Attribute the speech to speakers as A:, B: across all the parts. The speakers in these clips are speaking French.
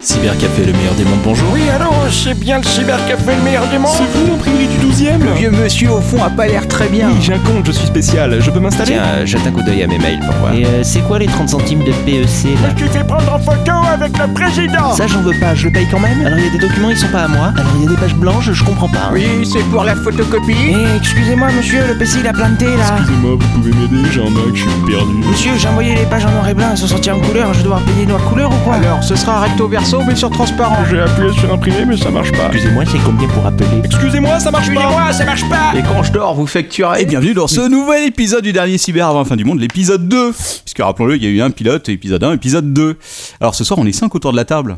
A: Cybercafé, le meilleur des mondes, bonjour.
B: Oui, allô, c'est bien le cybercafé le meilleur du
C: C'est
B: monde
C: vous l'imprimerie du 12 e
D: Le vieux monsieur au fond a pas l'air très bien.
C: Oui, j'ai un compte, je suis spécial, je peux m'installer
E: Tiens, euh, jette un coup d'œil à mes mails pour voir.
F: Et euh, c'est quoi les 30 centimes de PEC là
B: Je t'ai fait prendre en photo avec le président
C: Oh.
F: Ça j'en veux pas, je le paye quand même. Alors il y a des documents, ils sont pas à moi. Alors il y a des pages blanches, je comprends pas.
D: Oui, c'est pour la
F: Eh,
D: photocopie.
F: excusez-moi monsieur, le PC il a planté là.
C: Excusez-moi, vous pouvez m'aider, j'ai un Mac, je suis perdu.
F: Monsieur, j'ai envoyé les pages en noir et blanc, elles sont sorties en couleur, je vais devoir payer noir couleur ou quoi
D: Alors, ce sera recto verso mais sur transparent.
C: J'ai appuyé sur imprimer, mais ça marche pas.
F: Excusez-moi, c'est combien pour appeler
C: Excusez-moi, ça marche pas
D: ça marche pas. Et quand je dors, vous facturez.
G: Et bienvenue dans ce nouvel épisode du dernier Cyber avant la fin du monde, l'épisode 2. Puisque rappelons-le, il y a eu un pilote, épisode 1, épisode 2. Alors ce soir, on est 5 autour de la table.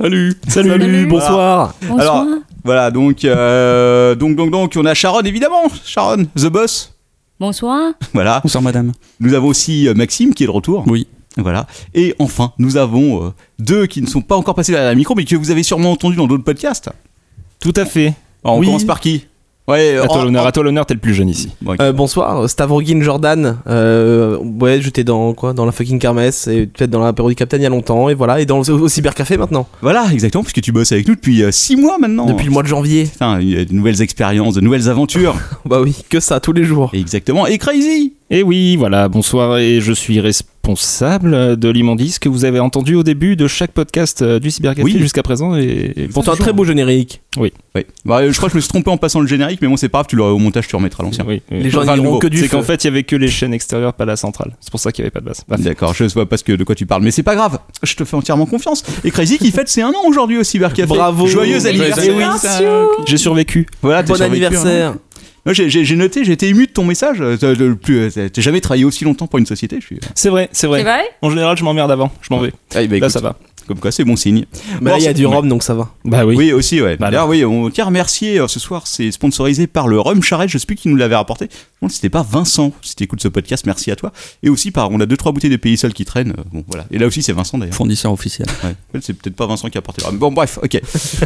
C: Salut
H: Salut,
G: Salut.
H: bonsoir.
G: Alors, voilà, donc, euh, donc, donc, donc, on a Sharon, évidemment. Sharon, The Boss.
H: Bonsoir.
G: Voilà.
I: Bonsoir madame.
G: Nous avons aussi euh, Maxime qui est de retour.
I: Oui.
G: Voilà. Et enfin, nous avons euh, deux qui ne sont pas encore passés à la micro, mais que vous avez sûrement entendu dans d'autres podcasts.
C: Tout à fait.
G: Alors, on
C: Oui.
G: commence par qui Ouais, oh.
C: À
G: en-
C: toi l'honneur, à toi l'honneur, t'es le plus jeune ici.
G: Bon, ok.
J: Euh, bonsoir, Stavrogin Jordan. Euh, ouais, j'étais dans quoi Dans la fucking Kermesse et peut-être dans l'apéro du Capitaine il y a longtemps et voilà et dans le, au, au cybercafé maintenant
G: Voilà, exactement, puisque tu bosses avec nous depuis 6 mois maintenant.
J: depuis le mois de janvier.
G: Putain, il y a de nouvelles expériences, de nouvelles aventures.
J: Bah oui, que ça tous les jours.
G: Exactement. Et Crazy
C: Et Eh oui, voilà, bonsoir, et je suis responsable de l'immondice que vous avez entendu au début de chaque podcast euh, du Cybercafé
G: Oui.
C: jusqu'à présent. Et, et pour
J: Pourtant un très beau générique.
G: Oui. Bah, euh, je crois que je me suis trompé en passant le générique, mais bon, c'est pas grave, tu l'auras au montage, tu remettras l'ancien.
C: Ah Oui, oui.
J: Les gens
G: Enfin, le
J: n'iront
G: nouveau,
J: que du
C: C'est
J: feu.
C: qu'en fait, il y avait que les chaînes extérieures, pas la centrale. C'est pour ça qu'il n'y avait pas de Bah, basse. Bref.
G: D'accord, je vois pas ce que- de quoi tu parles, mais c'est pas grave, je te fais entièrement confiance. Et Crazy qui fête ses un an aujourd'hui au Cybercafé.
J: Bravo.
G: Joyeux anniversaire
C: Oui, ça- J'ai survécu.
G: Voilà, t'es
J: Bon
G: survécu, hein.
J: anniversaire.
G: Moi, j'ai- J'ai j'ai noté, j'ai été ému de ton message. Euh, t'as- le plus- euh, T'as t'as jamais travaillé aussi longtemps pour une société, je suis. euh,
C: C'est vrai, c'est vrai.
H: C'est vrai
C: En général, je m'emmerde avant, je m'en vais.
G: Ah, bah,
C: Là,
G: écoute,
C: ça va.
G: Comme quoi, c'est bon signe.
J: Bah là, il y a
G: Bon,
J: du rhum donc ça va.
C: Bah oui.
G: Oui, aussi, ouais.
C: Bah,
G: D'ailleurs, oui, on tient à remercier euh, ce soir, c'est sponsorisé par le Rhum Charrette, je sais plus qui nous l'avait rapporté. Je me demande si c'était pas Vincent, si tu écoutes ce podcast, merci à toi. Et aussi, par, on a deux trois bouteilles de Pays Sol qui traînent. euh, Bon, voilà. Et là aussi, c'est Vincent d'ailleurs.
I: Fournisseur officiel.
G: Ouais. En fait, C'est peut-être pas Vincent qui a apporté le rhum. Bon, bref, ok.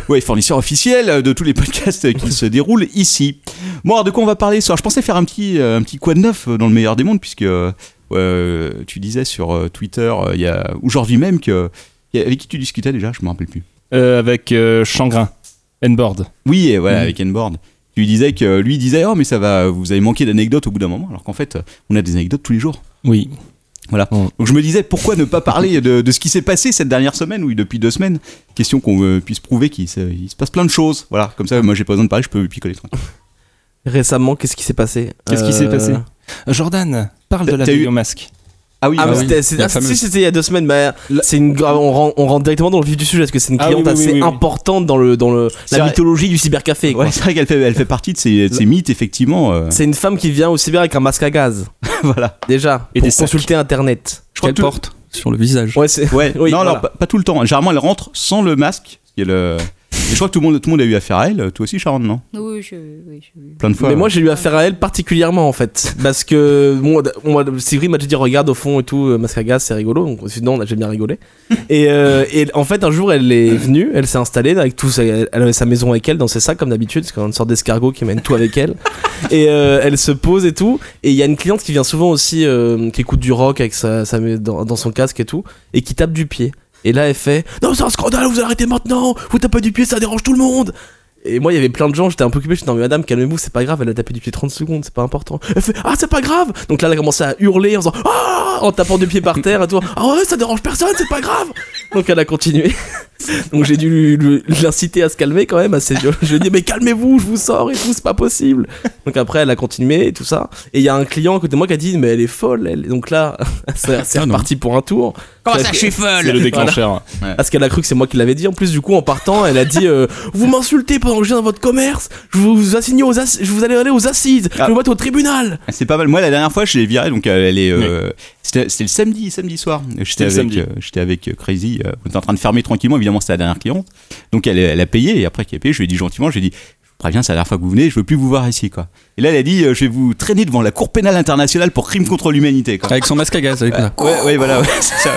G: Ouais, fournisseur officiel euh, de tous les podcasts euh, qui se déroulent ici. Bon, alors de quoi on va parler ce soir Je pensais faire un petit, euh, un petit quoi de neuf euh, dans le meilleur des mondes, puisque euh, euh, tu disais sur euh, Twitter, euh, il y a aujourd'hui même que. il y a- Avec qui tu discutais déjà Je me rappelle plus.
C: Euh, avec euh, Changrin, N-Board.
G: Oui, et voilà,
C: Mhm.
G: avec Enboard. Tu lui disais que lui disait Oh, mais ça va, vous avez manqué d'anecdotes au bout d'un moment, alors qu'en fait, on a des anecdotes tous les jours.
C: Oui.
G: Donc je me disais pourquoi ne pas parler de, de ce qui s'est passé cette dernière semaine, oui, depuis deux semaines. Question qu'on euh, puisse prouver qu'il se, il se passe plein de choses. Voilà, comme ça, moi j'ai pas besoin de parler, je peux picoler. tranquille.
J: Récemment, qu'est-ce qui s'est passé
C: Qu'est-ce qui s'est passé
J: Ah,
C: Jordan, parle de la
G: T'as eu-
C: vidéo masque.
G: Ah oui,
J: mais
G: bah oui.
J: c'était- c'est-
I: la
J: ah, si,
I: fameuse.
J: c'était il y a deux semaines. Bah, c'est une grave. On rentre, on rentre directement dans le vif du sujet parce que c'est une
C: Ah oui,
J: cliente
C: oui, oui,
J: assez
C: oui, oui.
J: importante dans le dans le
G: C'est
J: la
G: vrai.
J: mythologie du cybercafé. quoi.
G: Ouais, c'est vrai qu'elle fait, elle fait partie de ces, de ces mythes, effectivement. euh,
J: C'est une femme qui vient au cyber avec un masque à gaz.
G: voilà.
J: Déjà,
C: Et
J: pour
C: des sacs.
J: consulter internet.
G: Je
I: Qu'elle
G: que tout-
I: porte sur le visage.
J: Ouais, c'est.
G: Ouais,
J: Oui,
G: non,
J: voilà.
G: alors pas, pas tout le temps. Généralement, elle rentre sans le masque. parce qu'elle, euh, et je crois que tout le, monde, tout le monde a eu affaire à elle. Toi aussi, Sharon, non
H: Oui, je. Oui, je...
G: Plein de fois.
J: Mais moi j'ai eu affaire à elle particulièrement en fait. Parce que moi, moi Sylvie m'a déjà dit regarde au fond et tout, euh, masque à gaz c'est rigolo. Donc sinon j'ai bien rigolé. Et, euh, et en fait un jour elle est venue, elle s'est installée avec tout, sa- elle avait sa maison avec elle dans ses sacs comme d'habitude, parce qu'on a une sorte d'escargot qui mène tout avec elle. Et euh, elle se pose et tout. Et il y a une cliente qui vient souvent aussi, euh, qui écoute du rock avec sa, sa- dans, dans son casque et tout, et qui tape du pied. Et là elle fait non c'est un scandale, vous arrêtez maintenant, vous tapez du pied ça dérange tout le monde. Et moi, il y avait plein de gens, j'étais un peu occupé, j'étais non, mais madame, calmez-vous, c'est pas grave, elle a tapé du pied 30 secondes, c'est pas important. Elle fait, ah, c'est pas grave Donc là, elle a commencé à hurler en faisant, ah En tapant du pied par terre et tout, ah ouais, ça dérange personne, c'est pas grave Donc elle a continué. Donc j'ai dû lui- lui- l'inciter à se calmer quand même, assez violent. Je lui ai dit, mais calmez-vous, je vous sors et tout, c'est pas possible Donc après, elle a continué et tout ça. Et il y a un client à côté de moi qui a dit, mais elle est folle, elle. Donc là, c'est c'est
I: Ah non.
J: reparti pour un tour. Comment ça, je suis
C: C'est le déclencheur.
J: parce qu'elle a cru que c'est moi qui l'avais dit. En plus, du coup, en partant, elle a dit euh, Vous m'insultez pendant que je viens dans votre commerce, je vous assigne aux assises, je vous allez aller aux assises, je
G: Ah.
J: vais vous mettre au tribunal.
G: Ah, C'est pas mal. Moi, la dernière fois, je l'ai virée, donc euh, elle est. euh, C'était c'était le samedi, samedi soir. J'étais
C: le
G: avec,
C: samedi.
G: euh, j'étais avec euh, Crazy. euh, on était en train de fermer tranquillement. Évidemment, c'était la dernière cliente. Donc, elle, elle a payé. Et après qu'elle a payé, je lui ai dit gentiment, je lui ai dit, je vous préviens, c'est la dernière fois que vous venez. Je veux plus vous voir ici, quoi. Et là, elle a dit, euh, je vais vous traîner devant la Cour pénale internationale pour crime contre l'humanité, quoi.
I: Avec son masque à gaz, avec
C: Ah.
I: ça.
G: Ouais, ouais, voilà, ouais, c'est ça.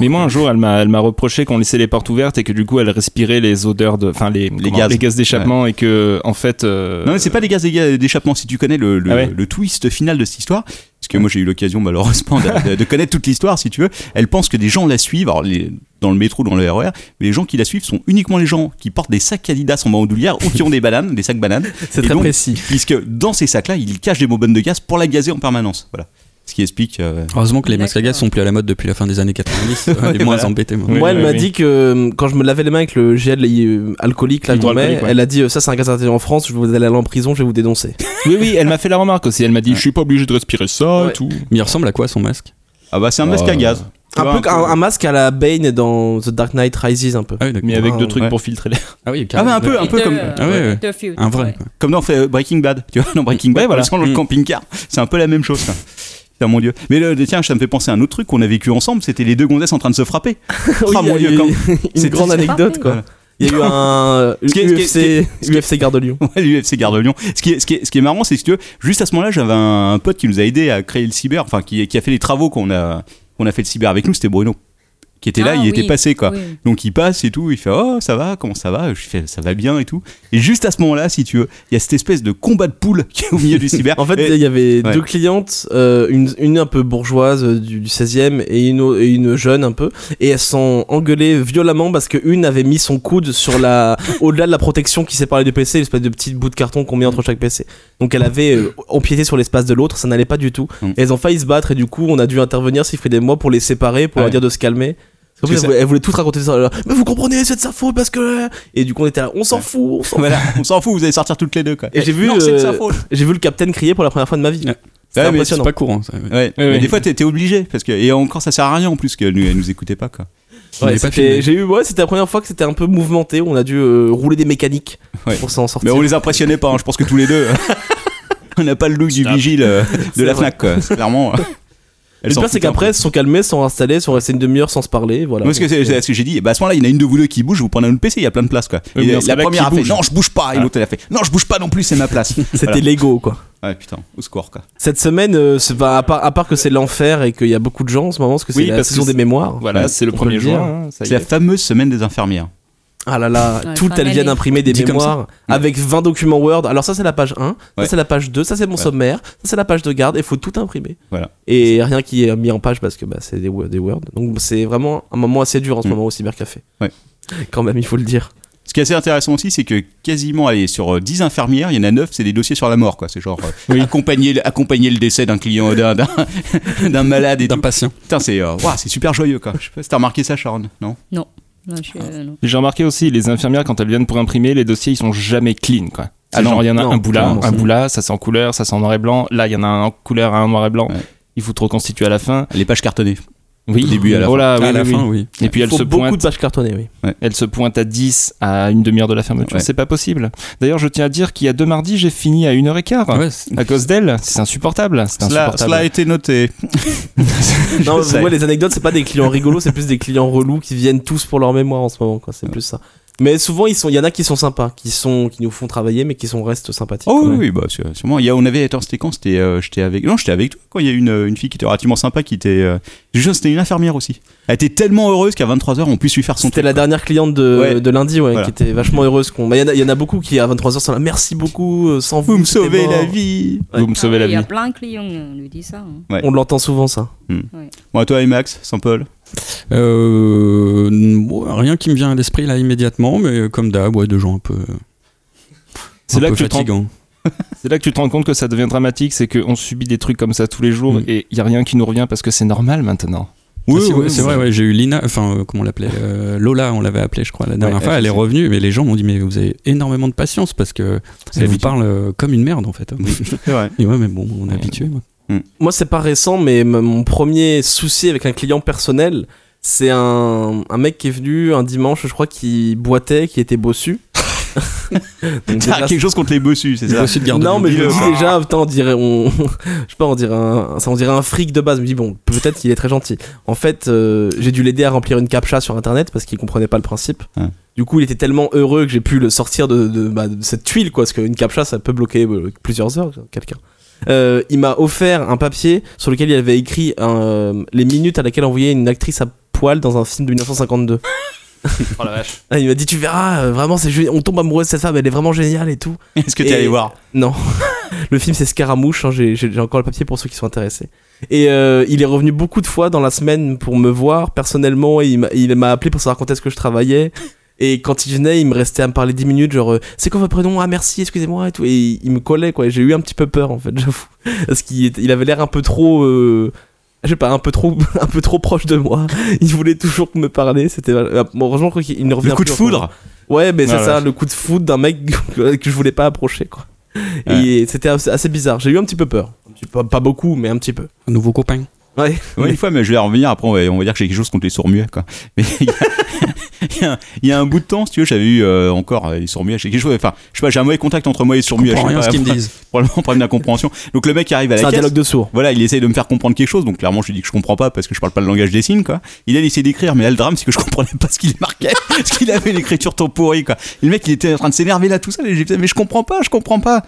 C: Mais moi, un jour, elle m'a, elle m'a reproché qu'on laissait les portes ouvertes et que du coup, elle respirait les odeurs de, enfin, les, comment-
G: gaz.
C: d'échappement et que, en fait, euh,
G: Non, mais c'est pas des gaz d'éga- d'échappement. Si tu connais le, le,
C: Ah ouais.
G: le twist final de cette histoire, Parce que moi j'ai eu l'occasion malheureusement de, de- de connaître toute l'histoire si tu veux. Elle pense que des gens la suivent, alors les- dans le métro, dans le RER, mais les gens qui la suivent sont uniquement les gens qui portent des sacs Adidas en bandoulière ou qui ont des bananes, des sacs bananes.
J: C'est
G: Et
J: très
G: donc,
J: précis.
G: Puisque dans ces sacs-là, ils cachent des bonbonnes de gaz pour la gazer en permanence. Voilà. Ce qui explique. euh,
I: Heureusement que les masques à gaz
H: D'accord.
I: sont plus à la mode depuis la fin des années 90. euh,
G: Ouais,
I: les moins
G: voilà.
I: embêtés, moi.
C: Oui,
J: Moi, elle
C: oui,
J: m'a
C: oui.
J: dit que euh, quand je me lavais les mains avec le gel euh, alcoolique, là, que j'en mets,
C: Hydroalcoolique, ouais.
J: elle a dit euh, Ça, c'est un gaz interdit en France, je vous allez aller en prison, je vais vous dénoncer.
C: Oui, oui, elle m'a fait la remarque aussi. Elle m'a dit Je suis pas obligé de respirer ça
J: Ouais.
C: et tout.
I: Mais il ressemble à quoi son masque
G: Ah bah c'est un masque à
C: Euh,
G: gaz.
J: Un
G: Ouais,
J: peu comme un, un masque à la Bane dans The Dark Knight Rises, un peu.
I: Ah oui, d'accord.
C: Mais avec deux trucs
G: ouais.
C: pour filtrer l'air.
I: Ah oui,
G: Ah bah un peu, un
H: Il
G: peu
H: te-
G: comme.
I: Ah ouais, ouais.
H: il te fuse,
I: Un vrai.
H: ouais.
I: quoi.
G: Comme dans euh, Breaking Bad, tu vois, dans Breaking Bad,
C: Ouais, voilà.
G: ils sont dans le
I: Mm.
G: camping-car. C'est un peu la même chose. quoi. Putain, mon dieu. Mais le, tiens, ça me fait penser à un autre truc qu'on a vécu ensemble, c'était les deux gonzesses en train de se frapper.
J: Oui,
G: Ah, mon
J: il y a
G: dieu,
J: eu
G: quand-
J: Une
G: C'est
J: grande
G: triste.
J: anecdote, quoi. Il y a eu un
G: Ce qui est- ce qui est- ce qui
J: UFC,
G: ce qui est-
J: UFC Gare de Lyon.
G: Ouais, l'UFC Gare de Lyon. Ce qui est, ce qui est, ce qui est marrant, c'est que si tu veux, juste à ce moment-là, j'avais un, un pote qui nous a aidé à créer le cyber, enfin qui, qui a fait les travaux qu'on a, qu'on a fait le cyber avec nous, c'était Bruno. Qui était là,
H: Ah,
G: il était
H: oui.
G: passé quoi.
H: Oui.
G: Donc il passe et tout, il fait Oh, ça va, comment ça va Je fais Ça va bien et tout. Et juste à ce moment-là, si tu veux, il y a cette espèce de combat de poule qui est au milieu du cyber.
J: En fait,
G: Et-
J: il y avait
G: ouais.
J: deux clientes, euh, une, une un peu bourgeoise euh, du, du 16e et une, au- et une jeune un peu, et elles sont engueulées violemment parce qu'une avait mis son coude sur la, au-delà de la protection qui séparait du PC, l'espèce de petit bout de carton qu'on met entre chaque PC. Donc elle avait euh, empiété sur l'espace de l'autre, ça n'allait pas du tout.
G: Mm.
J: Et elles ont failli se battre et du coup, on a dû intervenir Siegfried et moi pour les séparer, pour leur
G: Ouais.
J: dire de se calmer. En
G: Parce
J: plus,
G: que
J: elle voulait, elle voulait tout raconter ça. là, Mais vous comprenez, c'est de sa faute parce que. Et du coup, on était là, on s'en
G: Ouais.
J: fout, on s'en fout.
G: Voilà, on s'en fout, vous allez sortir toutes les deux quoi. Eh,
J: Et j'ai vu,
G: Non, c'est de sa
J: euh,
G: faute.
J: J'ai vu le capitaine crier pour la première fois de ma vie.
I: Ouais.
J: C'était
G: Ouais, mais
I: C'est
J: impressionnant.
I: pas courant ça. ouais.
G: Ouais, mais
C: ouais.
G: des fois t'étais obligé parce que et encore ça sert à rien en plus qu'elle nous, elle nous écoutait pas quoi.
I: Il
J: Ouais,
I: est pas
J: c'était-
I: filmé.
J: j'ai eu, ouais, c'était la première fois que c'était un peu mouvementé. On a dû euh, rouler des mécaniques
G: Ouais.
J: pour s'en sortir.
G: Mais on les impressionnait pas, hein, je pense que tous les deux. on n'a pas le look du vigile euh, de
J: C'est
G: la
J: vrai.
G: Fnac, quoi. C'est Clairement. euh, elles
J: le
G: s'en
J: pire, c'est
G: foutent un
J: qu'après,
G: peu.
J: elles se sont calmées, se sont installées, se sont restées une demi-heure sans se parler. Voilà.
G: hein. Moi, ce que, c'est- c'est ce que j'ai dit, bah, à ce moment-là, il y en a une de vous deux qui bouge, vous prenez un autre PC, il y a plein de place, quoi.
C: Oui,
G: Et
C: mais dans ce
G: la
C: cas-là,
G: première
C: qui
G: a fait,
C: bouge
G: non, je bouge pas, et l'autre, elle a fait, non, je bouge pas non plus, c'est ma place.
J: C'était
G: Voilà.
J: l'ego, quoi.
G: Ouais, putain, au score, quoi.
J: Cette semaine, euh, c'est- bah, à, part, à part que c'est l'enfer et qu'il y a beaucoup de gens en ce moment, parce que c'est
C: Oui,
J: la
C: parce que
J: saison des
C: c'est-
J: mémoires.
C: Voilà, c'est le
J: on peut
C: premier
J: le dire.
C: jour. hein, ça y
G: C'est la
C: est.
G: fameuse semaine des infirmières.
J: Ah là là,
H: Ouais,
J: toutes
H: fin
J: elles viennent
H: d'année.
J: imprimer des
I: Dit comme ça.
J: mémoires avec 20 documents Word. Alors, ça, c'est la page
G: Mm.
J: 1,
G: Ouais.
J: ça, c'est la page 2, ça, c'est mon
G: Ouais.
J: sommaire, ça, c'est la page de garde. Il faut tout imprimer.
G: Voilà.
J: Et rien qui est mis en page parce que bah, c'est des, wo- des Word. Donc, c'est vraiment un moment assez dur en ce
G: Mm.
J: moment au cybercafé.
G: Ouais.
J: Quand même, il faut le dire.
G: Ce qui est assez intéressant aussi, c'est que quasiment, allez, sur euh, 10 infirmières, il y en a 9, c'est des dossiers sur la mort, quoi. C'est genre, euh, accompagner, le- accompagner le décès d'un client, d'un, d'un, d'un malade et
I: D'un
G: tout.
I: patient.
G: Putain, c'est, euh, ouah, c'est super joyeux, quoi. Je sais pas si t'as remarqué ça, Sharon, non?
H: Non, je suis-
G: Ah.
H: euh, non.
C: J'ai remarqué aussi, les infirmières, quand elles viennent pour imprimer, les dossiers, ils sont jamais clean, quoi.
G: Ah
C: Ah genre, il y en a
J: non,
C: un bout là,
J: clairement,
C: un
J: c'est-
C: bout là, ça c'est en couleur, ça c'est en noir et blanc. Là, il y en a un en couleur, un en noir et blanc.
G: Ouais.
C: Il faut trop reconstituer à la fin.
G: Les pages cartonnées.
C: Oui,
G: Au début, à la
C: oh là,
I: Ah,
C: oui,
I: à la
C: oui,
I: fin,
C: oui.
I: oui.
C: Et puis
J: Il
C: elle
J: faut
C: se,
J: beaucoup
C: pointe,
J: de pages cartonnées, oui.
C: elle se pointe à 10 à une demi-heure de la fermeture.
G: Ouais.
C: C'est pas possible. D'ailleurs, je tiens à dire qu'il y a deux mardis, j'ai fini à 1h15.
I: Ouais, c'est-
C: À cause d'elle, c'est insupportable. C'est
G: Cela,
C: insupportable.
G: cela a été noté.
J: Non,
G: Je sais.
J: vous voyez, les anecdotes, c'est pas des clients rigolos, c'est plus des clients relous qui viennent tous pour leur mémoire en ce moment, quoi. C'est plus ça. Mais souvent, ils sont, il y en a qui sont sympas, qui sont, qui nous font travailler, mais qui sont restent sympathiques.
G: Oh
J: quand
G: oui,
J: même.
G: oui, bah, sû- sûrement. Il y a, on avait, attends, c'était quand C'était, euh, j'étais avec, non, j'étais avec toi quand il y a eu une, une fille qui était relativement sympa, qui était, euh, juste, c'était une infirmière aussi. Elle était tellement heureuse qu'à 23h, on puisse lui faire son
J: C'était
G: truc.
J: la dernière cliente de,
G: Ouais.
J: de lundi, ouais,
G: Voilà.
J: qui était vachement heureuse. qu'on- bah, Il y en a- il y, en a beaucoup qui, à 23h, sont là. Merci beaucoup, euh, sans vous.
G: Vous me
J: j'étais
G: sauvez
J: mort.
G: la vie.
C: Vous me sauvez
H: Ah
C: la
H: oui, Il y a
C: vie.
H: plein de clients, on lui dit ça. hein.
J: On l'entend souvent, ça.
G: Bon, à toi et Max, Saint-Paul.
I: Euh, n- ouais, rien qui me vient à l'esprit là immédiatement, mais comme d'hab, ouais, de gens un peu.
C: C'est
I: un
C: là
I: peu
C: que tu te rends-
I: fatigants.
C: C'est là que tu te rends compte que ça devient dramatique, c'est qu'on subit des trucs comme ça tous les jours
I: Mm.
C: et il y a rien qui nous revient parce que c'est normal maintenant.
I: Ah, si, ouais, c'est vrai, ouais, j'ai eu Lina, enfin, euh, comment on l'appelait euh, Lola, on l'avait appelée, je crois, la dernière
G: Ouais,
I: fois.
G: elle
I: Elle est
G: faisait-
I: revenue, mais les gens m'ont dit, mais vous avez énormément de patience parce que elle vous
G: l'habitude.
I: parle euh, comme une merde, en fait.
G: C'est vrai.
I: Et ouais, mais bon, on est
C: Ouais.
I: habitué. moi.
J: Moi, c'est pas récent, mais m- mon premier souci avec un client personnel, c'est un, un mec qui est venu un dimanche, je crois, qui boitait, qui était bossu. Donc
G: T'as
J: déjà,
G: Ah, quelque chose contre les bossus, c'est
I: Il faut
G: ça
I: aussi de garder
J: non,
I: le-
J: mais je me
G: Dis-le.
J: dis déjà, putain, on dirait, on, je sais pas, on dirait un, ça, on dirait un fric de base. Je me dis, bon, peut-être qu'il est très gentil. En fait, euh, j'ai dû l'aider à remplir une captcha sur internet parce qu'il comprenait pas le principe.
G: Ouais.
J: Du coup, il était tellement heureux que j'ai pu le sortir de, de- bah, de cette tuile, quoi. Parce qu'une captcha, ça peut bloquer euh, plusieurs heures, quelqu'un. Euh, il m'a offert un papier sur lequel il avait écrit un, euh, les minutes à laquelle envoyait une actrice à poil dans un film de 1952.
C: Oh la vache.
J: Ah, Il m'a dit tu verras, euh, vraiment c'est génial. on tombe amoureux de cette femme, elle est vraiment géniale et tout.
G: Est-ce que t'es
J: Et-
G: allé voir
J: Non. le film c'est Scaramouche, hein, j'ai, j'ai- j'ai encore le papier pour ceux qui sont intéressés. Et euh, il est revenu beaucoup de fois dans la semaine pour me voir personnellement, et il m'a, il m'a appelé pour savoir quand est-ce que je travaillais. Et quand il venait, il me restait à me parler 10 minutes, genre euh, c'est quoi votre prénom Ah merci, excusez-moi et tout. Et il, il me collait quoi, et j'ai eu un petit peu peur en fait, j'avoue. Parce qu'il était- il avait l'air un peu trop... euh, je sais pas, un peu trop, un peu trop proche de moi. Il voulait toujours me parler. C'était euh, bon, heureusement qu'il ne revient
G: Le coup de
J: plus en ce moment.
G: foudre
J: Ouais, mais c'est
C: Ah,
J: ça, le coup de foudre d'un mec que je voulais pas approcher, quoi. Et c'était assez assez bizarre. J'ai eu un petit peu peur. Un petit peu- pas beaucoup, mais un petit peu.
I: Un nouveau copain.
J: Ouais.
G: Ouais, une fois, mais je vais y revenir après. On va, on va dire que j'ai quelque chose contre les sourds-muets, quoi. Mais il y a- il y, a un- il y a un bout de temps, si tu veux, j'avais eu euh, encore euh, les sourds-muets. J'ai quelque chose. Enfin, je sais pas, j'ai un mauvais contact entre moi et les sourds-muets.
I: Je comprends
G: Je sais pas,
I: rien à ce qu'ils me disent.
G: Probablement problème d'incompréhension. Donc le mec arrive à la
J: C'est un
G: caisse.
J: dialogue de sourds.
G: Voilà, il essaye de me faire comprendre quelque chose. Donc clairement, je lui dis que je comprends pas parce que je parle pas le langage des signes, quoi. Il a essayé d'écrire, mais là, le drame, c'est que je comprenais pas ce qu'il marquait, parce qu'il avait l'écriture trop pourrie, quoi. Et le mec, il était en train de s'énerver là, tout ça. Et j'ai fait, mais je comprends pas, je comprends pas.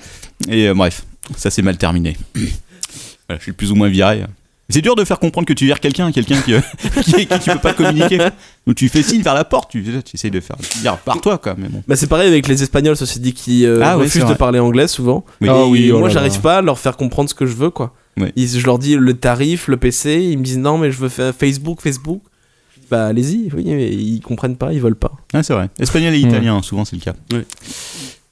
G: Et euh, bref, ça s'est mal terminé. voilà, je suis plus ou moins viré. C'est dur de faire comprendre que tu vires quelqu'un, quelqu'un qui, euh, qui, qui tu peux pas communiquer. Donc tu fais signe vers la porte, tu, tu essayes de faire dire par toi, quoi. Mais bon.
J: Bah, c'est pareil avec les Espagnols, ceci dit, qui euh,
G: Ah oui, c'est
J: refusent de
G: vrai.
J: parler anglais souvent.
G: Oui.
J: Et
G: Ah oui, oh
J: moi,
G: là
J: j'arrive
G: là.
J: pas à leur faire comprendre ce que je veux, quoi.
G: Ouais.
J: Ils- je leur dis le tarif, le PC, ils me disent non, mais je veux faire Facebook, Facebook. Je dis, Bah, allez-y, oui, mais ils comprennent pas, ils veulent pas.
G: Ah, c'est vrai. Espagnol et italien, souvent c'est le cas.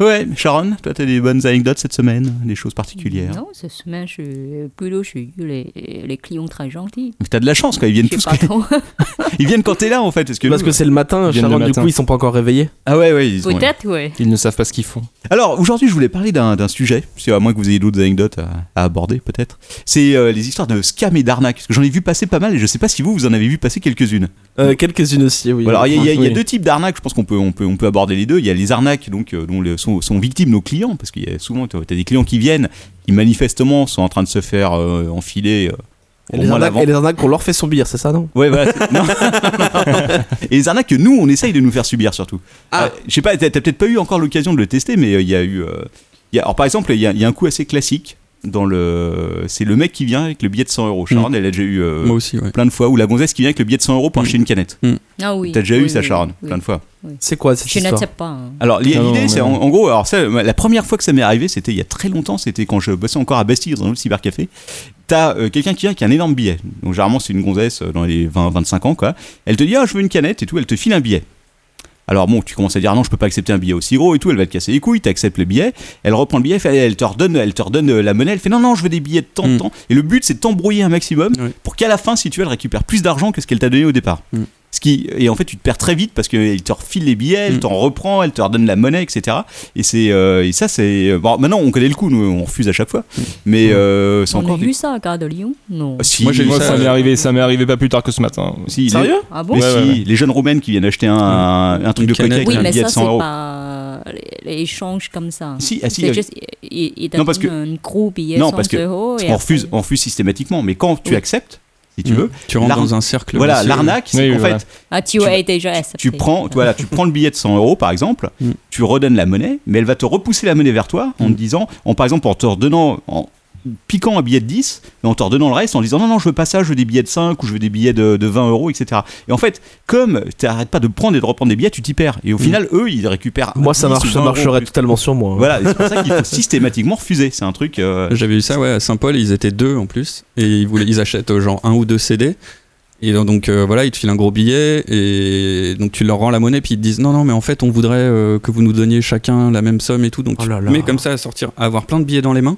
G: Ouais, Sharon, toi t'as des bonnes anecdotes cette semaine, des choses particulières.
H: Non, cette semaine, je suis plutôt, je suis les, les clients très gentils.
G: Mais t'as de la chance quoi, ils viennent
H: Je
G: tous
H: sais pas trop.
G: ils viennent quand t'es là en fait parce que
J: Parce
G: nous-
J: que c'est le matin,
C: Ils viennent le
J: Sharon, du
C: matin.
J: coup, ils sont pas encore réveillés.
G: Ah ouais ouais, ils ont-
H: Peut-être, ouais.
C: Ils ne savent pas ce qu'ils font.
G: Alors aujourd'hui, je voulais parler d'un d'un sujet, c'est à moins que vous ayez d'autres anecdotes à, à aborder peut-être. C'est euh, les histoires de scam et d'arnaque parce que j'en ai vu passer pas mal et je sais pas si vous vous en avez vu passer quelques-unes.
J: Euh, Quelques-unes aussi, oui.
G: Voilà, Bah, alors, il y, a- il y a- il y a
J: Oui.
G: deux types d'arnaques, je pense qu'on peut, on peut, on peut aborder les deux. Il y a les arnaques donc, euh, dont le- sont, sont victimes nos clients, parce qu'il y a souvent tu as des clients qui viennent, qui manifestement sont en train de se faire euh, enfiler. euh,
J: Et
G: au
J: les
G: moins
J: arnaques-
G: l'avant.
J: et les arnaques qu'on leur fait subir, c'est ça, non
G: Ouais, voilà, c'est- non. et les arnaques que nous, on essaye de nous faire subir surtout.
J: Ah.
G: Euh, je sais pas, t'as t'as peut-être pas eu encore l'occasion de le tester, mais euh, il y a eu. euh, il y a- alors par exemple, il y, a- il y a un coup assez classique. Dans le, c'est le mec qui vient avec le billet de 100 euros.
J: Mm.
G: Sharon, elle a déjà eu euh,
I: Moi aussi, ouais.
G: plein de fois. Ou la gonzesse qui vient avec le billet de 100 euros
J: Mm.
G: pour acheter une canette.
H: Ah oui.
G: T'as déjà
H: oui,
G: eu ça,
H: oui,
G: Sharon,
H: oui.
G: plein de fois.
J: C'est quoi cette
H: Je
J: histoire
H: n'accepte pas. hein.
G: Alors l'i-
C: Ah non,
G: l'idée,
C: mais
G: c'est en,
C: non.
G: en gros, alors ça, la première fois que ça m'est arrivé, c'était il y a très longtemps, c'était quand je bossais encore à Bastille dans un autre cybercafé. T'as euh, quelqu'un qui vient qui a un énorme billet. Donc généralement c'est une gonzesse euh, dans les 20-25 ans quoi. Elle te dit ah je veux une canette et tout, elle te file un billet. Alors bon, tu commences à dire ah non, je peux pas accepter un billet aussi gros et tout, elle va te casser les couilles, t'acceptes le billet, elle reprend le billet, elle fait- elle te redonne, elle te redonne euh, la monnaie, elle fait non non, je veux des billets de temps en
I: Mm.
G: temps. Et le but c'est de t'embrouiller un maximum
I: Oui.
G: pour qu'à la fin si tu veux elle récupère plus d'argent que ce qu'elle t'a donné au départ.
I: Mm.
G: Ce qui, et en fait, tu te perds très vite parce qu'elle te refile les billets, elle
I: Mm.
G: t'en reprend, elle te redonne la monnaie, etc. Et, c'est, euh, et ça, c'est. Bon, maintenant, on connaît le coup, nous, on refuse à chaque fois.
C: Mm.
G: Mais euh, c'est
H: On
G: encore.
H: a
G: des-
H: vu ça à Gare de Lyon Non.
G: Ah, si,
C: Moi, j'ai
G: si,
C: vu ça,
I: ça,
C: m'est
I: euh,
C: arrivé, ça m'est arrivé pas plus tard que ce matin.
G: si, les-
J: Sérieux
H: Ah bon
G: mais
C: Ouais,
G: si,
C: ouais, Mm. ouais.
G: Les jeunes roumaines qui viennent acheter un, un truc
I: Une
G: de coca
I: canette.
G: avec
H: Oui,
G: un
H: mais
G: billet
H: ça,
G: de
H: c'est
G: 100 euros.
H: pas euh, les- les échanges comme ça.
G: Si, ah, si,
H: c'est
G: euh,
H: juste, il, il
G: Non, parce que-
H: un gros billet
G: Non,
H: 100
G: parce que-
H: euros. et
G: on, refuse,
H: après-
G: on refuse systématiquement, mais quand tu
H: Oui.
G: acceptes, si tu
I: Mm.
G: veux,
I: Tu rentres
G: L'arn-
I: dans un cercle.
G: voilà,
I: vicieux.
G: l'arnaque, c'est
C: Oui,
G: qu'en
C: oui, voilà.
G: fait,
H: Ah, tu,
G: tu-
H: as déjà Ah. accepté.
G: tu prends, tu- voilà, tu prends le billet de 100 euros par exemple,
I: Mm.
G: tu redonnes la monnaie, mais elle va te repousser la monnaie vers toi
J: Mm.
G: en te disant, en par exemple en te redonnant, en piquant un billet de 10, mais en te redonnant le reste en disant non, non, je veux pas ça, je veux des billets de 5 ou je veux des billets de, de 20 euros, etc. Et en fait, comme tu n'arrêtes pas de prendre et de reprendre des billets, tu t'y perds. Et au final, eux, ils récupèrent.
J: Mm. Moi, ça,
G: 10 ou
J: marche,
G: 20
J: ça
G: euros
J: marcherait
G: plus.
J: totalement sur moi. hein.
G: Voilà, et c'est pour ça qu'il faut systématiquement refuser. C'est un truc. euh,
I: J'avais eu ça, ouais, à Saint-Paul, ils étaient deux en plus, et ils, voulaient, ils achètent euh, genre un ou deux CD. Et donc euh, voilà, ils te filent un gros billet, et donc tu leur rends la monnaie, puis ils te disent non, non, mais en fait, on voudrait euh, que vous nous donniez chacun la même somme et tout. Donc
J: Oh
I: tu
J: là
I: te
J: là.
I: mets comme ça à sortir, à avoir plein de billets dans les mains.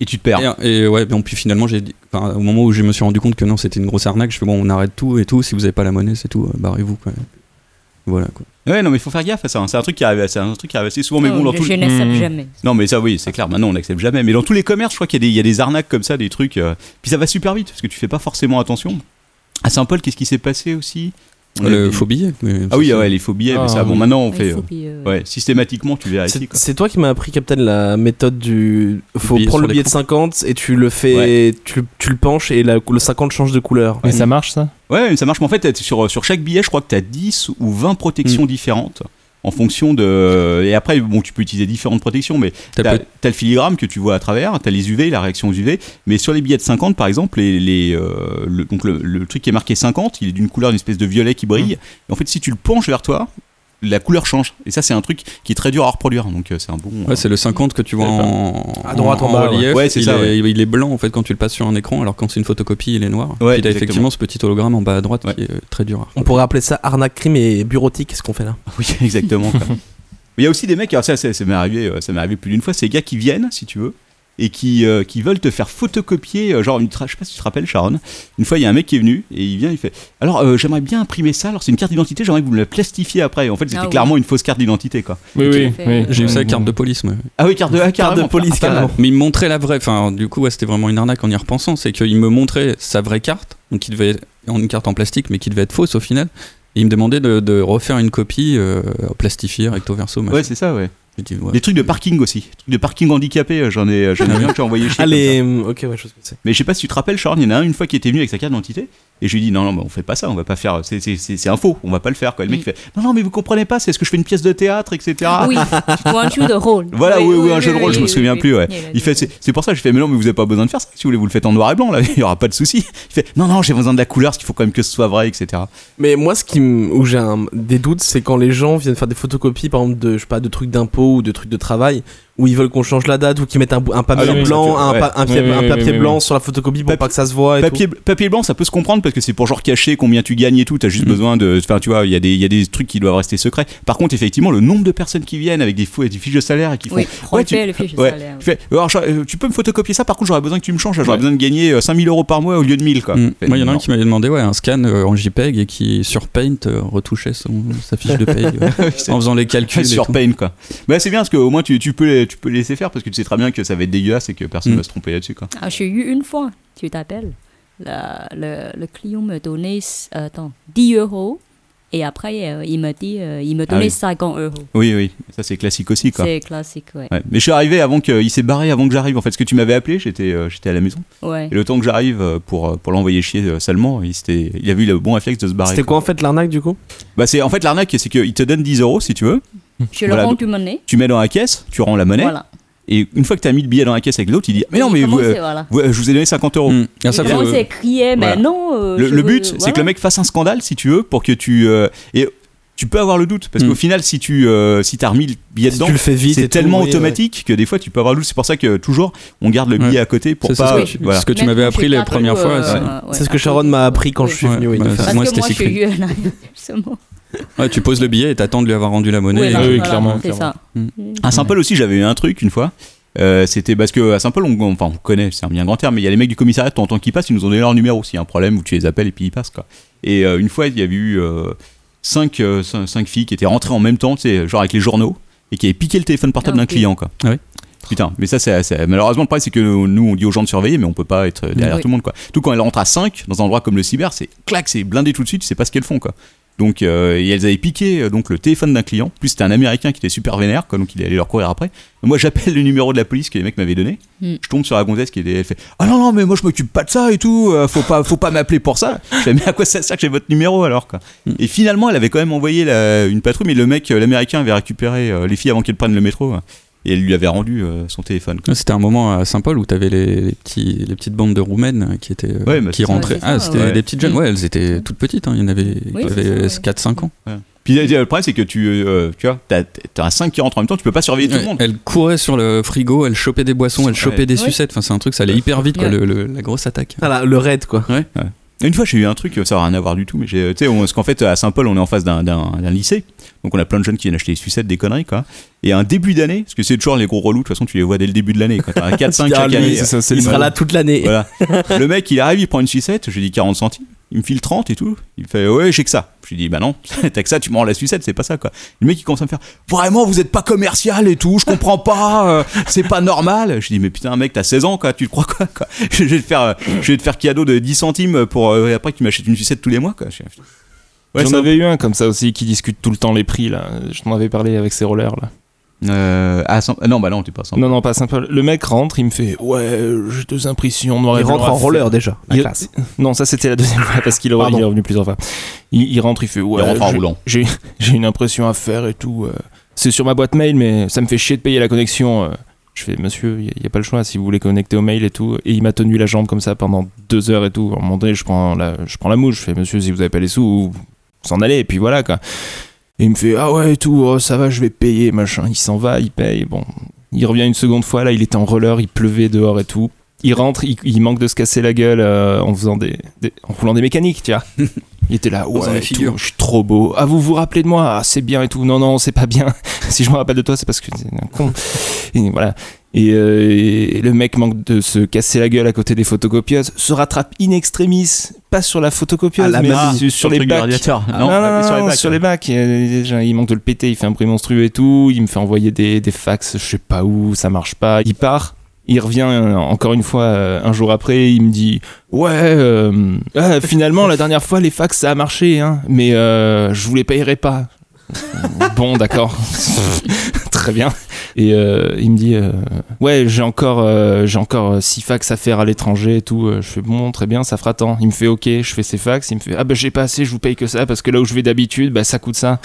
G: et tu te perds.
I: Et, et ouais, bon, puis finalement, j'ai dit- enfin, au moment où je me suis rendu compte que non, c'était une grosse arnaque, je fais bon, on arrête tout et tout, si vous n'avez pas la monnaie, c'est tout, euh, barrez-vous quoi. Voilà quoi.
G: Ouais, non, mais il faut faire gaffe à ça. hein. C'est un truc qui arrive, c'est un truc qui arrive assez souvent, mais bon,
H: Non,
G: dans
H: je
G: tout le-
H: je n'accepte
C: Hmm.
H: jamais.
G: Non, mais ça, oui, c'est clair. Maintenant, on n'accepte jamais. Mais dans tous les commerces, je crois qu'il y, a des- il y a des arnaques comme ça, des trucs. euh, Puis ça va super vite parce que tu fais pas forcément attention. À Saint-Paul, qu'est-ce qui s'est passé aussi On a
I: Le
G: des-
I: faux billet. mais
G: Ah oui,
I: ça,
G: ouais, les faux billets. mais
C: Ah,
G: ça, bon,
C: oui.
G: maintenant, on
H: Ouais,
G: fait.
H: faut
G: euh,
H: puis, euh,
G: ouais, systématiquement, tu vérifies.
J: C'est
G: bah, Quoi.
J: c'est toi qui m'as appris, Captain, la méthode du. Faut
I: billet sur
J: prendre le
I: les
J: billet de 50 et tu le fais. Tu, tu le penches et la- le 50 change de couleur.
C: Mais ça marche, ça
G: Ouais, mais ça marche. Mais en fait, t'as- sur, sur chaque billet, je crois que tu as 10 ou 20 protections différentes. en fonction de. Et après, bon, tu peux utiliser différentes protections, mais
I: T'as
G: t'as
I: peut-
G: t'as le filigrane que tu vois à travers, t'as les UV, la réaction aux UV, mais sur les billets de 50 par exemple, les, les, euh, le, donc le, le truc qui est marqué 50, il est d'une couleur, d'une espèce de violet qui brille.
I: Mmh.
G: Et en fait, si tu le penches vers toi, la couleur change. Et ça, c'est un truc qui est très dur à reproduire, donc euh, c'est un bon.
I: Ouais, c'est le 50 que tu vois en,
J: À droite, en bas, ouais.
I: relief.
G: Ouais, c'est
I: il,
G: ça,
I: est,
G: ouais.
I: il est blanc en fait quand tu le passes sur un écran, alors quand c'est une photocopie, il est noir.
G: Ouais,
I: Puis il a
G: exactement.
I: effectivement ce petit hologramme en bas à droite
G: Ouais.
I: qui est euh, très dur. à
J: On pourrait appeler ça arnaque crime et bureautique, ce qu'on fait là.
G: Oui, exactement. quoi. Mais Il y a aussi des mecs, alors ça, ça, ça m'est arrivé, euh, ça m'est arrivé plus d'une fois, c'est des gars qui viennent, si tu veux, et qui, euh, qui veulent te faire photocopier, euh, genre, une tra- je sais pas si tu te rappelles, Sharon, une fois, il y a un mec qui est venu, et il vient, il fait Alors, euh, j'aimerais bien imprimer ça, alors c'est une carte d'identité, j'aimerais que vous me la plastifiez après. En fait, c'était
H: Ah oui.
G: clairement une fausse carte d'identité, quoi.
C: Oui, oui,
H: fait.
C: oui.
I: J'ai eu ça avec carte
C: carte
I: de police, moi.
G: Ah oui, carte de, ah,
J: Carte de
G: carrément,
J: police,
G: ah,
J: carrément.
I: Mais il me montrait la vraie. Enfin, du coup, ouais, c'était vraiment une arnaque en y repensant. C'est qu'il me montrait sa vraie carte, donc qui devait être en une carte en plastique, mais qui devait être fausse au final. Et il me demandait de, de refaire une copie euh, plastifiée, recto verso. machin.
G: Ouais, c'est ça, ouais.
I: Je dis, ouais.
G: Des trucs de parking aussi, des trucs de parking handicapé, euh, j'en ai, j'en ai un que j'ai envoyé chez
J: Allez, hum, ok, ouais, je sais ce que c'est.
G: Mais je sais pas si tu te rappelles, Sharon, il y en a un une fois qui était venu avec sa carte d'identité. Et je lui ai dit, non, non, mais on fait pas ça, on va pas faire. C'est, c'est, c'est, c'est un faux, on va pas le faire. Quoi. Et Le mec
H: Mm.
G: il fait, non, non, mais vous comprenez pas, c'est ce que je fais une pièce de théâtre, etc.
H: Oui, ou un jeu de rôle.
G: Voilà, Ah. oui, oui, un jeu de rôle, je me
H: oui,
G: souviens
H: oui.
G: plus, ouais.
H: a
G: Il
H: dit-
G: fait, c'est, c'est pour ça, je fais, mais non, mais vous avez pas besoin de faire ça. Si vous voulez, vous le faites en noir et blanc, là, il y aura pas de souci. Il fait, non, non, j'ai besoin de la couleur, parce qu'il faut quand même que ce soit vrai, etc.
J: Mais moi, ce qui m- où j'ai un- des doutes, c'est quand les gens viennent faire des photocopies, par exemple, de, je sais pas, de trucs d'impôts ou de trucs de travail, où ils veulent qu'on change la date ou qu'ils mettent un, bou- un papier
G: Ah oui, oui,
J: blanc,
G: ça,
J: un,
G: tu-
J: pa- un
C: ouais.
J: papier,
C: Oui, oui,
J: un
C: oui,
J: papier
C: oui,
J: blanc
C: oui.
J: sur la photocopie pour
G: Papier-
J: pas que ça se voit. Et
G: Papier, papier blanc, ça peut se comprendre parce que c'est pour genre cacher combien tu gagnes et tout. T'as juste besoin de. Enfin, tu vois, il y, a des- il y a des trucs qui doivent rester secrets. Par contre, effectivement, le nombre de personnes qui viennent avec des, faux, des fiches de salaire et qui font.
H: Oui,
G: Ouais, tu-
H: refais le fichier
G: ouais.
H: salaire.
G: Tu fais, alors, je- euh, tu peux me photocopier ça, par contre, j'aurais besoin que tu me changes. là, J'aurais besoin de gagner euh, 5000 euros par mois au lieu de 1000. Quoi.
I: Mm.
G: Fait,
I: Moi, il y en a un
G: non.
I: qui m'avait demandé ouais, un scan euh, en JPEG et qui, sur Paint, euh, retouchait son, sa fiche de paye ouais, en faisant les calculs. et
G: sur
I: tout.
G: Paint, quoi. Mais c'est bien parce qu'au moins tu, tu, peux les, tu peux les laisser faire parce que tu sais très bien que ça va être dégueulasse et que personne
I: Mm.
G: va se tromper là-dessus, quoi.
H: Ah, j'ai eu une fois, tu t'appelles. La- Le, le client me donnait euh, attends, 10 euros et après euh, il me dit euh, il me donnait
G: Ah oui.
H: 50 euros.
G: Oui, oui, ça c'est classique aussi, quoi.
H: C'est classique, ouais.
G: Ouais. Mais je suis arrivé avant qu'il s'est barré avant que j'arrive. En fait, ce que tu m'avais appelé, j'étais euh, j'étais à la maison.
H: ouais.
G: Et le temps que j'arrive euh, pour, euh, pour l'envoyer chier euh, salement, il, s'était- il avait eu le bon réflexe de se
J: tout.
G: barrer.
J: C'était quoi en fait l'arnaque du coup
G: bah, c'est, En fait, l'arnaque, c'est qu'il te donne 10 euros si tu veux,
H: Je le
G: voilà,
H: rends
G: donc-
H: du monnaie.
G: tu mets dans la caisse, tu rends la monnaie,
H: Voilà.
G: et une fois que tu as mis le billet dans la caisse avec l'autre, il dit Mais non,
H: Il
G: mais vous,
H: commence,
G: euh,
H: voilà.
G: vous- euh, je vous ai donné 50 euros.
I: Mm. Ah, ça,
H: Il
I: faut-
H: commence à crier, mais
G: voilà.
H: non. euh,
G: Le,
H: je
G: le
H: veux-
G: but, c'est que le
H: voilà.
G: mec fasse un scandale si tu veux, pour que tu. euh, et tu peux avoir le doute, parce
I: Mm.
G: qu'au final, si tu euh, si as remis le billet
J: Si
G: dedans.
J: Tu le fais vite. et
G: C'est
J: tout,
G: tellement
J: oui, ouais.
G: automatique que des fois tu peux avoir le doute. C'est pour ça que toujours on garde le
I: Ouais.
G: billet à côté pour
I: ça, c'est
G: pas. euh,
I: ce que, tu-
G: voilà.
I: ce que tu
H: Même
I: m'avais
H: quand
I: appris
H: j'ai
I: les
H: quatre
I: premières
H: eues,
I: fois.
H: euh,
I: c'est-
H: ouais,
J: C'est ce que
H: après,
J: Sharon
H: je-
J: m'a appris quand je suis
I: Ouais,
J: venu. oui, de
I: bah,
J: faire ça.
I: c'est-
H: Parce
I: Moi,
H: que
I: c'était
H: moi, j'ai eu
I: secret.
H: un justement.
I: Ouais, tu poses le billet et t'attends de lui avoir rendu la monnaie.
H: Ouais,
I: et-
H: bah,
C: oui,
H: voilà,
C: clairement,
H: C'est ça.
G: À Saint-Paul aussi, j'avais eu un truc une fois. Euh, c'était parce que à Saint-Paul, on, enfin, on connaît, c'est un bien grand terme, mais il y a les mecs du commissariat, en tant qu'ils passent, ils nous ont donné leur numéro. S'il y a un problème, ou tu les appelles et puis ils passent. Quoi. Et euh, une fois, il y avait eu euh, 5 filles qui étaient rentrées en même temps, tu sais, genre avec les journaux, et qui avaient piqué le téléphone portable
H: Ah,
G: d'un
H: ok.
G: client. Quoi.
I: Ah oui.
G: Putain, mais ça, c'est, c'est- malheureusement, le problème, c'est que nous, on dit aux gens de surveiller, mais on peut pas être derrière
H: Oui.
G: tout le monde. Quoi. Tout quand elles rentrent à 5 dans un endroit comme le cyber, c'est clac, c'est blindé tout de suite, tu sais pas ce qu'elles font. Quoi. Donc, euh, et elles avaient piqué euh, donc le téléphone d'un client. Plus c'était un Américain qui était super vénère, quoi, donc il allait leur courir après. Moi, j'appelle le numéro de la police que les mecs m'avaient donné.
H: Mm.
G: Je tombe sur la gonzesse qui était, elle fait Ah non non, mais moi je m'occupe pas de ça et tout. euh, faut pas, faut pas m'appeler pour ça. Je fais Mais à quoi ça sert que j'ai votre numéro alors quoi Et finalement, elle avait quand même envoyé la- une patrouille, mais le mec, euh, l'Américain, avait récupéré euh, les filles avant qu'elles prennent le métro. hein, Et elle lui avait rendu euh, son téléphone. quoi.
I: Ouais, C'était un moment à Saint-Paul où t'avais les, les, petits, les petites bandes de Roumaines euh, qui, étaient, euh,
G: Ouais, bah,
I: qui
G: c'est ça,
I: rentraient.
H: c'est ça,
I: ah, c'était
G: ouais.
I: des petites jeunes. Ouais, elles étaient toutes petites. hein. Il y en avait,
H: Oui,
I: qui
H: c'est
I: avaient
H: ça, ouais.
I: 4-5 ans.
G: Puis euh, le problème, c'est que tu, euh, tu vois, t'as, t'as 5 qui rentrent en même temps, tu peux pas surveiller tout le monde.
I: Elles couraient sur le frigo, elles chopaient des boissons, elles chopaient
G: Ouais.
I: des
H: Ouais.
I: sucettes. Enfin, c'est un truc, ça allait hyper vite, quoi,
H: Ouais.
I: le- le- la grosse attaque.
J: Ah là, le raid quoi.
G: Une fois, j'ai eu un truc, euh, ça n'a rien à voir du tout, mais j'ai, tu sais, on- parce qu'en fait, à Saint-Paul, on est en face d'un, d'un- d'un lycée, donc on a plein de jeunes qui viennent acheter des sucettes, des conneries, quoi. Et à un début d'année, parce que c'est toujours les gros relous, de toute façon, tu les vois dès le début de l'année, quand t'as un 4-5
J: Putain,
G: chaque
J: lui,
G: année.
C: Ah c'est ça, c'est
J: Il
C: le
J: sera
C: malin.
J: là toute l'année.
G: Voilà. Le mec, il arrive, il prend une sucette, je lui dis 40 centimes, il me file 30 et tout. Il fait, ouais, j'ai que ça. Je lui dis, bah non, t'as que ça, tu me rends la sucette, c'est pas ça, quoi. Le mec, il commence à me faire, vraiment, vous êtes pas commercial et tout, je comprends pas, euh, c'est pas normal. Je lui dis, mais putain, mec, t'as 16 ans, quoi, tu te crois quoi, quoi je, vais te faire, euh, je vais te faire cadeau de 10 centimes pour euh, après que tu m'achètes une sucette tous les mois, quoi. Je- euh, Ouais,
C: J'en
G: ça-
C: avais eu un comme ça aussi qui discute tout le temps les prix là. Je t'en avais parlé avec ces rollers là.
G: Euh, ah, Saint- ah, non, bah non, t'es pas Saint-Paul.
C: Non, non, pas Saint-Paul. Le mec rentre, il me fait Ouais, euh, j'ai deux impressions noir et
J: Il
C: blanc
J: rentre
C: à
J: en
C: faire.
J: roller déjà. La
C: Il-
J: classe.
C: Non, ça c'était la deuxième fois parce qu'il est
J: Pardon.
C: il est revenu plusieurs fois. Il, il rentre, il fait Ouais,
G: Il rentre en
C: je-
G: roulant.
C: j'ai j'ai une impression à faire et tout. euh. C'est sur ma boîte mail, mais ça me fait chier de payer la connexion. euh. Je fais Monsieur, il n'y a, pas le choix si vous voulez connecter au mail et tout. Et il m'a tenu la jambe comme ça pendant deux heures et tout. À un moment donné, je prends la, je prends la mouche. Je fais Monsieur, si vous n'avez pas les sous, vous vous s'en allez. Et puis voilà quoi. Et il me fait Ah ouais, et tout, oh, ça va, je vais payer, machin. Il s'en va, il paye. Bon, il revient une seconde fois. Là, il était en roller, il pleuvait dehors et tout. Il rentre, il, il manque de se casser la gueule euh, en faisant des, des- en roulant des mécaniques, tu vois. Il était là,
I: Dans
C: ouais,
I: la
C: et tout,
I: figure.
C: je suis trop beau. Ah, vous vous rappelez de moi Ah, c'est bien et tout. Non, non, c'est pas bien. si je me rappelle de toi, c'est parce que t'es un con. Et voilà. Et, euh, et le mec manque de se casser la gueule à côté des photocopieuses, se rattrape in extremis, pas sur Ah, la photocopieuse, mais sur, sur les
G: truc du
C: bacs.
G: radiateur.
C: Ah,
G: non,
C: non, non,
G: mais sur les
C: non,
G: bacs. hein.
C: sur les bacs. euh, déjà, Il manque de le péter, il fait un bruit monstrueux et tout. Il me fait envoyer des, des fax, je sais pas où, ça marche pas. Il part, il revient euh, encore une fois euh, un jour après. Il me dit Ouais, euh, ah, finalement, la dernière fois, les fax ça a marché, hein, mais euh, je vous les payerai pas. bon, d'accord. Très bien. Et euh, il me dit euh, Ouais, j'ai encore, euh, j'ai encore 6 fax à faire à l'étranger et tout. Euh, Je fais Bon, très bien, ça fera tant. Il me fait Ok, je fais ces fax. Il me fait Ah, bah j'ai pas assez, je vous paye que ça parce que là où je vais d'habitude, bah ça coûte ça.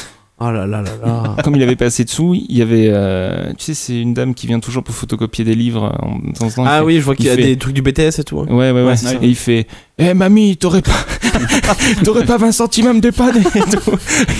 J: Oh là là là là.
C: Comme il avait pas assez de sous, il y avait. euh, tu sais, c'est une dame qui vient toujours pour photocopier des livres. euh, En, de temps en temps, il
J: Ah
C: fait-
J: oui, je vois qu'il y a
C: il fait-
J: des trucs du BTS et tout. hein.
C: Ouais, ouais, ouais.
J: Ouais, c'est ça.
C: et il fait Eh mamie, t'aurais pas, t'aurais pas 20 centimes à me dépanner et tout.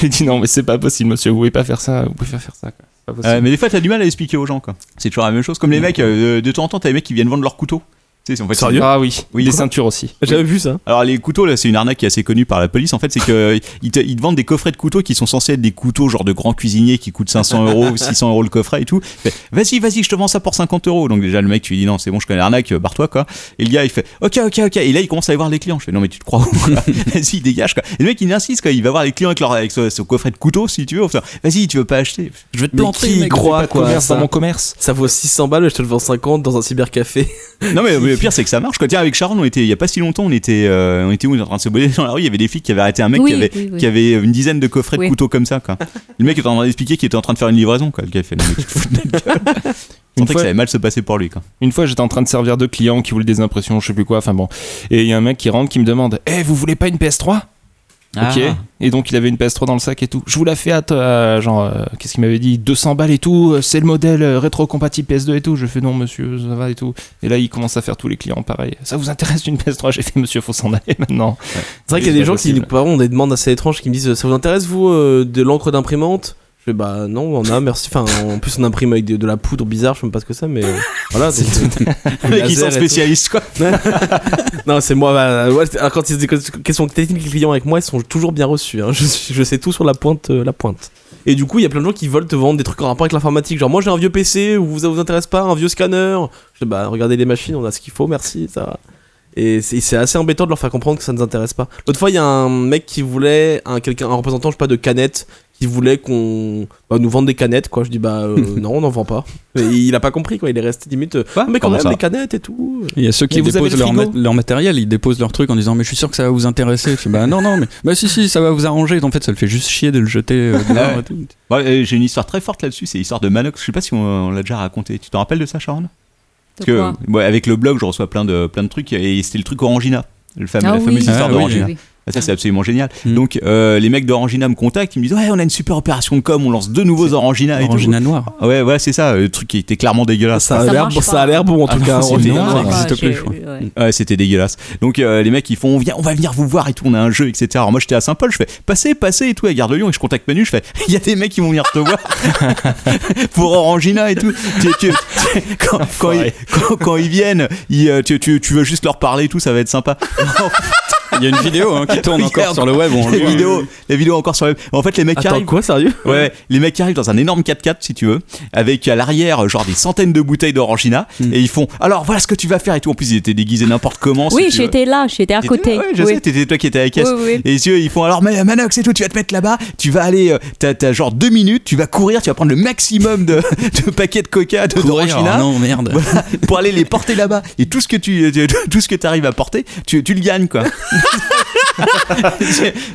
C: J'ai dit Non, mais c'est pas possible, monsieur, vous pouvez pas faire ça, vous pouvez pas faire ça. quoi. C'est pas possible.
G: Euh,
J: Ah,
G: mais des fois, t'as du mal à expliquer aux gens, quoi. C'est toujours la même chose. Comme les mecs, euh, de temps en temps, t'as des mecs qui viennent vendre leurs couteaux. Tu sais, c'est- en fait, c'est-
C: Ah oui,
G: Oui.
C: les ceintures aussi.
J: J'avais vu ça.
G: Alors les couteaux là, c'est une arnaque qui est assez connue par la police. En fait, c'est que euh, ils te, ils te vendent des coffrets de couteaux qui sont censés être des couteaux genre de grands cuisiniers qui coûtent 500 euros, ou 600 euros le coffret et tout. Fait, Vas-y, vas-y, je te vends ça pour 50 euros. Donc déjà le mec, tu lui dis non, c'est bon, je connais l'arnaque, euh, barre-toi quoi. Et le gars, il fait ok, ok, ok. Et là, il commence à aller voir les clients. Je fais non, mais tu te crois où quoi Vas-y, dégage quoi. Et le mec, il insiste quoi. Il va voir les clients avec leur avec son, son coffret de couteaux si tu veux. Enfin, Vas-y, tu veux pas acheter Je vais te
J: Mais
G: planter.
J: qui
G: mec.
J: croit quoi
C: Commerce dans
J: ça,
C: mon commerce.
J: ça vaut 600 balles, je te le vends 50 dans un cybercafé.
G: Non mais, mais le pire c'est que ça marche. Quand tiens avec Sharon, on était il y a pas si longtemps, on était euh, on était où on était en train de se balader dans la rue, il y avait des flics qui avaient arrêté un mec
H: Oui,
G: qui avait
H: oui, oui.
G: qui avait une dizaine de coffrets de
H: Oui.
G: couteaux comme ça quoi. Le mec était en train d'expliquer qu'il était en train de faire une livraison quoi. Le gars il fait le mec il fout de notre gueule.
C: Une
G: Sentait que
C: fois-
G: ça allait mal se passer pour lui quoi.
C: Une fois, j'étais en train de servir deux clients qui voulaient des impressions, je sais plus quoi, enfin bon. Et il y a un mec qui rentre qui me demande Eh, vous voulez pas une PS3 Ok.
I: Ah.
C: Et donc, il avait une PS3 dans le sac et tout. Je vous la fais à, toi, euh, genre, euh, qu'est-ce qu'il m'avait dit 200 balles et tout, euh, c'est le modèle euh, rétro-compatible PS2 et tout. Je fais non, monsieur, ça va et tout. Et là, il commence à faire tous les clients pareil. Ça vous intéresse une PS3 J'ai fait, monsieur, faut s'en aller maintenant.
J: C'est vrai qu'il y a
C: C'est
J: des
C: pas
J: gens qui nous
C: possible.
J: parlent, on a des demandes assez étranges qui me disent Ça vous intéresse, vous, euh, de l'encre d'imprimante Je fais Bah non, on en a, merci. Enfin, en plus, on imprime avec de, de la poudre bizarre, je sais même pas ce que c'est, mais euh, voilà. donc, euh,
G: Le mec il
J: laser
G: sont
J: et tout.
G: spécialistes quoi.
J: Non, c'est moi. bah, ouais, c'est- alors, quand il y a des que- questions techniques, les clients avec moi, ils sont toujours bien reçus. hein. Je, suis- je sais tout sur la pointe. euh, la pointe. Et du coup, il y a plein de gens qui veulent te vendre des trucs en rapport avec l'informatique. Genre, moi j'ai un vieux PC, ou vous, ça vous intéresse pas, un vieux scanner. Je dis, bah, regardez les machines, on a ce qu'il faut, merci, ça va. Et c'est c'est assez embêtant de leur faire comprendre que ça ne nous intéresse pas. L'autre fois, il y a un mec qui voulait, un, quelqu'un, un représentant, je sais pas, de canettes, qui voulait qu'on bah, nous vende des canettes, quoi. Je dis, bah, euh, non, on n'en vend pas. Mais il a pas compris, quoi. Il est resté limite, euh,
G: Quoi
J: mais quand
G: Comment
J: même,
G: ça
J: les canettes et tout.
I: Et Il y a ceux qui
C: Mais vous avez
I: déposent
C: le
I: leur,
C: frigo
I: mat- leur matériel, ils déposent leur truc en disant mais je suis sûr que ça va vous intéresser. Je fais, bah non non mais bah si si ça va vous arranger. En fait ça le fait juste chier de le jeter euh, dehors et tout.
G: Bon, euh, J'ai une histoire très forte là-dessus, c'est l'histoire de Manox. Je sais pas si on, on l'a déjà raconté. Tu t'en rappelles de ça Sharon
H: De
G: Parce que
H: quoi
G: ouais, avec le blog, je reçois plein de plein de trucs et c'était le truc Orangina. Le fameux,
H: Ah
G: la
H: oui,
G: fameuse histoire
I: Ah oui.
G: d'Orangina.
H: oui.
G: Ah, ça, c'est absolument génial.
I: Mm.
G: Donc, euh, les mecs d'Orangina me contactent. Ils me disent Ouais, on a une super opération de com. On lance deux nouveaux Orangina et tout.
I: Orangina noir.
G: Ah Ouais, ouais, c'est ça. Le truc qui était clairement dégueulasse.
J: Ah, Ça a
H: Ça
J: l'air
H: marche
J: bon,
H: pas.
J: ça a l'air bon en tout
G: Ah non,
J: cas. en
G: c'était
J: ligne.
G: énorme.
H: Ah, j'ai-
I: n'existe plus, je crois.
H: ouais.
G: Ouais, c'était dégueulasse. Donc, euh, les mecs, ils font on, vient, on va venir vous voir et tout. On a un jeu, etc. Alors, moi, j'étais à Saint-Paul. Je fais Passez, passez et tout à Gare de Lyon. Et je contacte Manu. Je fais Il y a des mecs qui vont venir te voir pour Orangina et tout. Tu- tu- tu- quand, quand ils, quand- quand ils viennent, ils, euh, tu, tu- tu veux juste leur parler et tout. Ça va être sympa.
I: Il y a une vidéo hein, qui tourne encore
G: Regarde.
I: sur le web. on le
G: les,
I: voit.
G: vidéos, les vidéos encore sur le. En fait, les mecs
J: Attends,
G: arrivent.
J: quoi, sérieux
G: Ouais, ouais. les mecs arrivent dans un énorme 4x4 si tu veux, avec à l'arrière genre des centaines de bouteilles d'orangina
H: Hmm.
G: et ils font alors voilà ce que tu vas faire et tout. En plus ils étaient déguisés n'importe comment. si
H: Oui,
G: tu veux.
H: j'étais là, j'étais à
G: T'étais-
H: côté.
G: Ouais, je
H: oui.
G: sais, t'étais toi qui étais à la caisse.
H: Oui, oui.
G: Et si eux, ils font alors mais, Manox et tout, tu vas te mettre là-bas, tu vas aller, euh, t'as, t'as genre deux minutes, tu vas courir, tu vas prendre le maximum de, de paquets de coca, de
I: Courir,
G: d'orangina.
I: ah non merde.
G: euh, Voilà, pour aller les porter là-bas et tout ce que tu tu- tout ce que t'arrives à porter tu, tu le gagnes quoi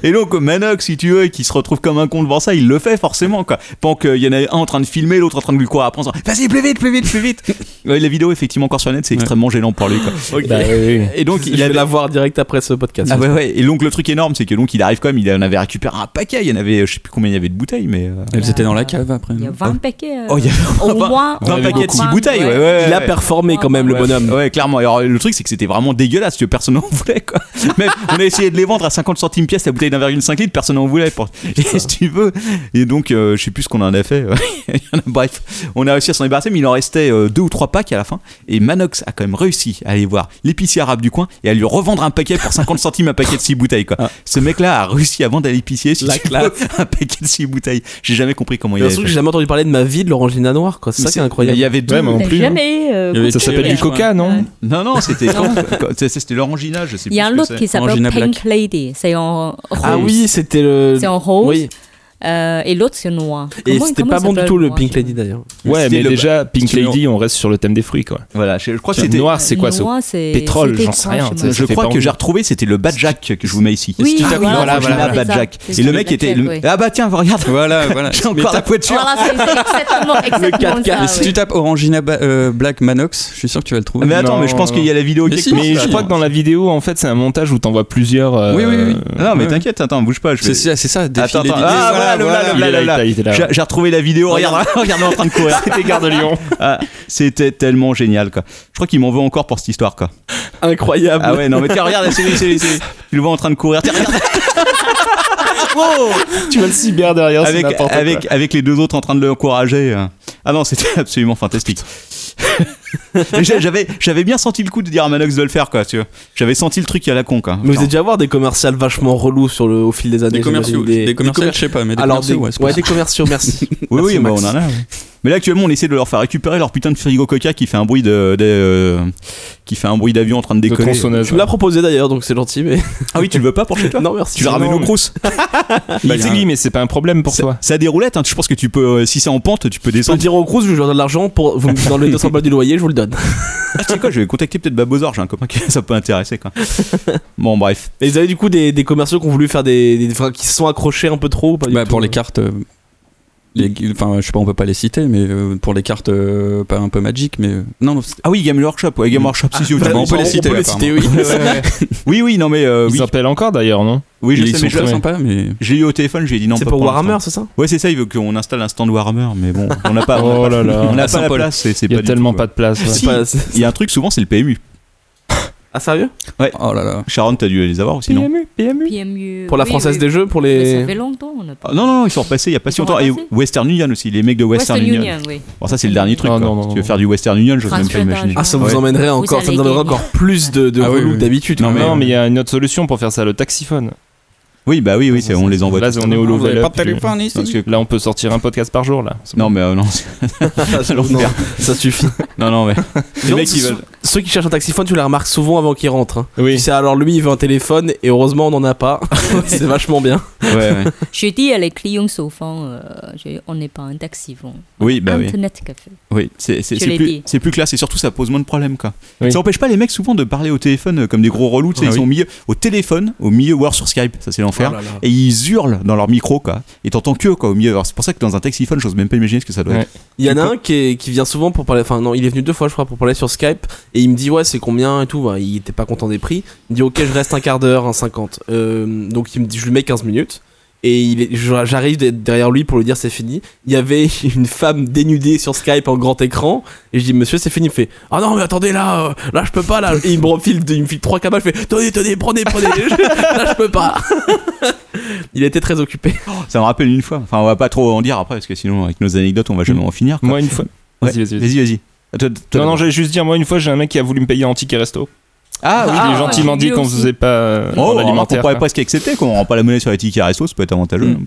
G: et donc, Manox, si tu veux, qui se retrouve comme un con devant ça, il le fait forcément, quoi. Pendant qu'il y en a un en train de filmer, l'autre en train de lui courir après en disant Vas-y, plus vite, plus vite, plus vite Ouais, La vidéo, effectivement, encore sur le net, c'est extrêmement gênant pour lui, quoi.
J: Bah, oui, oui.
G: Et donc,
J: Je-
G: il
J: je
G: a
J: vais la voir direct après ce podcast.
G: Ah ouais, ouais. Et donc, le truc énorme, c'est que donc, il arrive comme, il en avait récupéré un paquet, il y en avait, euh, je sais plus combien il y avait de bouteilles, mais. euh,
I: Elles étaient dans la cave après.
H: Il y a
I: non
H: 20 paquets. euh,
G: Oh, il y avait
H: au moins.
G: un
H: au
G: paquet de
H: moins,
G: 6 bouteilles, ouais, ouais. ouais,
J: Il a
G: ouais.
J: performé quand même le
G: Ouais.
J: bonhomme.
G: Ouais, clairement. Et alors, le truc, c'est que c'était vraiment dégueulasse. Que personne n'en voulait, quoi. Même, on a essayé de les vendre à 50 centimes pièce, la bouteille d'1,5 litre, personne n'en voulait. Pour... Et si tu veux. Et donc, euh, je sais plus ce qu'on en a fait. Il y en a- Bref, on a réussi à s'en débarrasser, mais il en restait euh, deux ou trois packs à la fin. Et Manox a quand même réussi à aller voir l'épicier arabe du coin et à lui revendre un paquet pour 50 centimes un paquet de 6 bouteilles, quoi. Ce mec-là a réussi à vendre à l'épicier, si
J: Ah. La
G: tu veux,
J: classe.
G: un paquet de 6 bouteilles. J'ai jamais compris comment il
J: Bien
G: avait
J: sûr que j'ai
G: fait.
J: jamais entendu parler de ma vie de l'orangina noire, quoi. C'est ça qui est incroyable.
G: Il y avait deux.
C: Ouais, moi non
H: T'as
C: plus. hein.
H: jamais. euh,
I: Il y avait-
C: Ça
I: Chez
C: s'appelle du
I: Pierre,
C: coca, non
G: Non, non, c'était
H: Non.
G: c'était- c'était l'orangina, je sais
H: Il
G: plus.
H: y a un
G: ce que
H: autre
G: c'est.
H: qui s'appelle
I: Orangina
H: Pink Lady. C'est en rose.
J: Ah oui, c'était le.
H: C'est en rose.
J: Oui.
H: Euh, et l'autre, c'est noir.
J: Et
H: Comment-
J: c'était
H: comment
J: pas
H: il
J: bon du
H: s'appelle,
J: tout le
H: noir,
J: Pink
H: je sais
J: Lady d'ailleurs.
C: Ouais,
G: C'était
C: mais
G: le-
C: déjà, Pink
G: Sinon-
C: Lady, on reste sur le thème des fruits, quoi.
G: Voilà, je je crois que
C: Tiens,
G: c'était.
C: Noir, c'est quoi ce
H: Noir, c'est-
C: pétrole
H: c'était
C: J'en sais
H: quoi,
C: rien.
H: je sais
C: ça,
H: pas.
C: ça
G: Je
C: fait
G: crois
C: pas
G: que
C: envie.
G: j'ai retrouvé, c'était le Bad Jack que je vous mets ici.
H: Oui,
G: Si tu
H: voilà,
G: t'appelles
H: voilà,
G: l'orangina
H: voilà.
G: Bad
H: C'est ça,
G: Jack.
H: c'est
G: Et le
H: ça,
G: mec
H: le
G: était.
H: Black
G: le-
H: Jack, ouais.
G: Ah bah tiens, regarde,
I: Voilà, Ah, voilà.
G: j'ai
I: Mais
G: encore la
I: t'as-
G: voiture.
H: Voilà, c'est c'est exactement, exactement ça.
I: Mais si
H: oui.
I: tu tapes Orangina Ba- euh, Black Manox, je suis sûr que tu vas le trouver.
G: Mais attends,
C: Non,
G: mais je pense
C: non.
G: qu'il y a la vidéo
I: Mais
G: quelque
I: si,
G: part.
I: mais
C: Je crois que dans la vidéo, en fait, c'est un montage où t'en vois plusieurs. euh,
I: Oui, oui, oui.
G: Non, mais
I: Ouais.
G: t'inquiète, attends, bouge pas. je vais-
I: C'est ça, c'est ça, défilé
G: Attends, attends.
I: d'idées.
G: Ah voilà,
C: Voilà,
G: le
C: voilà,
G: là, le
C: il est
G: là,
C: là,
G: le
C: il était
G: là.
C: là,
G: J'ai
C: ouais.
G: j'ai retrouvé la vidéo, regarde, regarde en train de courir.
C: C'était Gare de Lyon.
G: Ah, C'était tellement génial, quoi. Je crois qu'il m'en veut encore pour cette histoire, quoi.
J: Incroyable.
G: Ah ouais, non, mais tiens, regarde, c'est lui, c'est lui, c'est lui. Tu le vois en train de courir. Tiens, regarde. Wow
C: tu vois le cyber derrière, c'est
G: avec,
C: n'importe quoi.
G: avec, avec les deux autres en train de l'encourager. euh. Ah non, c'était absolument fantastique. Mais j'a- j'avais, j'avais bien senti le coup de dire à Manox de le faire, quoi, tu vois. J'avais senti le truc à la con, quoi.
J: Mais vous
G: Putain.
J: avez déjà voir des commerciales vachement relous sur le, au fil des années.
I: Des commerciaux,
J: j'imagine,
I: des, commerciaux, je sais pas, mais des
J: Alors, des,
I: commerciaux, ouais,
J: ouais,
I: c'est possible.
J: des commerciaux, merci.
G: Oui, oui,
J: Merci,
G: bah,
J: Max.
G: on en a. ouais. Mais là, actuellement, on essaie de leur faire récupérer leur putain de frigo coca qui fait un bruit de. de, euh, qui fait un bruit d'avion en train de
C: De
G: décoller.
C: tronçonneuse.
J: Tu me l'as proposé d'ailleurs, donc c'est gentil, mais.
G: ah oui, tu le veux pas pour chez toi
J: non, merci.
G: Tu le ramènes
C: non,
G: au
C: mais-
G: Crous
C: Bah, Il existe, mais c'est pas un problème pour toi.
G: Ça a des roulettes, hein. je pense que tu peux. euh, si c'est en pente, tu peux
J: Sans
G: descendre.
J: dire au Cruz, je vous donne de l'argent pour vous me- dans le 200 balles du loyer, je vous le donne.
G: Ah, tu sais quoi, je vais contacter peut-être Babozor, j'ai un copain qui ça peut intéresser, quoi. Bon, bref.
J: Et vous avez du coup des, des commerciaux qui ont voulu faire des, des- enfin, qui se sont accrochés un peu trop ou pas du
I: Bah,
J: tout
I: pour les cartes. euh, les- Enfin, je sais pas, on peut pas les citer, mais euh, pour les cartes euh, pas un peu magiques, mais euh, non, non, c'est-
G: Ah oui, Game Workshop, ouais, Game Workshop, si, si,
C: Ah,
I: bah,
G: oui,
I: on peut les
G: oui,
I: citer. apparemment.
J: oui.
G: Oui, oui, non, mais euh,
C: Ils
G: oui.
C: s'appellent encore d'ailleurs, non
G: Oui, je
I: Ils
G: sais,
I: sont
G: mais je-
I: très sympas, mais
G: j'ai eu au téléphone, j'ai dit non.
J: C'est
G: pas
J: pour Warhammer,
G: l'instant.
J: c'est ça
G: Ouais, c'est ça, il veut qu'on installe un stand Warhammer, mais bon, on n'a pas, on
C: Oh
G: n'a
C: là
G: pas-
C: là.
G: on n'a
I: À
G: pas la
I: Saint-Paul.
G: place, et c'est
C: Il y
G: pas
C: a
G: du
C: tellement
G: tout,
C: pas de place. ouais.
G: Si.
J: C'est pas- c'est-
G: quoi. Il y a un truc, souvent, c'est le PMU.
J: Ah, sérieux
I: oh là là.
G: Sharon, t'as dû les avoir aussi, non
H: PMU.
J: Pour la
H: oui,
J: française
H: oui,
J: des jeux, pour
H: oui. Mais Ça
J: les.
H: fait longtemps, on n'a pas.
G: Ah, Non, non, non, ils sont repassés il y a pas
H: Ils
G: si
H: sont
G: longtemps. Et
H: repassés
G: Western Union aussi, les mecs de Western,
H: Western
G: Union.
H: Union, oui.
G: Bon, ça, c'est le dernier truc.
C: Ah,
G: quoi.
C: non, non,
G: si
C: non,
G: tu veux
C: non.
G: faire du Western Union, je même pas
H: Transfrontage.
G: imaginer.
J: Ah, ça vous
G: Ouais.
J: emmènerait encore, ça
H: allez
J: vous emmènerait
H: gagner.
J: encore plus de, de
I: Ah oui,
J: relous
I: oui.
J: que d'habitude.
G: Non,
J: quoi.
G: mais-
C: Non, mais il y a une autre solution pour faire ça, le taxiphone.
G: Oui, bah oui, oui,
C: Ah,
G: c'est- on les envoie.
C: Là,
G: tous.
C: on est au
I: Vous avez
C: level
I: pas
C: up.
I: de téléphone ici
G: Parce que-
C: Là, on peut sortir un podcast par jour, là.
G: Non, mais euh, non,
J: ça, ça-
G: l'enfer.
J: non, ça suffit.
G: non, non, mais. Les
J: Non,
G: mecs, ils
J: ce-
G: veulent.
J: Ceux qui cherchent un taxiphone, tu les remarques souvent avant qu'ils rentrent. hein. Tu
C: Oui.
J: sais, alors lui, il veut un téléphone et heureusement, on n'en a pas. c'est vachement bien.
G: Ouais, ouais.
H: Je dis à les clients souvent, euh, je- on n'est pas un taxi, bon.
G: Oui, bah oui.
H: Internet café.
G: Oui, c'est c'est-
H: Je
G: c'est
H: l'ai
G: plus,
H: dit.
G: c'est plus classe et surtout ça pose moins de problèmes quoi.
C: Oui.
G: Ça empêche pas les mecs souvent de parler au téléphone euh, comme des gros relous, tu sais,
C: Ah
G: ils
C: oui. Oh
G: sont au milieu, au téléphone, au milieu ou alors sur Skype, ça c'est l'enfer. Et ils hurlent dans leur micro quoi. Et t'entends que eux, quoi au milieu. Alors, C'est pour ça que dans un taxiphone, j'ose même pas imaginer ce que ça doit
C: Ouais.
G: être.
J: Il y en a un qui, est- qui vient souvent pour parler. Enfin, non, il est venu deux fois, je crois, pour parler sur Skype. Et il me dit, ouais, c'est combien et tout. Bah, il était pas content des prix. Il me dit, ok, je reste un quart d'heure, un 50. Euh, donc, il me dit, je lui mets 15 minutes. Et il est- je- j'arrive d'être derrière lui pour lui dire, c'est fini. Il y avait une femme dénudée sur Skype en grand écran. Et je dis, monsieur, c'est fini. Il me fait, ah non, mais attendez, là, euh, là, je peux pas, là. Et il me refile, il me file trois cabas. Je fais, tenez, tenez, prenez, prenez. là, je peux pas. il était très occupé.
G: Ça me rappelle une fois. Enfin, on va pas trop en dire après parce que sinon avec nos anecdotes, on va jamais en finir. quoi.
C: Moi, une fois.
G: Ouais.
C: Mm. Vas-y, vas-y. vas-y.
G: Vas-y, vas-y. Ah, toi- toi,
C: Non, non,
G: d'abord.
C: j'allais juste dire, moi, une fois, j'ai un mec qui a voulu me payer un ticket resto.
G: Ah oui.
C: je lui ai
H: ouais,
C: gentiment
H: lui
C: dit qu'on
H: aussi.
C: faisait pas euh,
G: Oh,
C: dans
G: on
C: l'alimentaire.
G: pourrait
C: quoi.
G: presque accepter qu'on rend pas la monnaie sur les tickets resto, ça peut être avantageux.
C: Mm.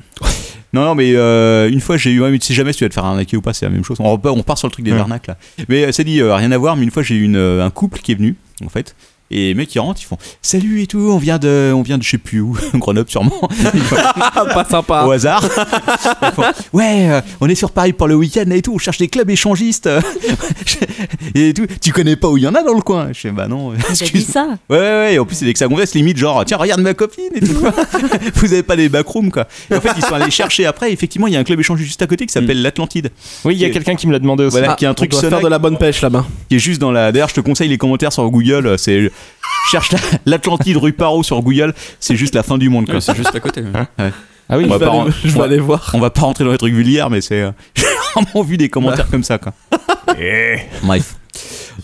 G: Non, non, mais euh, une fois j'ai eu, ouais, mais tu sais jamais si tu vas te faire arnaquer ou pas, c'est la même chose. On repart, on part sur le truc des
C: Ouais.
G: arnaques là. Mais euh, c'est dit, euh, rien à voir, mais une fois j'ai eu une, euh, un couple qui est venu, en fait, Et les mecs, ils rentrent, ils font Salut et tout, on vient de, on vient de je sais plus où, Grenoble sûrement. Ils font,
J: Pas
C: Ah.
J: sympa.
G: Au hasard. Ils font, ouais, euh, on est sur Paris pour le week-end là, et tout, on cherche des clubs échangistes. euh, et tout. Tu connais pas où il y en a dans le coin Je fais Bah non,
H: J'ai dit
G: excuse-moi.
H: ça.
G: Ouais, ouais, ouais, et en plus, c'est avec sa gonzesse, limite, genre, tiens, regarde ma copine et tout. quoi. Vous avez pas des backrooms, quoi. Et en fait, ils sont allés chercher après. Effectivement, il y a un club échangiste juste à côté qui
I: Mm.
G: s'appelle l'Atlantide.
C: Oui, il y a quelqu'un qui me l'a demandé aussi.
G: Voilà,
J: Ah,
G: qui est un truc
J: on doit faire
G: Sonac.
J: de la bonne pêche là-bas.
G: qui est juste dans la. D'ailleurs, je te conseille les commentaires sur Google. euh, C'est euh, cherche la- l'Atlantide rue Paro sur Google. C'est juste la fin du monde. Quoi.
I: Ouais, c'est juste à côté. ouais.
C: Ah oui,
G: On
J: Je
G: va
J: vais
G: pas
J: aller-
G: en-
J: je vais
G: on-
J: aller voir.
G: On va pas rentrer dans les trucs vulgaires, mais c'est. euh, J'ai vraiment vu des commentaires comme ça. Quoi. Bref.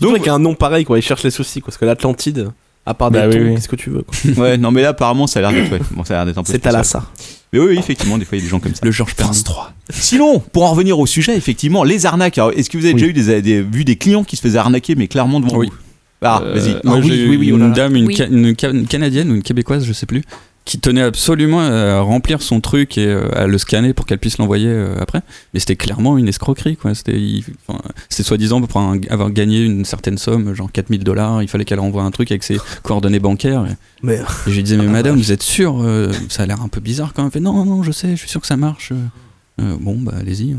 J: Donc,
G: Donc,
J: avec un nom pareil, quoi, ils cherchent les soucis, quoi, parce que l'Atlantide, à part des
C: Bah oui,
J: thons,
C: oui.
J: qu'est-ce que tu veux quoi.
G: ouais, non, mais là, apparemment, ça a l'air d'être. ouais, Bon, ça a l'air d'être un peu.
J: C'est
G: spécial.
J: Thalassa.
G: Mais oui, oui, effectivement, des fois, il y a des gens comme ça.
I: Le Georges Perns.
G: Sinon, pour en revenir au sujet, effectivement, les arnaques. Alors, est-ce que vous avez déjà eu des, des- vu des clients qui se faisaient arnaquer, mais clairement devant
I: Oui.
G: vous Ah,
I: Euh,
G: vas-y.
I: moi,
G: Ah
I: j'ai eu
G: oh
I: une
G: là là.
I: dame, une,
H: Oui.
I: ca- une ca- une canadienne ou une québécoise, je sais plus, qui tenait absolument à remplir son truc et euh, à le scanner pour qu'elle puisse l'envoyer euh, après. Mais c'était clairement une escroquerie, quoi. C'était, il- enfin, c'était soi-disant pour un- avoir gagné une certaine somme, genre 4000 dollars. Il fallait qu'elle envoie un truc avec ses coordonnées bancaires. Et,
J: Mais-
I: et je lui
G: Ah, bah,
I: disais, mais madame, vous êtes sûre euh, Ça a l'air un peu bizarre quand même. Elle fait, non, non, je sais, je suis sûr que ça marche. Euh, euh, bon, bah allez-y.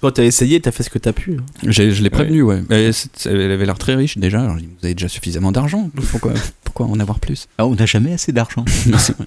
J: Toi, t'as essayé, t'as fait ce que t'as pu. hein.
I: J'ai- je l'ai prévenu, ouais. Mais c'est- Elle avait l'air très riche déjà. Alors, je lui dis, vous avez déjà suffisamment d'argent. Pourquoi, pourquoi en avoir plus
G: Ah, on n'a jamais assez d'argent.
I: Non, c'est vrai.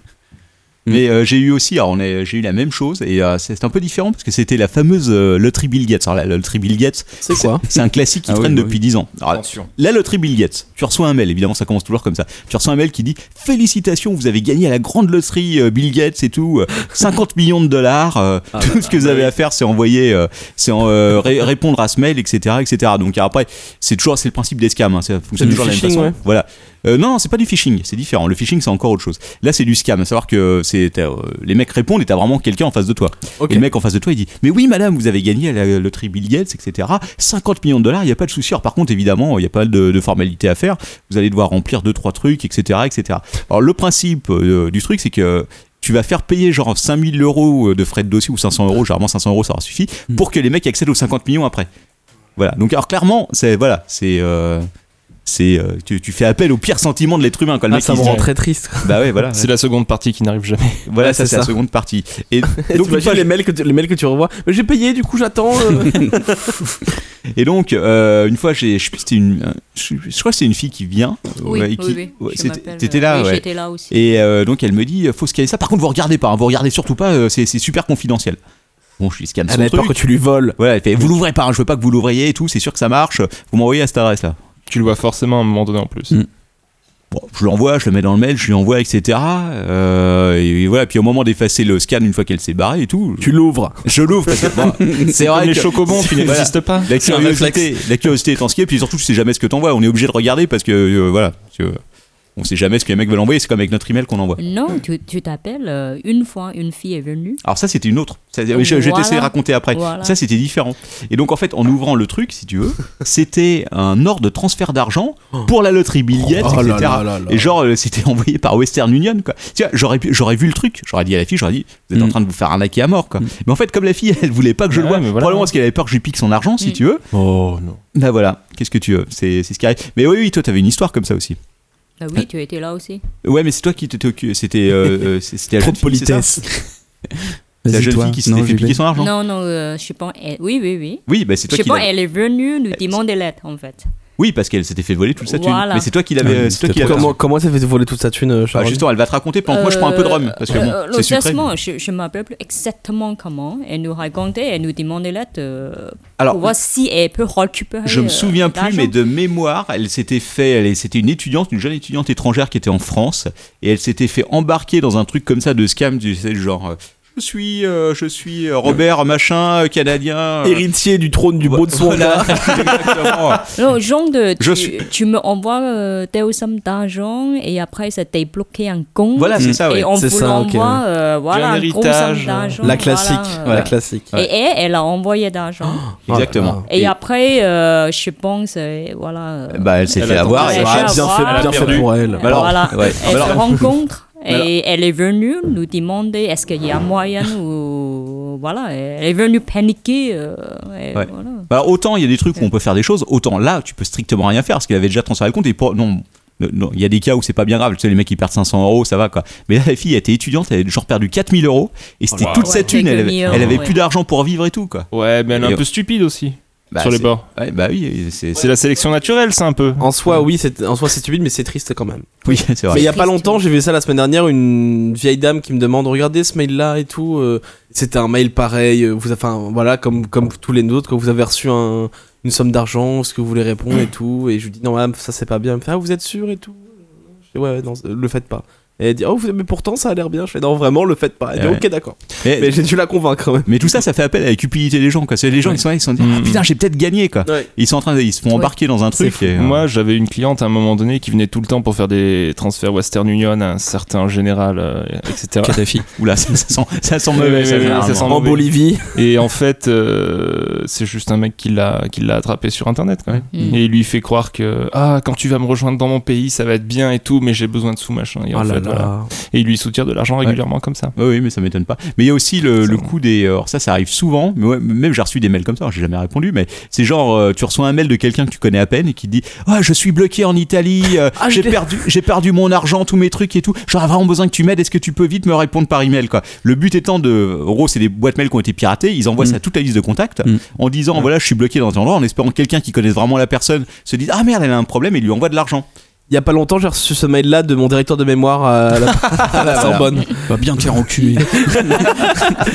G: Mais euh, j'ai eu aussi, alors on est- j'ai eu la même chose et euh, c'est c'est un peu différent parce que c'était la fameuse euh, loterie Bill Gates. Alors la loterie Bill Gates,
J: C'est quoi
G: c'est un classique qui
I: Ah oui,
G: traîne
I: bah
G: depuis
I: oui.
G: 10 ans. Alors, la loterie Bill Gates, tu reçois un mail, évidemment ça commence toujours comme ça. Tu reçois un mail qui dit félicitations, vous avez gagné à la grande loterie euh, Bill Gates et tout, euh, 50 millions de dollars. euh,
J: Ah, bah,
G: tout ce que vous avez à faire, c'est envoyer, euh, c'est en, euh, ré- répondre à ce mail, etc., etc. Donc après, c'est toujours, c'est le principe des scams. Hein, ça
J: C'est
G: fonctionne
J: du
G: toujours de la même
J: phishing,
G: façon.
J: ouais.
G: Voilà. Euh, non, non, c'est pas du phishing, c'est différent. Le phishing, c'est encore autre chose. Là, c'est du scam, à savoir que c'est t'as, euh, les mecs répondent et t'as vraiment quelqu'un en face de toi.
J: Ok.
G: Et le mec en face de toi, il dit Mais oui, madame, vous avez gagné à la loterie Bill Gates, etc. 50 millions de dollars, il n'y a pas de souci. Alors, par contre, évidemment, il n'y a pas de, de formalité à faire. Vous allez devoir remplir deux trois trucs, etc. etc. Alors, le principe euh, du truc, c'est que. Tu vas faire payer genre 5000 euros euh, de frais de dossier ou 500 euros, généralement 500 euros ça leur suffit,
J: Hmm.
G: pour que les mecs accèdent aux 50 millions après. Voilà. Donc, alors clairement, c'est. Voilà, c'est. euh, c'est euh, tu, tu fais appel au pire sentiment de l'être humain quand le
J: Ah,
G: mec
J: ça
G: il
J: me
G: se dit-
J: rend très triste.
G: Bah ouais, voilà.
C: c'est la seconde partie qui n'arrive jamais.
G: Voilà,
J: Ouais,
G: ça
J: c'est
G: c'est la
J: ça.
G: seconde partie. Et
J: Donc,
G: donc, une
J: T'imagines
G: fois,
J: les, mails que tu, les mails que tu revois. Mais j'ai payé, du coup, j'attends. euh.
G: Et donc, euh, une fois, j'ai, je sais plus, c'était une, euh, je, je crois que c'est une fille qui vient.
H: Oui,
G: ouais, et qui-
H: oui, oui.
G: ouais,
H: Je
G: c'était-
H: m'appelle,
G: t'étais
H: euh,
G: là,
H: oui,
G: ouais.
H: J'étais là aussi.
G: Et euh, donc, elle me dit, faut scanner ça. Par contre, vous regardez pas, hein, vous regardez surtout pas, euh, c'est, c'est super confidentiel. Bon, je lui scanne son
J: Elle avait peur
G: truc.
J: que tu lui voles.
G: Voilà, elle fait, vous l'ouvrez pas, hein, je veux pas que vous l'ouvriez et tout, c'est sûr que ça marche. Vous m'envoyez à cette adresse là.
C: Tu le vois forcément à un moment donné en plus.
I: Mm.
G: Bon, je l'envoie, je le mets dans le mail, je lui envoie, etc. Euh, et, voilà, puis au moment d'effacer le scan, une fois qu'elle s'est barrée et tout,
J: Tu l'ouvres.
G: je l'ouvre parce que bon, c'est vrai
C: Comme les
G: que-
C: chocobons, tu
G: Voilà.
C: n'existes pas.
G: La
I: C'est un
G: curiosité, la curiosité est en ce qui est, puis surtout, tu sais jamais ce que t'envoies. On est obligé de regarder parce que, euh, voilà, parce que, euh, on sait jamais ce que les mecs veulent envoyer. C'est comme avec notre email qu'on envoie.
H: Non, tu tu t'appelles euh, une fois, une fille est venue.
G: Alors, ça, c'était une autre. Ça, je je vais
H: Voilà.
G: t'essayer de raconter après.
H: Voilà.
G: Ça, c'était différent. Et donc, en fait, en ouvrant le truc, si tu veux, c'était un ordre de transfert d'argent pour la loterie billette,
J: Oh là
G: etc.
J: là là là.
G: Et genre, euh, c'était envoyé par Western Union, quoi. Tu vois, j'aurais, pu- j'aurais vu le truc. J'aurais dit à la fille, j'aurais dit, vous êtes en
I: Mm.
G: train de vous faire arnaquer à mort, quoi.
H: Mm.
G: Mais en fait, comme la fille, elle voulait pas que je
C: Ah
G: le
C: ouais,
G: vois,
C: mais voilà.
G: probablement parce qu'elle avait peur que je lui pique son argent, si
H: Mm.
G: tu veux.
J: Oh non.
G: Bah voilà, qu'est-ce que tu veux C'est c'est ce qui arrive. Mais oui, oui, toi, t'avais une histoire comme ça aussi.
H: Bah oui, tu étais là aussi.
G: Ouais, mais c'est toi qui t'étais occupé. C'était euh, euh, c'est- c'était la
J: Trop
G: jeune
J: de
G: fille, c'est ça
J: politesse.
G: C'est la
I: Vas-y,
G: jeune
I: toi.
G: fille qui
I: Non,
G: s'était fait
I: j'y vais.
G: piquer son argent.
H: Non, non, euh, je pense. elle- Oui, oui, oui.
G: Oui, bah c'est
H: Je
G: toi
H: sais
G: qui Euh,
H: pas,
G: l'avais.
H: elle est venue nous demander l'aide en fait.
G: Oui, parce qu'elle s'était fait voler toute sa thune.
H: Voilà.
G: Mais c'est toi qui l'avais.
I: Ah,
G: c'est toi
I: c'était
G: qui l'avais.
J: Comment, comment ça fait voler toute sa thune, euh,
G: Ah,
J: Sharon
G: justement, elle va te raconter. Pendant que moi, je prends un peu de rhum parce que bon,
H: Euh,
G: c'est sucré.
H: l'autorisation, je, je m'appelle plus exactement comment. Elle nous racontait, elle nous demandait l'aide euh, pour
G: Alors,
H: voir si elle peut récupérer.
G: je me
H: euh,
G: souviens plus,
H: l'argent.
G: mais de mémoire, elle s'était fait. Elle c'était une étudiante, une jeune étudiante étrangère qui était en France, et elle s'était fait embarquer dans un truc comme ça de scam, du sais, genre. euh, Je suis, euh, je suis euh, Robert machin euh, canadien. euh,
J: Héritier du trône du
G: Vo-
J: beau de son
G: voilà, exactement.
H: Non, genre de,
G: Je
H: tu,
G: suis-
H: tu me envoies euh, telle somme d'argent et après ça t'est bloqué un compte.
G: Voilà, c'est ça, ouais.
H: Et on
J: C'est
H: vous
J: ça, ok,
H: l'envoie, euh, voilà,
C: un
H: un gros somme
G: euh,
C: héritage,
H: d'argent.
J: La classique.
H: voilà, euh,
J: La classique.
H: Et elle, elle a envoyé d'argent.
J: ah.
G: Exactement.
H: et,
G: Ah, Et-
H: après, euh, je pense, euh, voilà. euh,
G: Bah, elle s'est
C: Elle
J: Ah,
G: fait
C: a
G: avoir.
H: tenté.
G: et
H: Elle
G: voilà.
H: a fait
J: bien
H: avoir.
J: fait,
H: Elle
J: bien
H: a
J: fait pour elle.
G: Bah alors,
H: voilà.
G: ouais.
H: Elle
G: Alors- Bah
H: se rencontre et
G: Alors-
H: elle est venue nous demander est-ce qu'il y a moyen ou voilà elle est venue paniquer euh, et
G: Ouais.
H: voilà.
G: Bah, autant il y a des trucs où on peut faire des choses, autant là, tu peux strictement rien faire parce qu'elle avait déjà transféré le compte. Et pour... non, euh, non, il y a des cas où c'est pas bien grave. Tu sais, les mecs qui perdent 500 euros, ça va quoi. Mais là, la fille, elle était étudiante, elle avait genre perdu 4000 euros et
C: Oh
G: c'était toute sa
H: Ouais,
G: thune. Elle
H: quelques
G: avait,
H: mille euros,
G: elle avait
H: ouais.
G: plus d'argent pour vivre et tout quoi.
C: Ouais, mais elle est
G: Et-
C: un peu stupide aussi.
G: Bah,
C: sur les
G: c'est-
C: bords.
G: Ouais, bah oui, c'est
C: C'est
G: c'est-
C: la sélection naturelle, ça, un peu.
J: En soi, oui, c'est en soi c'est stupide, mais c'est triste quand même.
G: oui, c'est
J: Mais
G: vrai.
J: il y a pas
H: Triste,
J: longtemps,
H: ouais.
J: j'ai vu ça la semaine dernière, une vieille dame qui me demande regardez ce mail-là et tout. euh, C'était un mail pareil. euh, Vous, avez- enfin voilà, comme comme tous les autres, quand vous avez reçu un- une somme d'argent, ce que vous voulez répondre et tout. Et je lui dis non, madame, ça c'est pas bien. Elle me fait ah, vous êtes sûr et tout. Je fais, ouais, ouais, non, le faites pas. Et elle dit oh vous- mais pourtant ça a l'air bien. Je fais non vraiment le faites pas. Elle dit
G: Ouais.
J: ok d'accord.
G: Mais-
J: Mais j'ai dû la convaincre quand même.
G: Mais tout ça, ça fait appel à la cupidité des gens. Quoi. C'est les gens qui sont là, ils se sont dit,
C: Mm.
G: Ah, putain, j'ai peut-être gagné. Quoi.
J: Ouais.
G: Ils sont en train de, ils se font
H: Ouais.
G: embarquer dans un truc. et, euh,
C: Moi, j'avais une cliente à un moment donné qui venait tout le temps pour faire des transferts Western Union à un certain général, euh, etc.
I: Kadhafi.
G: Oula, ça, ça sent, ça sent
C: Ouais,
G: mauvais.
C: ouais,
G: ça,
C: ouais, ouais,
G: généralement.
C: ça sent
J: En
C: mauvais.
J: Bolivie.
C: Et en fait, euh, c'est juste un mec qui l'a qui l'a attrapé sur internet quand même.
H: Mm.
C: Et il lui fait croire que ah quand tu vas me rejoindre dans mon pays, ça va être bien et tout, mais j'ai besoin de sous machin. Et, en
J: Oh là
C: fait, voilà.
J: là.
C: Et il lui soutire de l'argent régulièrement comme ça.
G: Ouais, oui, mais ça m'étonne pas. Mais il y a aussi le,
C: Ça
G: le
C: va.
G: coup des. Alors ça, ça arrive souvent. Mais ouais, même j'ai reçu des mails comme ça. J'ai jamais répondu. Mais c'est genre, euh, tu reçois un mail de quelqu'un que tu connais à peine et qui te dit Ah, je suis bloqué en Italie. euh,
J: Ah, je
G: j'ai
J: l'ai-
G: perdu, j'ai perdu mon argent, tous mes trucs et tout. J'aurais vraiment besoin que tu m'aides. Est-ce que tu peux vite me répondre par email quoi Le but étant de. En gros, c'est des boîtes mail qui ont été piratées. Ils envoient ça à toute la liste de contacts
I: Mm.
G: en disant Voilà, je suis bloqué dans un endroit. En espérant que quelqu'un qui connaisse vraiment la personne se dise Ah merde, elle a un problème et lui envoie de l'argent.
J: Il y a pas longtemps, j'ai reçu ce mail-là de mon directeur de mémoire euh, à la, à la Sorbonne.
I: Va bien te faire enculer.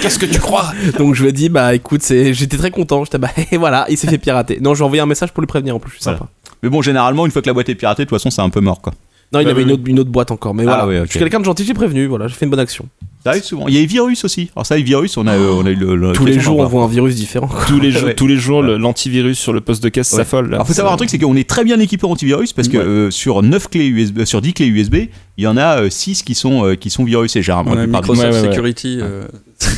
A: Qu'est-ce que tu crois
J: Donc je lui ai dit, bah écoute, c'est- j'étais très content. J'étais, bah et voilà, il s'est fait pirater. Non, j'ai envoyé un message pour le prévenir en plus, je suis
G: Voilà.
J: sympa.
G: Mais bon, généralement, une fois que la boîte est piratée, de toute façon, c'est un peu mort quoi.
J: Non, il
C: Bah,
J: avait
C: oui,
J: une
C: oui.
J: autre, une autre boîte encore, mais
G: Ah,
J: voilà.
G: ouais, ok.
J: Je suis quelqu'un de gentil, j'ai prévenu, voilà, j'ai fait une bonne action.
G: Ça arrive souvent. Il y a les virus aussi. Alors ça, les virus, on a, euh, on a eu le, le-
J: Tous les
G: l'occasion
J: jours,
G: d'en
J: on
G: voir.
J: voit un virus différent.
C: Tous les, jours-
G: Ouais.
C: tous les jours, le- l'antivirus sur le poste de caisse
G: Ouais.
C: s'affole. là.
G: Alors faut savoir un truc, c'est qu'on est très bien équipé en antivirus parce que
C: Ouais.
G: euh, sur 9 clés USB, euh, sur 10 clés USB, il y en a 6 qui sont euh, qui sont virusées généralement.
I: On
G: la
I: a
G: plupart du
I: Microsoft
C: Ouais, ouais, ouais.
G: Ah.
I: Security. euh,
G: temps.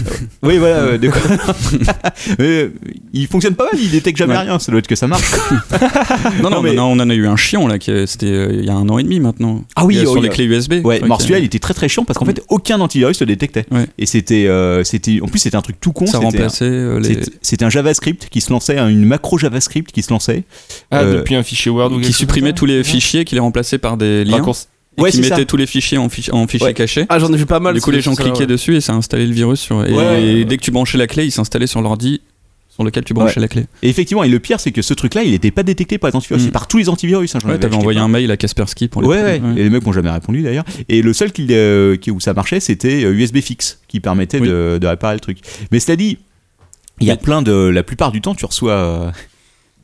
G: Oui voilà. euh, de quoi- Mais, euh, il fonctionne pas mal, il détecte jamais
I: Ouais.
G: rien. Ça doit être que ça marche.
I: Non, non,
G: mais-
I: non, on en a eu un chiant là, qui, euh, c'était euh, il y a un an et demi maintenant.
G: Ah oui,
I: Il y a
G: oh,
I: sur
G: il y
I: les
G: a-
I: clés USB.
G: Ouais.
I: Ok.
G: mais alors, celui-là, il était très très chiant parce qu'en fait aucun antivirus le détectait.
I: Ouais.
G: Et c'était euh, c'était en plus c'était un truc tout con.
I: ça
G: c'était un-
I: remplaçait euh, les.
G: c'était- C'était un JavaScript qui se lançait, hein, une macro JavaScript qui se lançait.
C: Ah,
G: euh,
C: depuis un fichier Word ou quelque
I: qui
C: chose
I: supprimait
C: comme ça
I: tous les fichiers, qui les remplaçait par des liens,
C: Raccourci.
I: et
G: Ouais,
I: qui
G: c'est ça.
I: mettait tous les fichiers en, fich- en fichier
G: Ouais.
I: caché.
J: Ah, j'en ai vu pas mal.
I: du coup,
J: c'est-
I: les gens
J: ça,
I: cliquaient
J: ouais.
I: dessus et ça installait le virus sur. Et,
G: Ouais, ouais,
I: et
G: ouais.
I: dès que tu branchais la clé, il s'installait sur l'ordi sur lequel tu branchais la clé.
G: Et effectivement, et le pire, c'est que ce truc-là, il n'était pas détecté par les antivirus,
I: Mm.
G: c'est par tous les antivirus. hein, j'en
I: Ouais,
G: avais
I: t'avais
G: acheté
I: envoyé
G: plein.
I: un mail à Kaspersky pour les.
G: Ouais, ouais,
I: Ouais.
G: et les mecs m'ont jamais répondu d'ailleurs. Et le seul qui, euh, qui- où ça marchait, c'était euh, USB fixe qui permettait
I: Oui.
G: de, de réparer le truc. Mais cela dit, il y a plein de. La plupart du temps, tu reçois euh,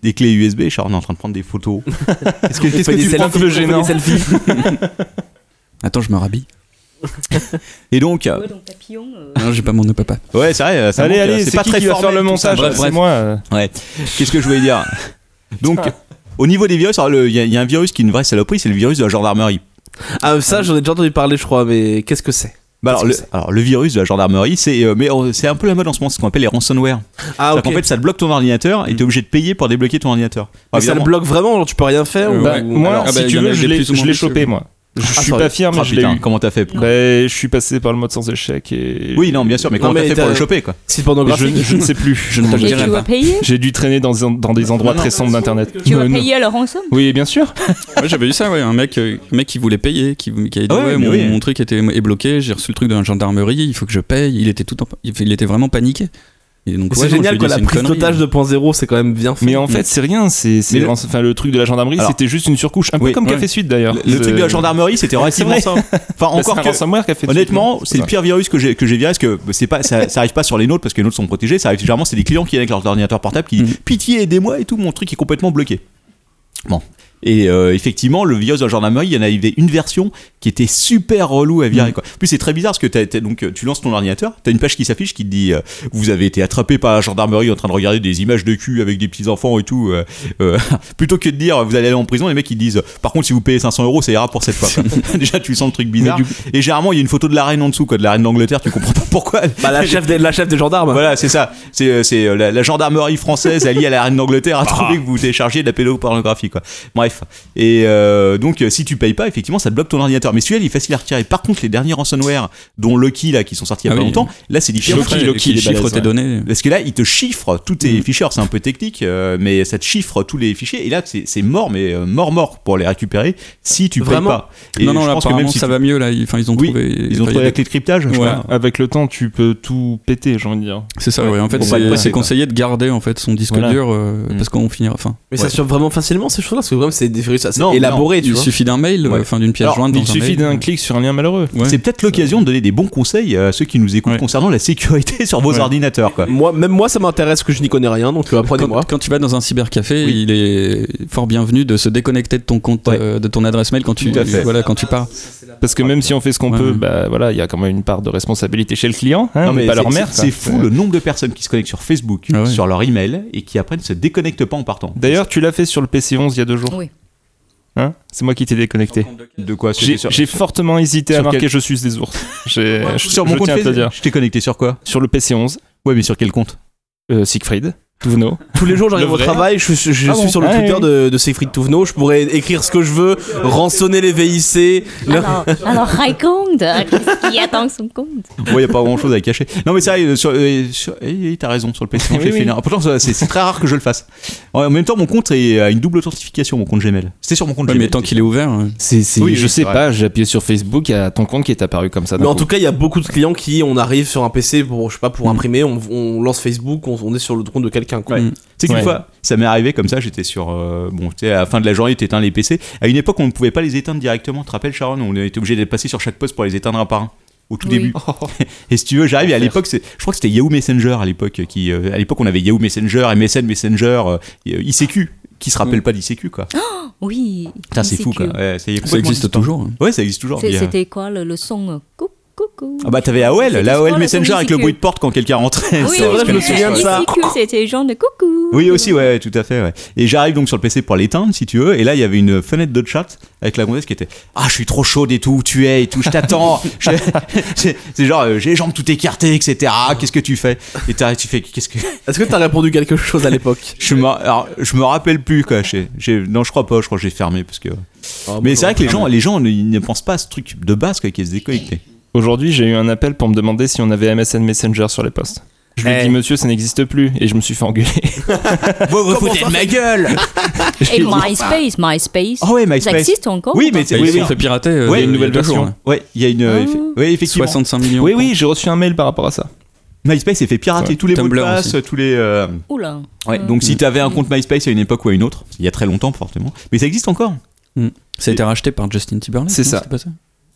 G: des clés USB. Genre, on est en train de prendre des photos. Qu'est-ce que, qu'est-ce que tu prends
C: le gênant
I: Attends, je me rhabille.
G: Et donc, euh,
H: Ouais, donc papillon. euh,
I: Non, j'ai pas mon papa.
G: ouais, c'est vrai, euh, ça
C: Allez,
G: manque, euh,
C: allez,
G: c'est pas très
C: qui va
G: formel,
C: faire le
G: tout ça.
C: montage
G: Bref,
C: C'est
G: bref.
C: moi. euh.
G: Qu'est-ce que je voulais dire Donc,
C: Ah.
G: au niveau des virus, alors, le- il y, a- il y a un virus qui est une vraie saloperie, c'est le virus de la gendarmerie.
J: Ah, ça, j'en ai déjà entendu parler, je crois, mais qu'est-ce que c'est Ah,
G: Bah alors, le,
J: Qu'est-ce que
G: alors, le virus de la gendarmerie, c'est euh, mais euh, c'est un peu la mode en ce moment, c'est ce qu'on appelle les ransomware.
J: Ah, ok.
G: En fait, ça te bloque ton ordinateur et t'es obligé de payer pour débloquer ton ordinateur.
J: Mais ça le
G: Évidemment.
J: bloque vraiment, alors tu peux rien faire
I: Euh,
J: ou-
C: Bah,
I: ouais.
C: Moi,
I: Alors,
C: si
I: ah bah,
C: tu
I: il y en
C: veux,
I: avait
C: je l'ai
I: plus ou moins
C: je l'ai
I: dessus,
C: chopé moi. Je suis
G: Ah, sorry.
C: pas fier, mais
G: Ah,
C: je l'ai
G: putain,
C: eu.
G: Comment t'as fait
J: Mm.
G: pour-
C: Bah, je suis passé par le mode sans échec et.
G: Oui, non, bien sûr, mais
J: Non,
G: comment t'as
J: mais
G: fait pour
J: t'as-
G: le choper quoi
J: C'est pornographique.
C: Je, je ne sais plus. Je ne
I: te le
H: Et
I: dirai
H: tu
I: pas.
H: vas payer
C: J'ai dû traîner dans, un- dans des endroits
G: Non, non.
C: très sombres d'internet.
H: Tu
C: Euh,
H: vas
C: non.
H: payer le rançon
C: Oui, bien sûr.
I: Ouais, j'avais eu ça, ouais. Un mec, euh, un mec qui voulait payer, qui, qui avait dit
G: Ah ouais,
I: ouais,
G: mais
I: mon,
G: oui.
I: mon truc était, est bloqué, j'ai reçu le truc de la gendarmerie, il faut que je paye. Il était tout en- il était vraiment paniqué. Et donc,
J: C'est
I: ouais, non, je
J: génial
I: lui ai
J: quoi,
I: dit,
J: la
I: c'est une
J: prise
I: connerie. hein.
J: d'otage 2.0, c'est quand même bien fait.
C: Mais en fait, c'est rien. C'est, c'est
G: Mais le-
C: enfin, le truc de la gendarmerie,
G: Alors-
C: c'était juste une surcouche. Un peu
G: Oui,
C: comme
I: ouais.
C: Café Suite d'ailleurs.
G: Le, le
C: Je-
G: truc de la gendarmerie, c'était relativement
C: vrai.
G: simple. Enfin,
C: Bah, c'est
G: encore
C: un
G: que.
C: ransomware Café Suite,
G: Honnêtement,
C: non
G: c'est le pire virus que j'ai que j'ai viré parce que c'est pas ça, ça arrive pas sur les nôtres parce que les nôtres sont protégés. Ça arrive généralement c'est des clients qui viennent avec leur ordinateur portable qui disent pitié aidez-moi et tout mon truc est complètement bloqué. Bon et euh, effectivement le virus de la gendarmerie il y en avait une version qui était super relou à virer quoi. En plus c'est très bizarre parce que t'as- t'as- donc euh, tu lances ton ordinateur t'as une page qui s'affiche qui te dit euh, vous avez été attrapé par la gendarmerie en train de regarder des images de cul avec des petits enfants et tout. euh, euh, plutôt que de dire vous allez aller en prison les mecs ils disent par contre si vous payez 500 euros ça ira pour cette fois. quoi. Déjà tu sens le truc bizarre. Et généralement, il y a une photo de la reine en dessous, quoi, de la reine d'Angleterre, tu comprends pas pourquoi.
J: Bah, la chef des, la chef des gendarmes.
G: Voilà, c'est ça. C'est euh, c'est, euh, la, la gendarmerie française alliée à la reine d'Angleterre a trouvé que vous téléchargiez de la pédopornographie, quoi. Bref. bref. Et euh, donc, euh, si tu payes pas, effectivement, ça te bloque ton ordinateur. Mais celui-là, il est facile à retirer. Par contre, les derniers ransomware, dont Lucky, là, qui sont sortis il y a
I: Ah
G: pas
I: oui.
G: longtemps, là, c'est différent.
I: Loki, Loki,
G: il est
I: les chiffres
G: balèze,
I: tes
G: ouais.
I: données.
G: Parce que là, il te chiffre tous
C: Mm.
G: tes fichiers. Alors, C'est un peu technique, euh, mais ça te chiffre tous les fichiers. Et là, c'est c'est mort, mais euh, mort, mort pour les récupérer si tu payes
I: Vraiment
G: pas. Et
I: Non, non,
G: je
I: là,
G: pense que même
I: apparemment,
G: si
I: ça
G: tu-
I: va mieux, là. Ils- Enfin, ils ont
G: Oui,
I: trouvé.
G: Ils ont
I: enfin, il y a
G: trouvé la
I: des-
G: clé de cryptage, je
I: Ouais.
G: crois.
C: Avec le temps, tu peux tout péter, j'ai envie de dire.
I: C'est ça, ouais. En fait,
C: Pour pas le
I: c'est
C: passer,
I: c'est
C: quoi.
I: conseillé de garder en fait son disque
C: Voilà.
I: dur euh, parce qu'on finira. Enfin,
J: Mais ça
I: ouais.
J: se fait vraiment facilement ces choses-là, parce que vraiment c'est des virus assez
G: Non,
J: élaborés, tu
I: il
J: vois.
I: suffit d'un mail,
G: Ouais.
I: enfin d'une pièce
G: Alors,
I: jointe.
C: Il
I: dans un
C: suffit
I: mail.
C: d'un clic sur un lien malheureux.
I: Ouais.
G: C'est peut-être l'occasion de donner des bons conseils à ceux qui nous écoutent
I: Ouais.
G: concernant la sécurité sur vos
C: Ouais.
G: ordinateurs. Quoi.
J: Moi, même moi, ça m'intéresse que je n'y connais rien, donc euh, apprenez-moi.
I: Quand, quand tu vas dans un cybercafé, il est fort bienvenu de se déconnecter de ton compte,
G: Ouais.
I: euh, de ton adresse mail quand tu
G: Tout à fait.
I: voilà quand tu pars.
C: Parce que même si on fait ce qu'on
I: Ouais.
C: peut, bah voilà, il y a quand même une part de responsabilité chez le client, hein,
G: Non,
C: mais
G: mais
C: pas
G: c'est-
C: leur mère.
G: c'est-
C: quoi.
G: C'est fou le nombre de personnes qui se connectent sur Facebook,
I: Ah ouais.
G: sur leur email et qui après ne se déconnectent pas en partant.
C: D'ailleurs, tu l'as fait sur le PC11 il y a deux jours.
H: Oui.
C: Hein c'est moi qui t'ai déconnecté.
G: de quoi
C: J'ai
G: c'était sur,
C: j'ai fortement hésité à
G: sur
C: marquer
G: quel-
C: je suis des ours. J'ai- je,
G: sur mon
C: je
G: compte
C: tiens à te le dire.
G: Facebook. Je t'ai connecté sur quoi
C: Sur le PC11,
G: Ouais, mais sur quel compte
C: euh, Siegfried, Touvenot.
J: Tous les jours, j'arrive
C: Le
J: au
C: vrai.
J: travail, je, je- je
C: Ah
J: suis
C: bon
J: sur le
C: Ah,
J: Twitter
C: oui.
J: de, de Siegfried Touvenot, je pourrais écrire ce que je veux, rançonner les VIC. leur-
H: Alors, alors raconte, euh, qu'est-ce qu'il y a dans son compte
G: Ouais, y a pas grand chose à cacher. Non, mais ça, sur, euh, sur- eh, eh, t'as raison, sur le PC,
C: Oui,
G: j'ai fait
C: oui.
G: une erreur. Pourtant, ça, c'est c'est très rare que je le fasse. En même temps, mon compte est à une double authentification, mon compte Gmail. C'était sur mon compte
I: Ouais, mais
G: Gmail.
I: tant qu'il est ouvert, euh,
C: C'est, c'est-
G: Oui,
C: je
G: oui,
C: sais
G: c'est vrai.
C: pas, j'ai appuyé sur Facebook, il y a ton compte qui est apparu comme ça. d'un
J: Mais en
C: coup.
J: tout cas, il y a beaucoup de clients qui, on arrive sur un PC pour, je sais pas, pour imprimer, on, on lance Facebook, on, on est sur le compte de quelqu'un. quoi.
G: Ouais. C'est qu'une
C: Ouais.
G: fois, ça m'est arrivé comme ça, j'étais sur. euh, bon, tu sais, à la fin de la journée, tu éteins les PC. À une époque, on ne pouvait pas les éteindre directement. Tu te rappelles, Sharon On était obligé de passer sur chaque poste pour les éteindre un par un. Au tout
H: Oui.
G: début. et si tu veux, j'arrive et à
C: Enfer.
G: l'époque, c'est- je crois que c'était Yahoo Messenger à l'époque. qui euh, à l'époque, on avait Yahoo Messenger, MSN Messenger, euh, et, euh, ICQ. Qui se rappelle pas d'ICQ, quoi.
H: Oui.
G: Putain, c'est fou, quoi.
H: ICQ.
G: Ouais, ça y est,
I: ça
G: complètement
I: existe
G: disparu.
I: toujours.
G: Ouais, ça existe toujours.
H: C'est-
G: Il y a-
H: C'était quoi le, le son euh, Coucou, coucou.
G: Ah bah, t'avais AOL,
H: C'était
G: la
H: souvent
G: AOL
H: le
G: Messenger avec le
H: ICQ.
G: bruit de porte quand quelqu'un rentrait.
H: oui,
G: sur-
H: oui,
J: je me
H: oui,
J: souviens de ça.
H: ICQ, c'était genre de coucou.
G: Oui, aussi, ouais, ouais, tout à fait. ouais. Et j'arrive donc sur le PC pour l'éteindre, si tu veux. Et là, il y avait une fenêtre de chat avec la gonzesse qui était Ah, je suis trop chaude et tout, où tu es et tout, je t'attends. Je- C'est c'est genre, euh, j'ai les jambes tout écartées, etc. Qu'est-ce que tu fais Et t'arrives, tu fais Qu'est-ce que.
J: Est-ce que t'as répondu quelque chose à l'époque
G: Je me, alors, je me rappelle plus, quoi. j'ai- j'ai- non, je crois pas, je crois que j'ai fermé. parce que. Mais c'est vrai
J: Ah,
G: que les gens, les gens ils ne pensent pas à ce truc de base, quoi, qui est se déconnecter.
C: Aujourd'hui, j'ai eu un appel pour me demander si on avait MSN Messenger sur les postes. Je lui ai
G: Eh.
C: dit, monsieur, ça n'existe plus, et je me suis fait engueuler.
G: Vous vous foutez de ma gueule
H: Et MySpace, MySpace.
G: Ah ouais,
H: Ça
G: MySpace.
H: existe encore
G: Oui, mais c'est.
I: Et
G: Oui,
I: ils se
G: oui.
I: sont fait pirater. euh,
G: Ouais,
I: il y a
G: une
C: nouvelle
I: deux jours,
C: version.
I: là.
G: Ouais, il y a une.
J: Ah.
G: euh, effe- ouais, effectivement.
I: 65 millions.
C: oui, oui, j'ai reçu un mail par rapport à ça.
G: MySpace s'est fait pirater
I: Ouais.
G: tous les mots de
I: Tumblr
G: passe, tous les. euh,
H: Oula.
G: Ouais,
H: Mm.
G: donc si t'avais un
H: Mm.
G: compte MySpace à une époque ou à une autre, il y a très longtemps fortement, mais ça existe encore.
I: Ça a été racheté par Justin Timberlake.
C: C'est
I: non,
C: ça.
I: c'était pas ça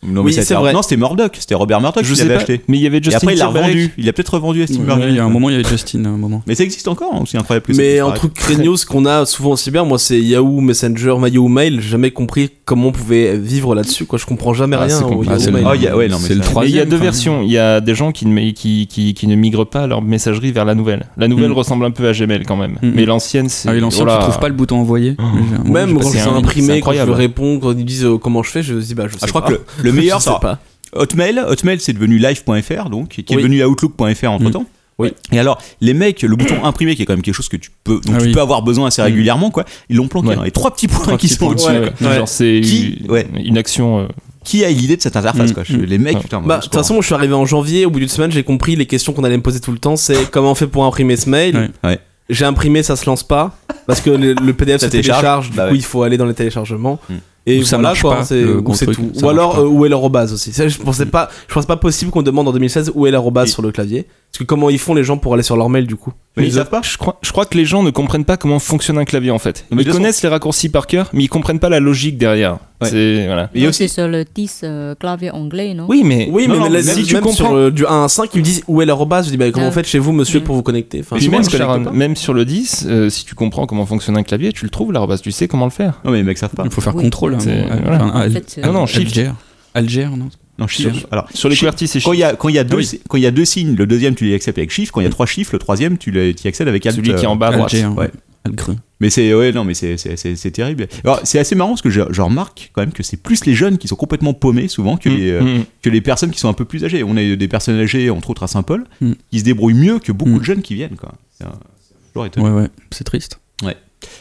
G: Non,
J: Oui,
G: ça a
J: c'est
G: été-
J: vrai.
G: Non, c'était Murdoch, c'était Robert Murdoch
C: Je
G: qui
C: sais
G: l'avait
C: pas,
G: acheté.
C: mais il y avait
G: Et
C: Justin
G: après, il l'a
C: Timberlake.
G: revendu. Il a peut-être revendu à Steve
I: Ouais,
G: Murdoch.
I: Il y a un moment, il y avait Justin. à un moment.
G: Mais ça existe encore, hein, aussi incroyable que ça
J: Mais
G: puisse
J: un
G: paraître.
J: truc craignos qu'on a souvent en cyber, moi c'est Yahoo Messenger, My Yahoo Mail, j'ai jamais compris comment on pouvait vivre là-dessus, quoi. Je comprends jamais
C: Ah,
J: rien
C: c'est
J: au
C: compliqué.
J: Yahoo
C: Ah, c'est
J: Mail.
G: Ah, il y a- ouais, non, mais
I: c'est le
G: ça-
C: Mais
I: troisième.
C: il y a deux
I: enfin.
C: versions. Il y a des gens qui ne, qui, qui, qui ne migrent pas leur messagerie vers la nouvelle. La nouvelle
I: Mm.
C: ressemble un peu à Gmail quand même.
I: Mm.
C: Mais l'ancienne, c'est.
I: Ah oui, l'ancien,
C: Voilà.
I: tu trouves pas le bouton envoyer.
C: Oh.
I: Mais j'ai- moi, j'ai
J: Même
I: pas-
J: quand je
C: c'est
J: suis
C: un- c'est
J: imprimé, quand je
C: incroyable.
J: réponds, quand ils disent euh, comment je fais, je dis bah je sais
G: Ah, je crois
J: pas.
G: que le, le meilleur,
J: je sais pas.
G: Hotmail, Hotmail c'est devenu live.fr donc, qui est
J: Oui.
G: devenu outlook.fr
I: Mm.
G: entre temps.
J: Oui.
G: Et alors, les mecs, le bouton imprimé qui est quand même quelque chose que tu peux, dont
I: Ah
G: tu
I: oui.
G: peux avoir besoin assez régulièrement, quoi, ils l'ont planqué.
C: Ouais.
G: hein. Et trois petits points
I: Trois
G: qui
I: petits
G: sont
I: points.
G: au-dessus.
C: Ouais,
G: quoi.
C: ouais. Genre, c'est
G: Qui- ouais.
C: une action. euh,
G: Qui a eu l'idée de cette interface
I: Mm.
G: quoi Je- Les mecs, putain, Ah, moi,
J: Bah,
G: je
J: de toute
G: comprends.
J: façon, moi, je suis arrivé en janvier, au bout d'une semaine, j'ai compris les questions qu'on allait me poser tout le temps, c'est comment on fait pour imprimer ce mail
G: Ouais. Ouais.
J: J'ai imprimé, ça se lance pas, parce que le, le PDF
G: Ça
J: se
G: télécharge.
J: télécharge, du
G: Bah
J: coup,
G: ouais.
J: il faut aller dans les téléchargements.
G: Hmm.
J: Et
I: Ou ça
J: voilà,
I: marche
J: quoi, hein,
I: pas,
J: c'est
I: le
J: ou
I: gros
J: c'est
I: truc,
J: tout.
I: ça
J: Ou
I: marche
J: alors,
I: pas.
J: euh, où est l'arrobase aussi Ça, je pensais
G: Hmm.
J: pas, je pense pas possible qu'on demande en 2016 où est l'arrobase
G: Et-
J: sur le clavier. Parce que comment ils font les gens pour aller sur leur mail, du coup
G: Mais ils savent pas.
C: Je crois, je crois que les gens ne comprennent pas comment fonctionne un clavier en fait.
G: Mais de
C: Ils
G: toute
C: connaissent les raccourcis par cœur, mais ils comprennent pas la logique derrière.
G: Ouais.
C: C'est voilà.
G: Mais il y a
H: Non,
G: aussi-
H: C'est sur le 10 euh, clavier anglais, non
C: Oui, mais
J: Oui,
G: Non,
J: mais,
G: non,
J: là,
G: mais
J: si
C: même-
J: tu
C: même
J: comprends
C: sur
J: euh, du 1 à 5, ils me disent où est l'arrobase Je dis, bah, comment
H: Ah.
J: vous faites chez vous, monsieur,
H: Hmm.
J: pour vous connecter Enfin,
C: Puis
J: moi,
C: même,
J: je connecte
C: Sharon,
J: pas.
C: même sur le 10, euh, si tu comprends comment fonctionne un clavier, tu le trouves la base, tu sais comment le faire.
G: Non, mais les mecs savent pas.
I: Il faut faire
H: Oui.
I: contrôle. hein,
C: C'est-
I: bon,
C: voilà.
I: enfin, Al-
H: En fait, euh,
I: Al-
C: Non, non, shift.
I: Alger. Alger, non
G: Non, chiffre.
I: Chiffre.
G: Alors,
C: Sur les
G: chiffre-
C: QWERTY, c'est
G: Quand il y a, quand il y a deux,
I: oui.
G: si- quand il y a deux signes, le deuxième tu l'acceptes avec chiffre, quand il y a trois chiffres, le troisième tu l'as- tu y accèdes avec alt,
C: celui qui est
G: euh,
C: en bas à droite.
I: Alger. hein.
G: ouais.
I: Algre.
G: Mais c'est ouais non mais c'est c'est- c'est- c'est terrible. Alors c'est assez marrant parce que je, je remarque quand même que c'est plus les jeunes qui sont complètement paumés souvent que les euh,
C: Mm, mm.
G: que les personnes qui sont un peu plus âgées. On a des personnes âgées entre autres à Saint-Paul
I: Mm.
G: qui se débrouillent mieux que beaucoup
I: Mm.
G: de jeunes qui viennent quoi. C'est un- c'est toujours étonnant.
I: Ouais, ouais. C'est triste.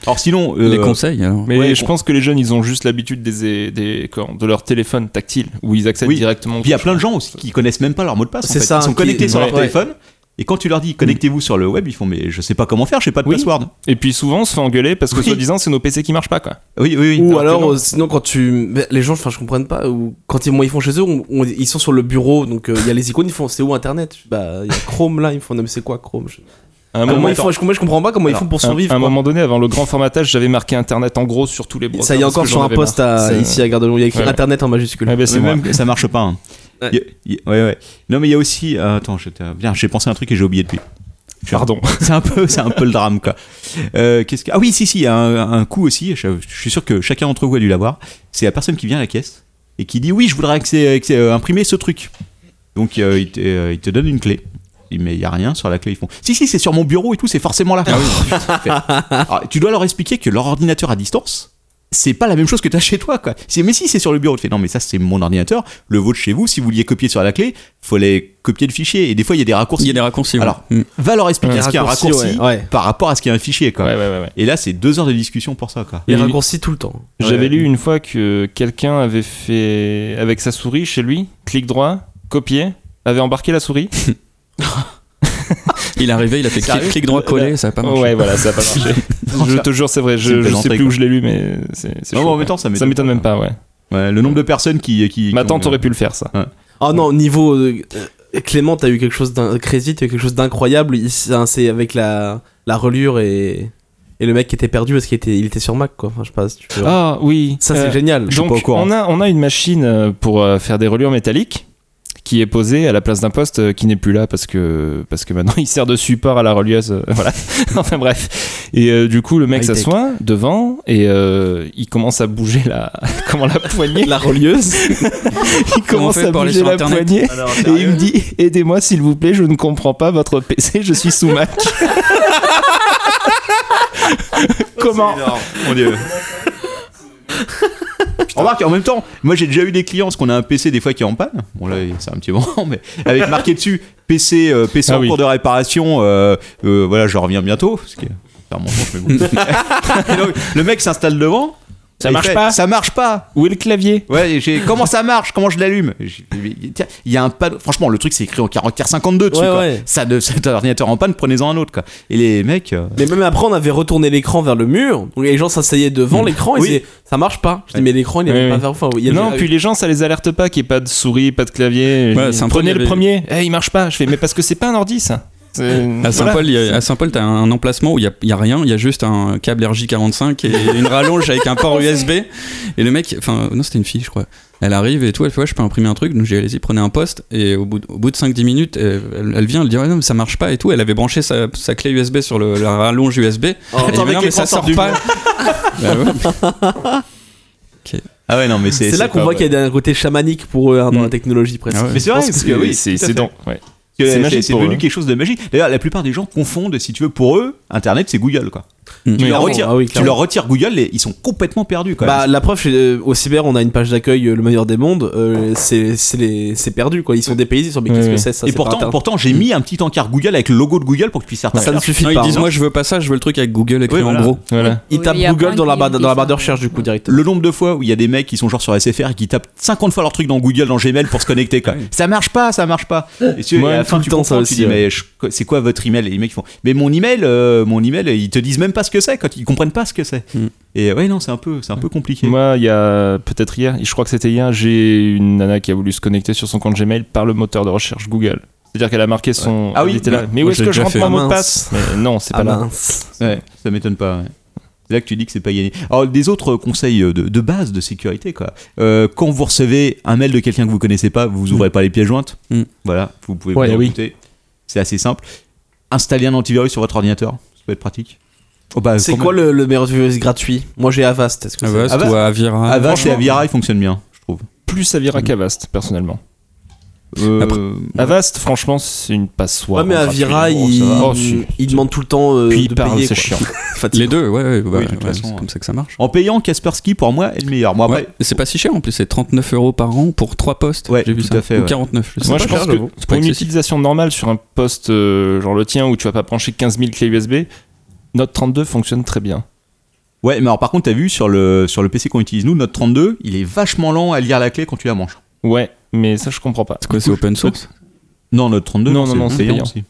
G: Alors sinon, euh,
I: Les conseils, alors.
C: Euh, Mais
G: Ouais,
C: je
G: con-
C: pense que les jeunes, ils ont juste l'habitude des, des, comment, de leur téléphone tactile, où ils accèdent
G: Oui.
C: directement.
G: Puis il y a plein de gens aussi qui connaissent même pas leur mot de passe. en
J: C'est
G: fait.
J: ça,
G: Ils sont
J: qui-
G: connectés sur leur
J: ouais.
G: téléphone. Et quand tu leur dis connectez-vous sur le web, ils font mais je sais pas comment faire, je sais pas de
C: Oui.
G: password.
C: Et puis souvent, on se fait engueuler parce que
G: Oui.
C: soi-disant, c'est nos PC qui marchent pas, quoi.
G: Oui, oui, oui.
J: Ou
G: que
J: alors,
G: non.
J: euh, sinon, quand tu. mais Les gens, enfin, je comprends pas. Ou quand ils, moi, ils font chez eux, on- on- ils sont sur le bureau, donc euh, il y a les icônes, ils font c'est où internet Je- Bah, il y a Chrome là, ils me font non, mais c'est quoi Chrome je...
C: À un
J: Alors,
C: moment,
J: moi, ils font- je, moi, je comprends pas comment Ah, ils font pour
C: à-
J: survivre.
C: à un
J: quoi.
C: moment donné, avant le grand formatage, j'avais marqué Internet en gros sur tous les browsers.
J: ça y est
C: parce
J: encore
C: que
J: sur
C: j'en
J: un
C: avais
J: poste
C: marre.
J: à-
C: C'est-
J: ici à Garde de Lyon, il y a écrit
C: Ouais.
J: internet en majuscule.
C: Ouais, bah, c'est
G: Mais
C: moi.
G: même que ça marche pas. hein.
J: Ouais.
G: Il y a- il y a- ouais, ouais. Non mais il y a aussi euh, attends, j'étais- bien, j'ai pensé à un truc et j'ai oublié depuis.
C: Pardon.
G: C'est un peu, c'est un peu le drame quoi. Euh, Qu'est-ce que ah oui si si il y a un, un coup aussi. Je, je suis sûr que chacun d'entre vous a dû l'avoir. C'est la personne qui vient à la caisse et qui dit oui, je voudrais accé- accé- euh, imprimer ce truc. Donc euh, il, te, euh, il te donne une clé. Il dit, Mais il y a rien sur la clé. Ils font si si c'est sur mon bureau et tout. C'est forcément là. Alors, tu dois leur expliquer que leur ordinateur à distance. C'est pas la même chose que t'as chez toi, quoi. C'est, mais si, c'est sur le bureau. Tu fais, non, mais ça, c'est mon ordinateur. Le vôtre chez vous, si vous vouliez copier sur la clé, faut les copier le fichier. Et des fois, il y a des raccourcis
I: Il y a des raccourcis. ouais.
G: Alors,
I: Mm.
G: va leur expliquer
J: Ouais,
G: ce qu'il y a un
J: raccourci,
G: raccourci
J: ouais, ouais.
G: par rapport à ce qu'il y a un fichier. Quoi.
C: Ouais, ouais, ouais, ouais.
G: Et là, c'est deux heures de discussion pour ça. Quoi.
J: Les
C: Et-
J: raccourcis tout le temps.
C: J'avais lu une fois que quelqu'un avait fait avec sa souris chez lui, clic droit, copier, avait embarqué la souris.
I: Il est arrivé, il a fait clic, clic droit collé, ça a pas marché.
C: Ouais, voilà, ça a pas marché. je te jure, c'est vrai.
G: C'est
C: Je,
G: une
C: je sais
G: plaisanterie,
C: plus où
G: quoi.
C: je l'ai lu, mais c'est. c'est chaud,
G: Non, mais euh, en
C: ouais.
G: même temps, ça m'étonne.
C: Ça m'étonne même pas, ouais.
G: Ouais, le nombre de personnes qui. qui
C: Mais attends,
G: qui ont-
C: t'aurais pu le faire, ça.
J: Ah non, niveau. euh, euh, Clément, t'as eu quelque chose d'un. Crazy, t'as eu quelque chose d'incroyable. il- c'est- C'est avec la, la reliure et. Et le mec qui était perdu parce qu'il était, il était sur Mac, quoi. Enfin, je sais pas si tu peux-
C: Ah oui.
J: Ça, c'est
C: Euh,
J: génial.
C: Donc, On, a, on a une machine euh, pour euh, faire des reliures métalliques qui est posée à la place d'un poste euh, qui n'est plus là parce que, parce que maintenant il sert de support à la relieuse. euh, voilà. enfin bref. Et euh, du coup, le mec
J: High-tech.
C: s'assoit devant et euh, il commence à bouger la, comment la poignée.
J: La relieuse.
C: il commence
I: fait
C: à
I: pour aller
C: bouger
I: sur
C: la
I: Internet
C: poignée et il me dit Aidez-moi s'il vous plaît, je ne comprends pas votre PC, je suis sous Mac. Comment
G: Mon Dieu. Remarque, en même temps, moi j'ai déjà eu des clients, parce qu'on a un PC des fois qui est en panne. Bon, là, c'est un petit moment, mais avec marqué dessus PC, euh, PC
C: Ah
G: en
C: oui.
G: cours de réparation. euh, euh, voilà, je reviens bientôt. Parce que, c'est un mensonge, mais bon. Et donc, le mec s'installe devant.
C: Ça
G: et il
C: marche
G: fait,
C: pas
G: Ça marche pas.
C: Où est le clavier
G: Ouais, et j'ai comment ça marche Comment je l'allume J'ai- mais, tiens, Il y a un panneau. Franchement, le truc c'est écrit en caractère 52 dessus.
J: Ouais,
G: quoi.
J: ouais.
G: Ça de cet ordinateur en panne, prenez-en un autre quoi. Et les mecs, euh,
J: Mais même après, on avait retourné l'écran vers le mur. Donc les gens s'asseyaient
C: Mm.
J: devant l'écran et
G: Oui.
J: disaient ça marche pas. Je dis mais l'écran il est
C: Oui,
J: même pas
C: oui.
J: vers enfin, il y a-
C: non, puis les gens, ça les alerte pas qu'il n'y ait pas de souris, pas de clavier.
I: Ouais,
C: Je dis,
I: c'est un peu, il y
C: Prenez le
I: avait-
C: premier. Eh, il marche pas. Je fais, mais parce que c'est pas un ordi, ça. Ah, C'est-
I: À
C: voilà.
I: Saint-Paul, il y a- à Saint-Paul, t'as un emplacement où il y a, il y a rien, il y a juste un câble RJ45 et une rallonge avec un port USB. Et le mec, enfin, non, c'était une fille, je crois. Elle arrive et tout, elle fait, ouais, je peux imprimer un truc. Donc j'ai dit, allez-y, prenez un poste. Et au bout de, au bout de 5-10 minutes, elle, elle vient, elle dit, ouais, non, mais ça marche pas et tout. Elle avait branché sa, sa clé USB sur le, la rallonge USB. elle dit,
J: attends,
I: mais
J: mec,
I: non, mais ça
J: l'écran sort
I: sort
J: du
I: pas. Bah ouais.
G: ah ouais non mais c'est
J: C'est là
G: c'est
J: qu'on
G: pas
J: voit qu'il y a un côté chamanique pour eux hein, dans
I: Mm.
J: la technologie presque.
I: Ah ouais.
G: Mais c'est vrai parce que oui,
C: c'est
G: tout à
C: c'est
G: fait.
C: dans. ouais.
G: Parce que
C: c'est magique
G: C'est c'est
C: pour
G: devenu
C: eux.
G: quelque chose de magique. D'ailleurs, la plupart des gens confondent, si tu veux, pour eux, Internet c'est Google quoi. Tu,
I: Mais
G: leur,
J: oui.
G: retires,
J: Ah oui,
G: tu
J: clairement.
G: leur retires Google et ils sont complètement perdus quoi.
J: Bah, la preuve, chez- euh, au cyber, on a une page d'accueil, euh, le meilleur des mondes, euh, c'est c'est les- c'est perdu quoi. Ils sont dépaysés, ils sont mais
C: Ouais,
J: qu'est-ce que
C: ouais.
J: c'est ça
G: et
J: c'est pas
G: pourtant,
J: Internet.
G: pourtant j'ai mis un petit encart Google avec le logo de Google pour que tu puisses
J: ça ne suffit
I: bah Non, ils
J: pas.
I: disent,
J: hein.
I: moi, je veux pas ça, je veux le truc avec Google écrit
G: Oui,
I: en
G: voilà.
I: gros.
C: Voilà.
J: Ils
H: Oui,
J: tapent
H: il y a
J: Google
H: plein
J: dans la,
H: qui
J: barre-
H: disent
J: dans la barre
H: ça.
J: de recherche du coup direct.
G: Le nombre de fois où il y a des mecs qui sont genre sur SFR et qui tapent 50 fois leur truc dans Google, dans Gmail pour se connecter, quoi. ça marche pas, ça marche pas. Et tu,
J: Ouais,
G: à la
J: tout
G: fin,
J: le
G: tu
J: temps,
G: comprends,
J: ça
G: tu
J: aussi,
G: dis,
J: ouais.
G: mais je- c'est quoi votre email Et les mecs ils font, mais mon email, euh, mon email, ils te disent même pas ce que c'est, quand ils comprennent pas ce que c'est.
I: Mm.
G: Et ouais, non, c'est un peu, c'est un peu compliqué.
C: Moi, il y a peut-être hier, je crois que c'était hier, j'ai une nana qui a voulu se connecter sur son compte Gmail par le moteur de recherche Google. C'est-à-dire qu'elle a marqué son.
G: Ah oui,
C: elle était là.
I: bah,
C: Mais où
I: moi,
C: est-ce
I: j'ai
C: que je
I: déjà
C: rentre
I: fait.
C: mon mot de
J: Ah, Mince.
C: passe Mais Non, c'est
J: Ah
C: pas là.
J: mince.
G: Ouais, ça m'étonne pas. ouais. C'est là que tu dis que c'est pas gagné. Alors, des autres conseils euh, de, de base de sécurité, quoi. Euh, quand vous recevez un mail de quelqu'un que vous connaissez pas, vous ouvrez pas les pièces jointes.
I: Mm.
G: Voilà, vous pouvez
C: Ouais,
G: vous en
C: oui.
G: douter. C'est assez simple. Installer un antivirus sur votre ordinateur, ça peut être pratique. Oh, bah,
J: C'est
G: quand
J: quoi
G: même.
J: le, le meilleur virus gratuit Moi j'ai Avast.
C: Ah
J: Est-ce que c'est-
I: Avast
G: Avast.
I: ou Avira.
G: Avast et Avira, ils fonctionnent bien, je trouve.
C: Plus Savira qu'Avast, personnellement.
G: Euh,
I: Après-
C: Avast, franchement, c'est une passoire.
J: Ouais, mais
C: hein,
J: Avira,
C: gratuitement,
J: il,
C: ça va. Oh, si.
J: il demande tout le temps euh,
C: Puis
J: de
C: il parle,
J: payer.
C: c'est
J: quoi.
C: chiant.
I: Les deux, ouais, ouais, bah,
G: Oui, de toute
I: ouais,
G: façon,
I: c'est
G: ouais.
I: comme ça que ça marche.
G: En payant, Kaspersky, pour moi, est le meilleur. Moi, après,
I: Ouais, c'est pas si cher en plus, c'est 39 euros par an pour 3 postes.
G: Ouais,
I: j'ai vu
G: tout
I: ça.
G: à fait,
I: Ou
G: ouais.
I: 49. sais
C: Moi,
I: pas.
C: je pense que
I: j'avoue. C'est pas
C: pour une
I: excessif.
C: utilisation normale sur un poste euh, genre le tien où tu vas pas brancher 15 000 clés USB, Note 32 fonctionne très bien.
G: Ouais, mais alors par contre, t'as vu sur le, sur le PC qu'on utilise nous, notre 32, il est vachement lent à lire la clé quand tu la manches.
C: Ouais, mais ça, je comprends pas.
I: C'est quoi, c'est open source
G: Non, notre 32,
C: Non, non, non, c'est
G: payant
C: payant.
G: aussi.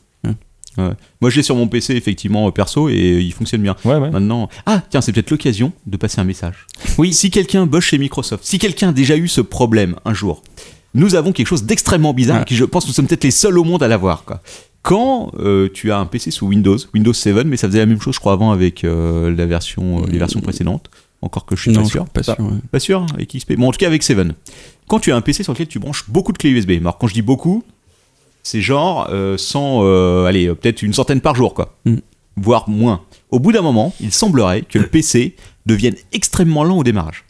G: Ouais. Moi, je l'ai sur mon PC, effectivement, euh, perso, et euh, il fonctionne bien.
C: Ouais, ouais.
G: Maintenant, ah, tiens, c'est peut-être l'occasion de passer un message. Oui, si quelqu'un bosse chez Microsoft, si quelqu'un a déjà eu ce problème un jour, nous avons quelque chose d'extrêmement bizarre,
I: Ouais.
G: qui je pense que nous sommes peut-être les seuls au monde à l'avoir. Quoi. Quand euh, tu as un PC sous Windows, Windows 7, mais ça faisait la même chose, je crois, avant avec euh, la version, euh, les versions précédentes, encore que je suis
I: Non,
G: pas
I: je suis
G: sûr.
I: pas sûr. ouais.
G: Pas sûr avec XP. Bon, en tout cas avec Seven. Quand tu as un PC sur lequel tu branches beaucoup de clés USB, alors quand je dis beaucoup, c'est genre euh, 100, euh, allez, euh, peut-être une centaine par jour, quoi.
I: Mm.
G: Voire moins. Au bout d'un moment, il semblerait que le PC devienne extrêmement lent au démarrage.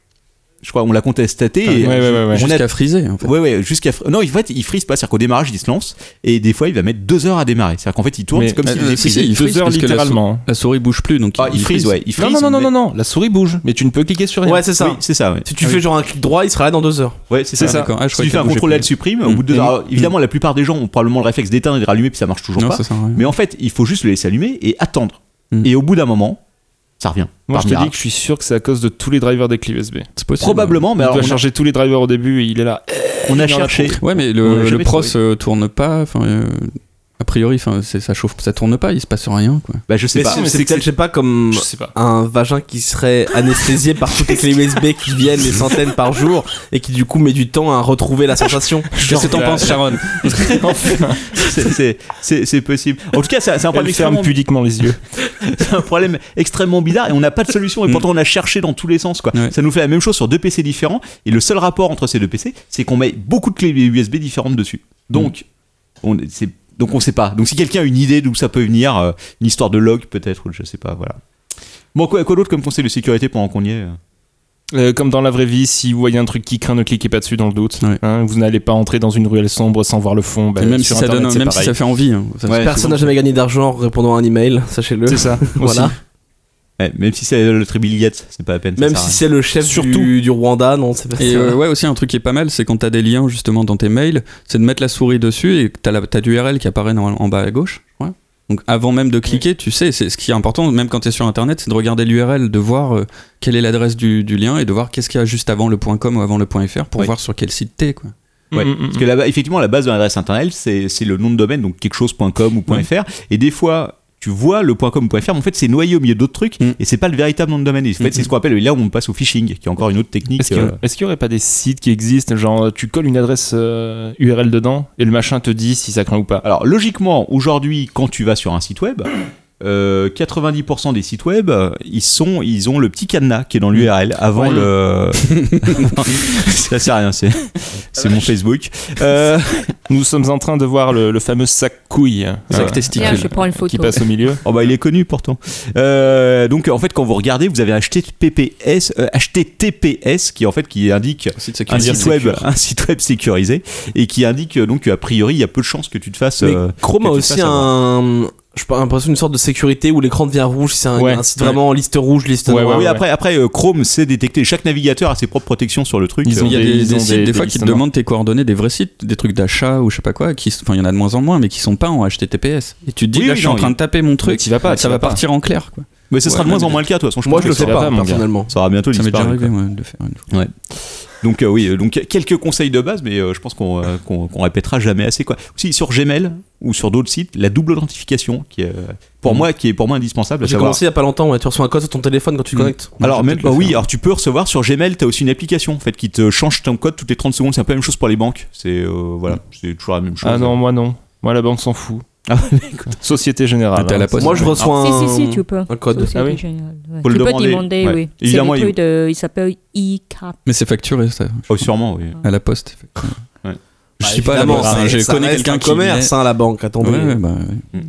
G: Je crois qu'on l'a contestaté.
C: ouais,
G: et-
C: ouais, ouais, ouais.
G: on a-
I: Jusqu'à friser, en fait.
G: Ouais, ouais, jusqu'à. fr- Non, en fait, il frise pas. C'est-à-dire qu'au démarrage, il se lance. Et des fois, il va mettre deux heures à démarrer. C'est-à-dire qu'en fait, il tourne.
C: Mais-
G: C'est comme
I: Euh,
G: s'il était
I: si,
G: frisé.
I: si, il
C: Deux
I: frise
C: heures
I: parce que la sou-
C: littéralement.
I: La souris bouge plus, donc
G: Ah, il frise, ouais. Il
C: Non, non,
G: frise.
C: non, non,
G: mais-
C: non, non, la souris bouge, mais tu ne peux cliquer sur rien.
J: Ouais, c'est ça.
G: Oui, c'est ça, ouais.
J: Si tu fais genre un clic droit, il sera là dans deux heures.
G: Ouais, c'est
I: C'est
G: ça.
I: ça. D'accord. Ah, je
G: si
I: croyais
G: tu fais
I: qu'elle
G: un
I: bougeait
G: contrôle
I: plus.
G: L supprime, au bout de deux
I: Et-
G: heures. alors, évidemment, la plupart des gens ont probablement le réflexe d'éteindre et de rallumer, puis ça marche toujours
I: Non,
G: pas.
I: ça sert à rien.
G: Mais en fait, il faut juste le laisser allumer et attendre.
I: Mm.
G: Et au bout d'un moment, ça revient.
C: Moi,
G: Par
C: je te dis
G: miracle.
C: que je suis sûr que c'est à cause de tous les drivers des clés USB.
I: C'est possible.
G: Probablement, mais
C: il
G: alors,
C: doit
G: on,
C: charger tous les drivers au début et il est là. Eh,
G: a, on a
C: il y en a
G: cherché.
I: Ouais, mais
G: On l'a
I: le,
G: jamais
I: le pros
G: trouvé.
I: euh, tourne pas. Enfin, euh, a priori, enfin, c'est- ça chauffe, ça tourne pas. Il se passe rien, quoi.
G: Bah, je sais
J: Mais
G: pas.
J: si, mais
G: C'est
J: c'est peut-être,
G: peut-être-
J: je sais pas, comme
C: Je sais pas.
J: un vagin qui serait anesthésié par toutes les clés USB qui viennent des centaines par jour et qui du coup met du temps à retrouver la sensation.
I: Qu'est-ce que t'en penses, Sharon
G: c'est- c'est- c'est c'est possible. En tout cas, c'est c'est un,
C: Elle
G: problème
C: ferme
G: extrêmement-
C: pudiquement les yeux.
G: c'est un problème extrêmement bizarre et on n'a pas de solution. Et
I: Mm.
G: pourtant, on a cherché dans tous les sens. Quoi.
I: Ouais.
G: Ça nous fait la même chose sur deux PC différents. Et le seul rapport entre ces deux PC, c'est qu'on met beaucoup de clés USB différentes dessus. Donc, on c'est- donc on sait pas. Donc si quelqu'un a une idée d'où ça peut venir, euh, une histoire de log peut-être, ou je sais pas, voilà. Bon, quoi, quoi d'autre comme conseil de sécurité pendant qu'on y est euh
C: Euh, comme dans la vraie vie, si vous voyez un truc qui craint, ne cliquez pas dessus dans le doute.
I: Ouais.
C: Hein, vous n'allez pas entrer dans une ruelle sombre sans voir le fond. Bah,
I: Et Même si
C: sur
I: ça
C: Internet,
I: donne,
C: c'est
I: même si
C: pareil.
I: ça fait envie. hein. Ça-
G: Ouais,
J: Personne
G: souvent.
J: n'a jamais gagné d'argent en répondant à un email, sachez-le.
C: C'est ça.
J: Voilà.
C: aussi.
G: Ouais, Même si c'est le tribilliette, c'est pas la peine. ça hein.
J: Même
G: sert à
J: si
G: rien.
J: c'est le chef du, du Rwanda, non, c'est pas
I: Et
J: ça.
I: euh, ouais, aussi un truc qui est pas mal, c'est quand t'as des liens justement dans tes mails, c'est de mettre la souris dessus et que t'as, la, t'as l'URL qui apparaît normalement en bas à gauche. je crois. Donc avant même de cliquer, tu sais, c'est ce qui est important, même quand t'es sur internet, c'est de regarder l'URL, de voir euh, quelle est l'adresse du, du lien et de voir qu'est-ce qu'il y a juste avant le .com ou avant le .fr pour
G: Oui.
I: voir sur quel site t'es. Quoi.
G: Ouais.
C: Mm, mm, mm.
G: Parce que là-bas, effectivement, la base de l'adresse internet, c'est c'est le nom de domaine, donc quelque chose.com ou
I: Ouais.
G: .fr. Et des fois, tu vois le .com ou .fr, mais en fait, c'est noyé au milieu d'autres trucs,
I: Mm.
G: et c'est pas le véritable nom de domaine. Et en fait,
I: Mm.
G: c'est ce qu'on appelle là où on passe au phishing, qui est encore une autre technique.
C: Est-ce qu'il y,
G: euh,
C: a- est-ce qu'il y aurait pas des sites qui existent Genre, tu colles une adresse euh, URL dedans et le machin te dit si ça craint ou pas.
G: Alors, logiquement, aujourd'hui, quand tu vas sur un site web, euh, 90% des sites web, euh, ils, sont, ils ont le petit cadenas qui est dans l'URL avant
C: Ouais.
G: le. Non, ça sert à rien, c'est c'est mon Facebook. Euh,
C: Nous sommes en train de voir le, le fameux sac couille hein,
I: Sac
C: euh,
I: testicule.
H: Tiens, je prends une
C: qui
H: photo.
C: passe au milieu.
G: Oh bah il est connu pourtant. Euh, donc en fait quand vous regardez vous avez HTTPS, euh, HTTPS qui en fait qui indique
I: Site sécurisé.
G: un site web, un site web sécurisé et qui indique euh, donc a priori il y a peu de chances que tu te fasses.
J: Mais
G: euh,
J: Chrome a
G: que tu
J: aussi
G: fasses
J: un. Je pense l'impression d'une sorte de sécurité où l'écran devient rouge, c'est un,
C: Ouais.
J: un site vraiment liste rouge, liste
C: Ouais,
J: noire.
G: Ah oui
C: ouais.
G: après après euh, Chrome sait détecter chaque navigateur a ses propres protections sur le truc.
C: Ils ont-
I: Il y a
C: des-
I: des,
C: ils ont
I: des sites
C: des-
I: des,
C: des
I: fois qui te
C: listes noires.
I: demandent tes coordonnées, des vrais sites, des trucs d'achat ou je sais pas quoi, qui, s- enfin il y en a de moins en moins, mais qui sont pas en HTTPS. Et tu te dis
G: Oui,
I: là
G: oui,
I: je suis
G: non,
I: en train
G: il-
I: de taper mon truc,
C: t'y vas pas, t'y
I: ça va
C: vas pas.
I: partir en clair. Quoi.
G: Mais ce sera de
I: Ouais,
G: moins en
I: mais-
G: moins le cas toi. Je pense
J: Moi je le
G: que
J: fais
G: ça-
C: va pas,
J: pas
C: mon gars.
J: personnellement.
G: Ça aura bientôt
I: Ça m'est déjà
G: disparu.
I: arrivé
G: quoi.
I: ouais, de le faire une fois.
G: Donc euh, oui euh, donc quelques conseils de base mais euh, je pense qu'on euh, qu'on qu'on répétera jamais assez quoi. Aussi sur Gmail ou sur d'autres sites la double authentification qui est euh, pour moi qui est pour moi indispensable. à
J: J'ai
G: savoir-
J: commencé il y a pas longtemps, ouais, tu reçois un code sur ton téléphone quand tu te
I: Mm.
J: connectes.
I: Moi,
G: alors,
I: je vais
G: même, bah
I: peut-être le
G: oui,
I: faire.
G: alors tu peux recevoir sur Gmail, tu as aussi une application en fait, qui te change ton code toutes les 30 secondes. C'est un peu la même chose pour les banques. C'est euh, voilà, c'est toujours la même chose.
C: Ah non, moi non. Moi, la banque s'en fout.
G: Ah,
C: Société Générale. hein.
I: Ah, t'es à la poste.
J: Moi je reçois un.
H: Si, si, si, tu peux.
J: un code.
H: Société
C: Ah oui.
H: Générale, ouais.
G: Faut
H: Tu
G: le
H: peux
G: demander.
H: demander,
G: Ouais.
H: oui. C'est
G: Évidemment,
H: des
G: il-
H: trucs de- il s'appelle e-card.
I: Mais c'est facturé ça.
G: Oh, sûrement, oui.
I: À la poste.
G: Ouais.
I: Je
J: Bah,
I: suis pas à la
J: évidemment,
I: poste.
J: ça-
I: hein, J'ai
J: ça
I: connu
J: reste
I: quelqu'un
J: un
I: qui
J: commerce, hein, la banque, attendez.
I: venait- Ouais, ouais, bah, ouais.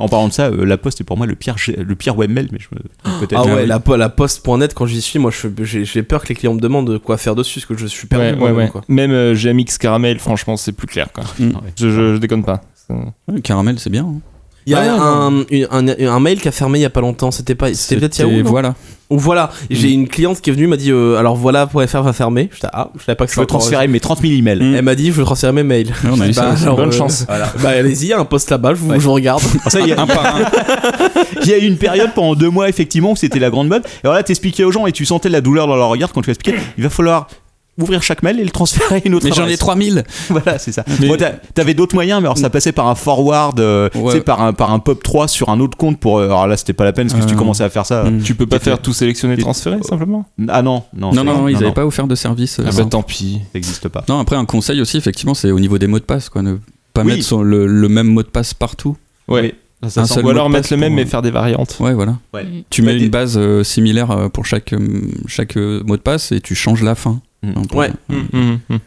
G: En parlant de ça, euh, la Poste est pour moi le pire, G- le pire webmail, mais je me. peut-être-
J: Ah ouais,
I: oui.
J: la, po- la poste.net, quand j'y suis, moi je- j'ai j'ai peur que les clients me demandent quoi faire dessus, parce que je suis perdu.
C: Ouais, ouais,
J: moi-même,
C: ouais.
J: quoi.
C: Même euh, GMX Caramel, franchement, c'est plus clair. Quoi.
I: Mm.
C: Je, je- je déconne pas. C'est-
I: Ouais, Caramel, c'est bien. hein.
J: Il y a
I: Ah, non,
J: un, une- un- un mail qui a fermé il y a pas longtemps. C'était pas, c'était peut-être Yahoo.
I: C'était-
J: non
I: voilà.
J: Ou voilà. Et J'ai une cliente qui est venue m'a dit euh, alors voilà .fr va fermer. Je ah, je savais pas que
G: Je veux transférer mes 30 000 emails.
J: Elle m'a dit je veux transférer mes mails.
I: Ouais, on
J: Je
I: a eu
J: dis,
I: ça
J: bah,
I: aussi.
J: alors,
I: Bonne
J: euh,
I: chance.
J: voilà. Bah allez-y, il y a un poste là-bas. Je vous, je vous regarde.
G: Ça, il y a-
I: Un par un.
G: Il y a eu une période pendant deux mois, effectivement, où c'était la grande mode. Et alors là, t'expliquais aux gens et tu sentais la douleur dans leur regard quand tu expliquais. Il va falloir ouvrir chaque mail et le transférer à une autre
I: Mais j'en ai
G: adresse.
I: 3000
G: Voilà, c'est ça.
C: Mais-
G: Bon, t'a- T'avais d'autres moyens, mais alors ça passait par un forward, euh, tu
I: Ouais.
G: sais, par un, par un pop 3 sur un autre compte pour. euh, alors là, c'était pas la peine parce que si tu
C: Euh.
G: commençais à faire ça.
I: Mm.
C: Tu peux pas
G: C'était-
C: faire tout sélectionner, transférer simplement
G: Ah non, non.
I: Non, non, non, ils n'avaient
G: n'avaient
I: pas offert de service. euh,
C: Ah
I: ça.
C: bah tant pis.
G: Ça n'existe pas.
I: Non, après, un conseil aussi, effectivement, c'est au niveau des mots de passe, quoi. Ne pas
G: Oui.
I: mettre son- le, le même mot de passe partout.
C: Ouais.
I: ça semble-
C: Ou alors
I: mot de
C: mettre le
I: passe
C: même
I: pour-
C: mais faire des variantes.
I: Ouais, voilà.
G: Ouais.
H: Mm.
I: Tu mets
G: Bah, des-
I: une base euh, similaire euh, pour chaque, euh, chaque euh, mot de passe et tu changes la fin.
G: Mm.
I: Enfin, pour-
J: Ouais.
C: Mhm, mhm.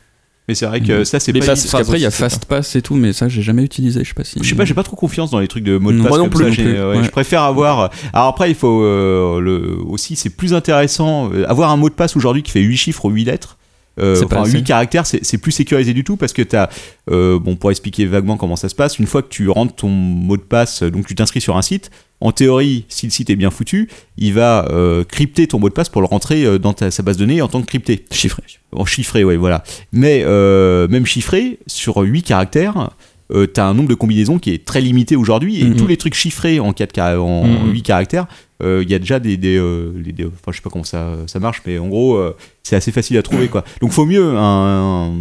G: Mais c'est vrai que ça, c'est
C: Mm. Les
G: pas.
C: passes-
I: Parce qu'après, il y a
C: c'est ça.
I: FastPass et tout, mais ça, j'ai jamais utilisé. Je sais pas si.
G: Je sais pas, j'ai pas trop confiance dans les trucs de mot de
I: Mm.
G: passe.
I: Moi non
G: comme
I: plus,
G: ça,
I: non
G: j'ai- euh,
I: plus.
G: ouais,
I: Ouais.
G: Je préfère avoir. Alors après, il faut euh, le aussi, c'est plus intéressant euh, avoir un mot de passe aujourd'hui qui fait 8 chiffres ou 8 lettres. euh,
I: C'est pas
G: enfin,
I: assez.
G: 8 caractères, c'est c'est plus sécurisé du tout parce que t'as, euh, bon, pour expliquer vaguement comment ça se passe, une fois que tu rentres ton mot de passe, euh, donc tu t'inscris sur un site, en théorie, si le site est bien foutu, il va euh, crypter ton mot de passe pour le rentrer euh, dans ta- sa base de données en tant que crypté.
I: Chiffré.
G: En chiffré, ouais, voilà. Mais euh, même chiffré, sur 8 caractères, euh, t'as un nombre de combinaisons qui est très limité aujourd'hui. Et
C: Mm-hmm.
I: Mhm.
G: tous les trucs chiffrés en, quatre cara- en
C: Mhm.
G: 8 caractères, euh, il y a déjà des. des, euh, les- des- enfin, je sais pas comment ça, ça marche, mais en gros, euh, c'est assez facile à trouver, quoi. Donc, faut mieux un,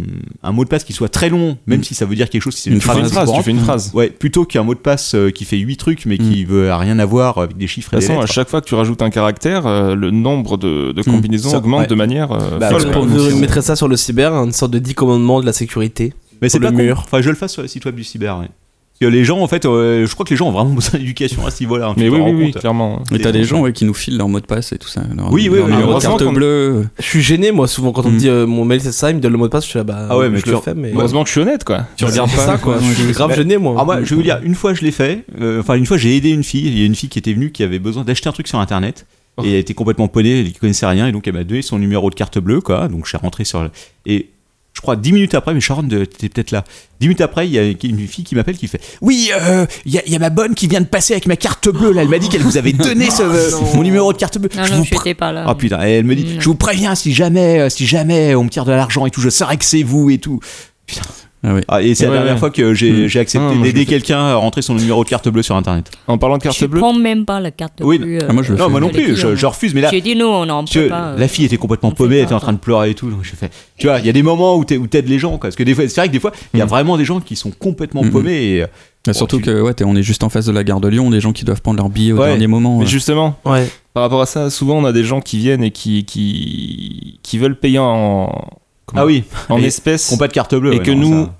G: un mot de passe qui soit très long, même si ça veut dire quelque chose, si c'est une,
I: Une
C: Tu fais
G: phrase
C: Mm. une phrase, tu
G: courante.
C: fais une phrase.
G: Ouais, plutôt qu'un mot de passe euh, qui fait 8 trucs, mais qui veut rien avoir avec des chiffres
C: De
G: et
C: toute
G: des
C: façon, à
G: lettres.
C: chaque fois que tu rajoutes un caractère, euh, le nombre de, de
I: Hmm.
C: combinaisons
G: Mm. Ça,
C: augmente
G: ouais.
C: de manière euh,
G: Bah,
C: folle.
G: ouais.
C: quoi.
J: Vous mettrez ça sur le cyber, une sorte de 10 commandements de la sécurité.
G: Mais c'est
J: Pour
G: pas
J: le
G: con.
J: mur.
G: Enfin, je le fasse sur le site web du cyber. ouais. Parce que les gens, en fait, euh, je crois que les gens ont vraiment besoin d'éducation à ce niveau-là. hein, tu
C: Mais
G: t'en
C: oui,
G: rends
C: oui, oui,
G: compte.
C: clairement.
I: Mais t'as
G: C'est-
I: des gens ouais, qui nous filent leur mot de passe et tout ça. leur-
G: Oui, oui,
I: leur
G: oui,
I: numéro de
C: heureusement
I: carte
C: qu'on-
I: bleue.
J: Je suis gêné moi souvent quand on me
I: Mm.
J: dit euh, mon mail c'est ça, il me donne le mot de passe, je suis là bah
G: Ah ouais, mais
J: je
G: tu-
J: le fais mais
C: Heureusement que je suis honnête, quoi.
J: tu regardes pas ça quoi. Je suis grave
G: Mais-
J: gêné moi.
G: Ah, moi, je vais vous dire, une fois je l'ai fait, euh, enfin, une fois j'ai aidé une fille, il y a une fille qui était venue qui avait besoin d'acheter un truc sur internet.
C: Oh.
G: Et elle était complètement poney, elle ne connaissait rien, et donc elle m'a donné son numéro de carte bleue, quoi. Donc j'ai rentré sur. le- Et je crois 10 minutes après, mais Sharon, de- t'étais peut-être là. 10 minutes après, il y a une fille qui m'appelle qui fait Oui, euh, il y, a- il y a ma bonne qui vient de passer avec ma carte bleue, là. Elle m'a dit qu'elle vous avait donné ce- mon numéro de carte bleue.
H: Ah Non,
G: Je
H: non,
G: vous
H: je n'étais pas là.
G: Ah putain, et elle me dit,
H: Mm.
G: je vous préviens, si jamais, euh, si jamais on me tire de l'argent et tout, je saurais que c'est vous et tout. Putain.
I: Ah oui.
G: et c'est
C: Ouais,
G: la dernière
C: ouais.
G: fois que j'ai
I: Mm.
G: j'ai accepté
C: Ah, moi, je
G: d'aider
C: le fais.
G: quelqu'un à rentrer son numéro de carte bleue sur internet.
C: En parlant de
H: Je
C: carte
H: ne
C: bleue,
H: prends même pas la carte
G: Oui,
H: bleue.
I: ah, moi, je
H: euh,
I: le
G: Non, moi non
H: je l'ai
G: plus,
H: dit,
G: je,
H: euh,
G: je refuse, mais là,
H: J'ai dit non, on n'en
G: tu-
H: peut pas. euh,
G: la fille était complètement
H: on
G: paumée,
H: fait
G: elle était en
H: pas. hein.
G: train de pleurer et tout. Donc j'ai fait, tu vois, il y a des moments où t'es- où t'aides les gens, quoi. Parce que des fois, c'est vrai que des fois, il y a
I: Mm.
G: vraiment des gens qui sont complètement
I: Mm.
G: paumés et. euh,
I: Mais surtout
G: tu-
I: que ouais, t'es- on est juste en face de la gare de Lyon, des gens qui doivent prendre leur billet au
G: Ouais.
I: dernier moment. euh.
C: mais
I: ouais.
C: justement,
J: Ouais.
C: par rapport à ça, souvent on a des gens qui viennent et qui, qui, qui veulent payer en, comment-
G: Ah oui,
C: en
G: et-
C: espèces,
G: qu'on pas de carte bleue.
C: Et
G: ouais,
C: que
G: non,
C: nous-
G: ça-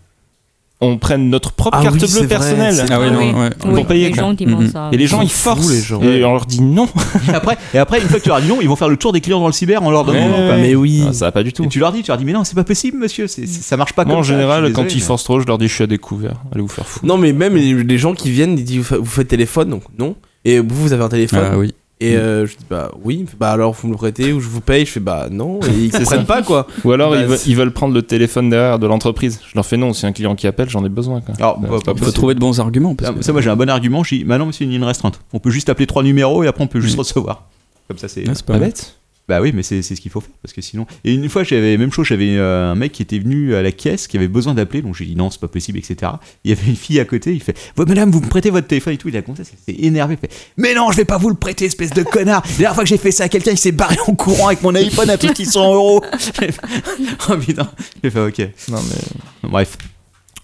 C: on prenne notre propre
J: Ah
C: carte
J: oui, c'est
C: bleue
J: vrai,
C: personnelle.
J: c'est-
I: Ah oui,
H: Ah oui,
I: non, ouais.
H: oui,
C: Pour payer,
H: Les
C: quoi.
H: gens qui
G: Mm-hmm.
H: m'ont
I: Mhm.
H: ça.
C: Et les
H: oui.
C: gens, ils
J: s'en fout,
C: forcent.
J: les gens.
C: Et on leur dit non.
G: Et après, et après, une fois que tu leur dis non, ils vont faire le tour des clients dans le cyber en leur donnant. non, quoi.
J: Mais oui.
C: Ah, ça va pas du tout.
G: Et tu leur dis, tu leur dis, mais non, c'est pas possible, monsieur, c'est- c'est- ça marche pas
C: Moi,
G: comme
C: en
G: ça, je suis
C: général,
G: désolé,
C: quand ils
G: mais-
C: forcent trop, je leur dis je suis à découvert. Allez vous faire foutre.
J: Non mais même les les gens qui viennent ils disent vous fa- vous faites téléphone donc non et vous vous avez un téléphone
I: Ah oui.
J: et euh, je dis bah oui Il me fait, bah alors vous me le prêtez ou je vous paye je fais bah non et ils comprennent pas quoi.
C: Ou alors,
J: Bah,
C: ils, veulent,
J: c'est-
C: ils veulent prendre le téléphone derrière de l'entreprise. Je leur fais non, si un client qui appelle, j'en ai besoin. Quoi.
G: Alors,
C: Euh,
G: bah,
C: c'est pas
G: bah,
I: Il faut
C: possible.
I: trouver de bons arguments. Parce
G: Ah,
I: que...
G: Ça, moi j'ai un bon argument, je dis, bah non, mais c'est une ligne restreinte. On peut juste appeler trois numéros et après on peut juste
I: Mm.
G: recevoir. Comme ça, c'est.
I: Ouais, c'est pas
C: Pas
I: mal.
C: bête.
G: Bah oui, mais c'est c'est ce qu'il faut faire parce que sinon. Et une fois, j'avais même chose, j'avais euh, un mec qui était venu à la caisse qui avait besoin d'appeler, donc j'ai dit non, c'est pas possible, etc. Il y avait une fille à côté, il fait Ouais, madame, vous me prêtez votre téléphone et tout. Il a compté, c'est énervé. Il fait Mais non, je vais pas vous le prêter, espèce de connard. La dernière fois que j'ai fait ça à quelqu'un, il s'est barré en courant avec mon iPhone à tout 100 euros. J'ai fait, oh putain, j'ai fait ok.
C: Non, mais...
G: Bref.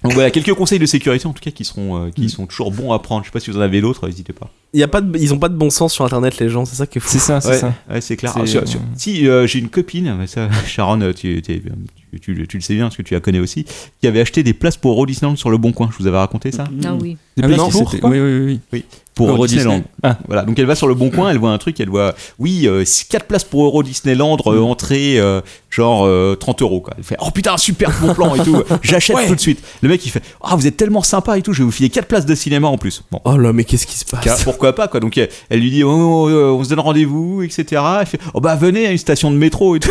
G: Donc voilà, quelques conseils de sécurité en tout cas qui, seront, euh, qui
C: Mm.
G: sont toujours bons à prendre. Je sais pas si vous en avez d'autres, euh, n'hésitez pas.
J: Il y a pas de- ils ont pas de bon sens sur internet les gens c'est ça qui est fou.
C: C'est ça, c'est
G: ouais,
C: ça.
G: ouais, c'est clair.
C: C'est-
G: Ah, sur- sur- Si euh, j'ai une copine, mais ça, Sharon, euh, tu, t'es- tu, tu le- tu le sais bien parce que tu la connais aussi, qui avait acheté des places pour Roll Disneyland sur le Bon Coin. Je vous avais raconté ça
H: Ah oui.
I: Ah oui,
C: places
I: si,
C: pour,
I: c'était-
C: quoi Ah.
I: oui, oui, oui, oui.
G: pour
I: Euro
G: Euro Disneyland.
I: Disney.
G: Voilà, donc elle va sur le bon coin, elle voit un truc, elle voit oui, 4 places pour Euro Disneyland, euh, entrée euh, genre euh, 30 euros quoi. Elle fait oh putain, super bon plan et tout, j'achète tout de suite. Le mec il fait ah vous êtes tellement sympa et tout, je vais vous filer 4 places de cinéma en plus. Bon.
J: Oh là, mais qu'est-ce qui se passe
G: Car- pourquoi pas quoi donc elle, elle lui dit Oh, oh, oh, on se donne rendez-vous etc elle fait oh bah venez à une station de métro et tout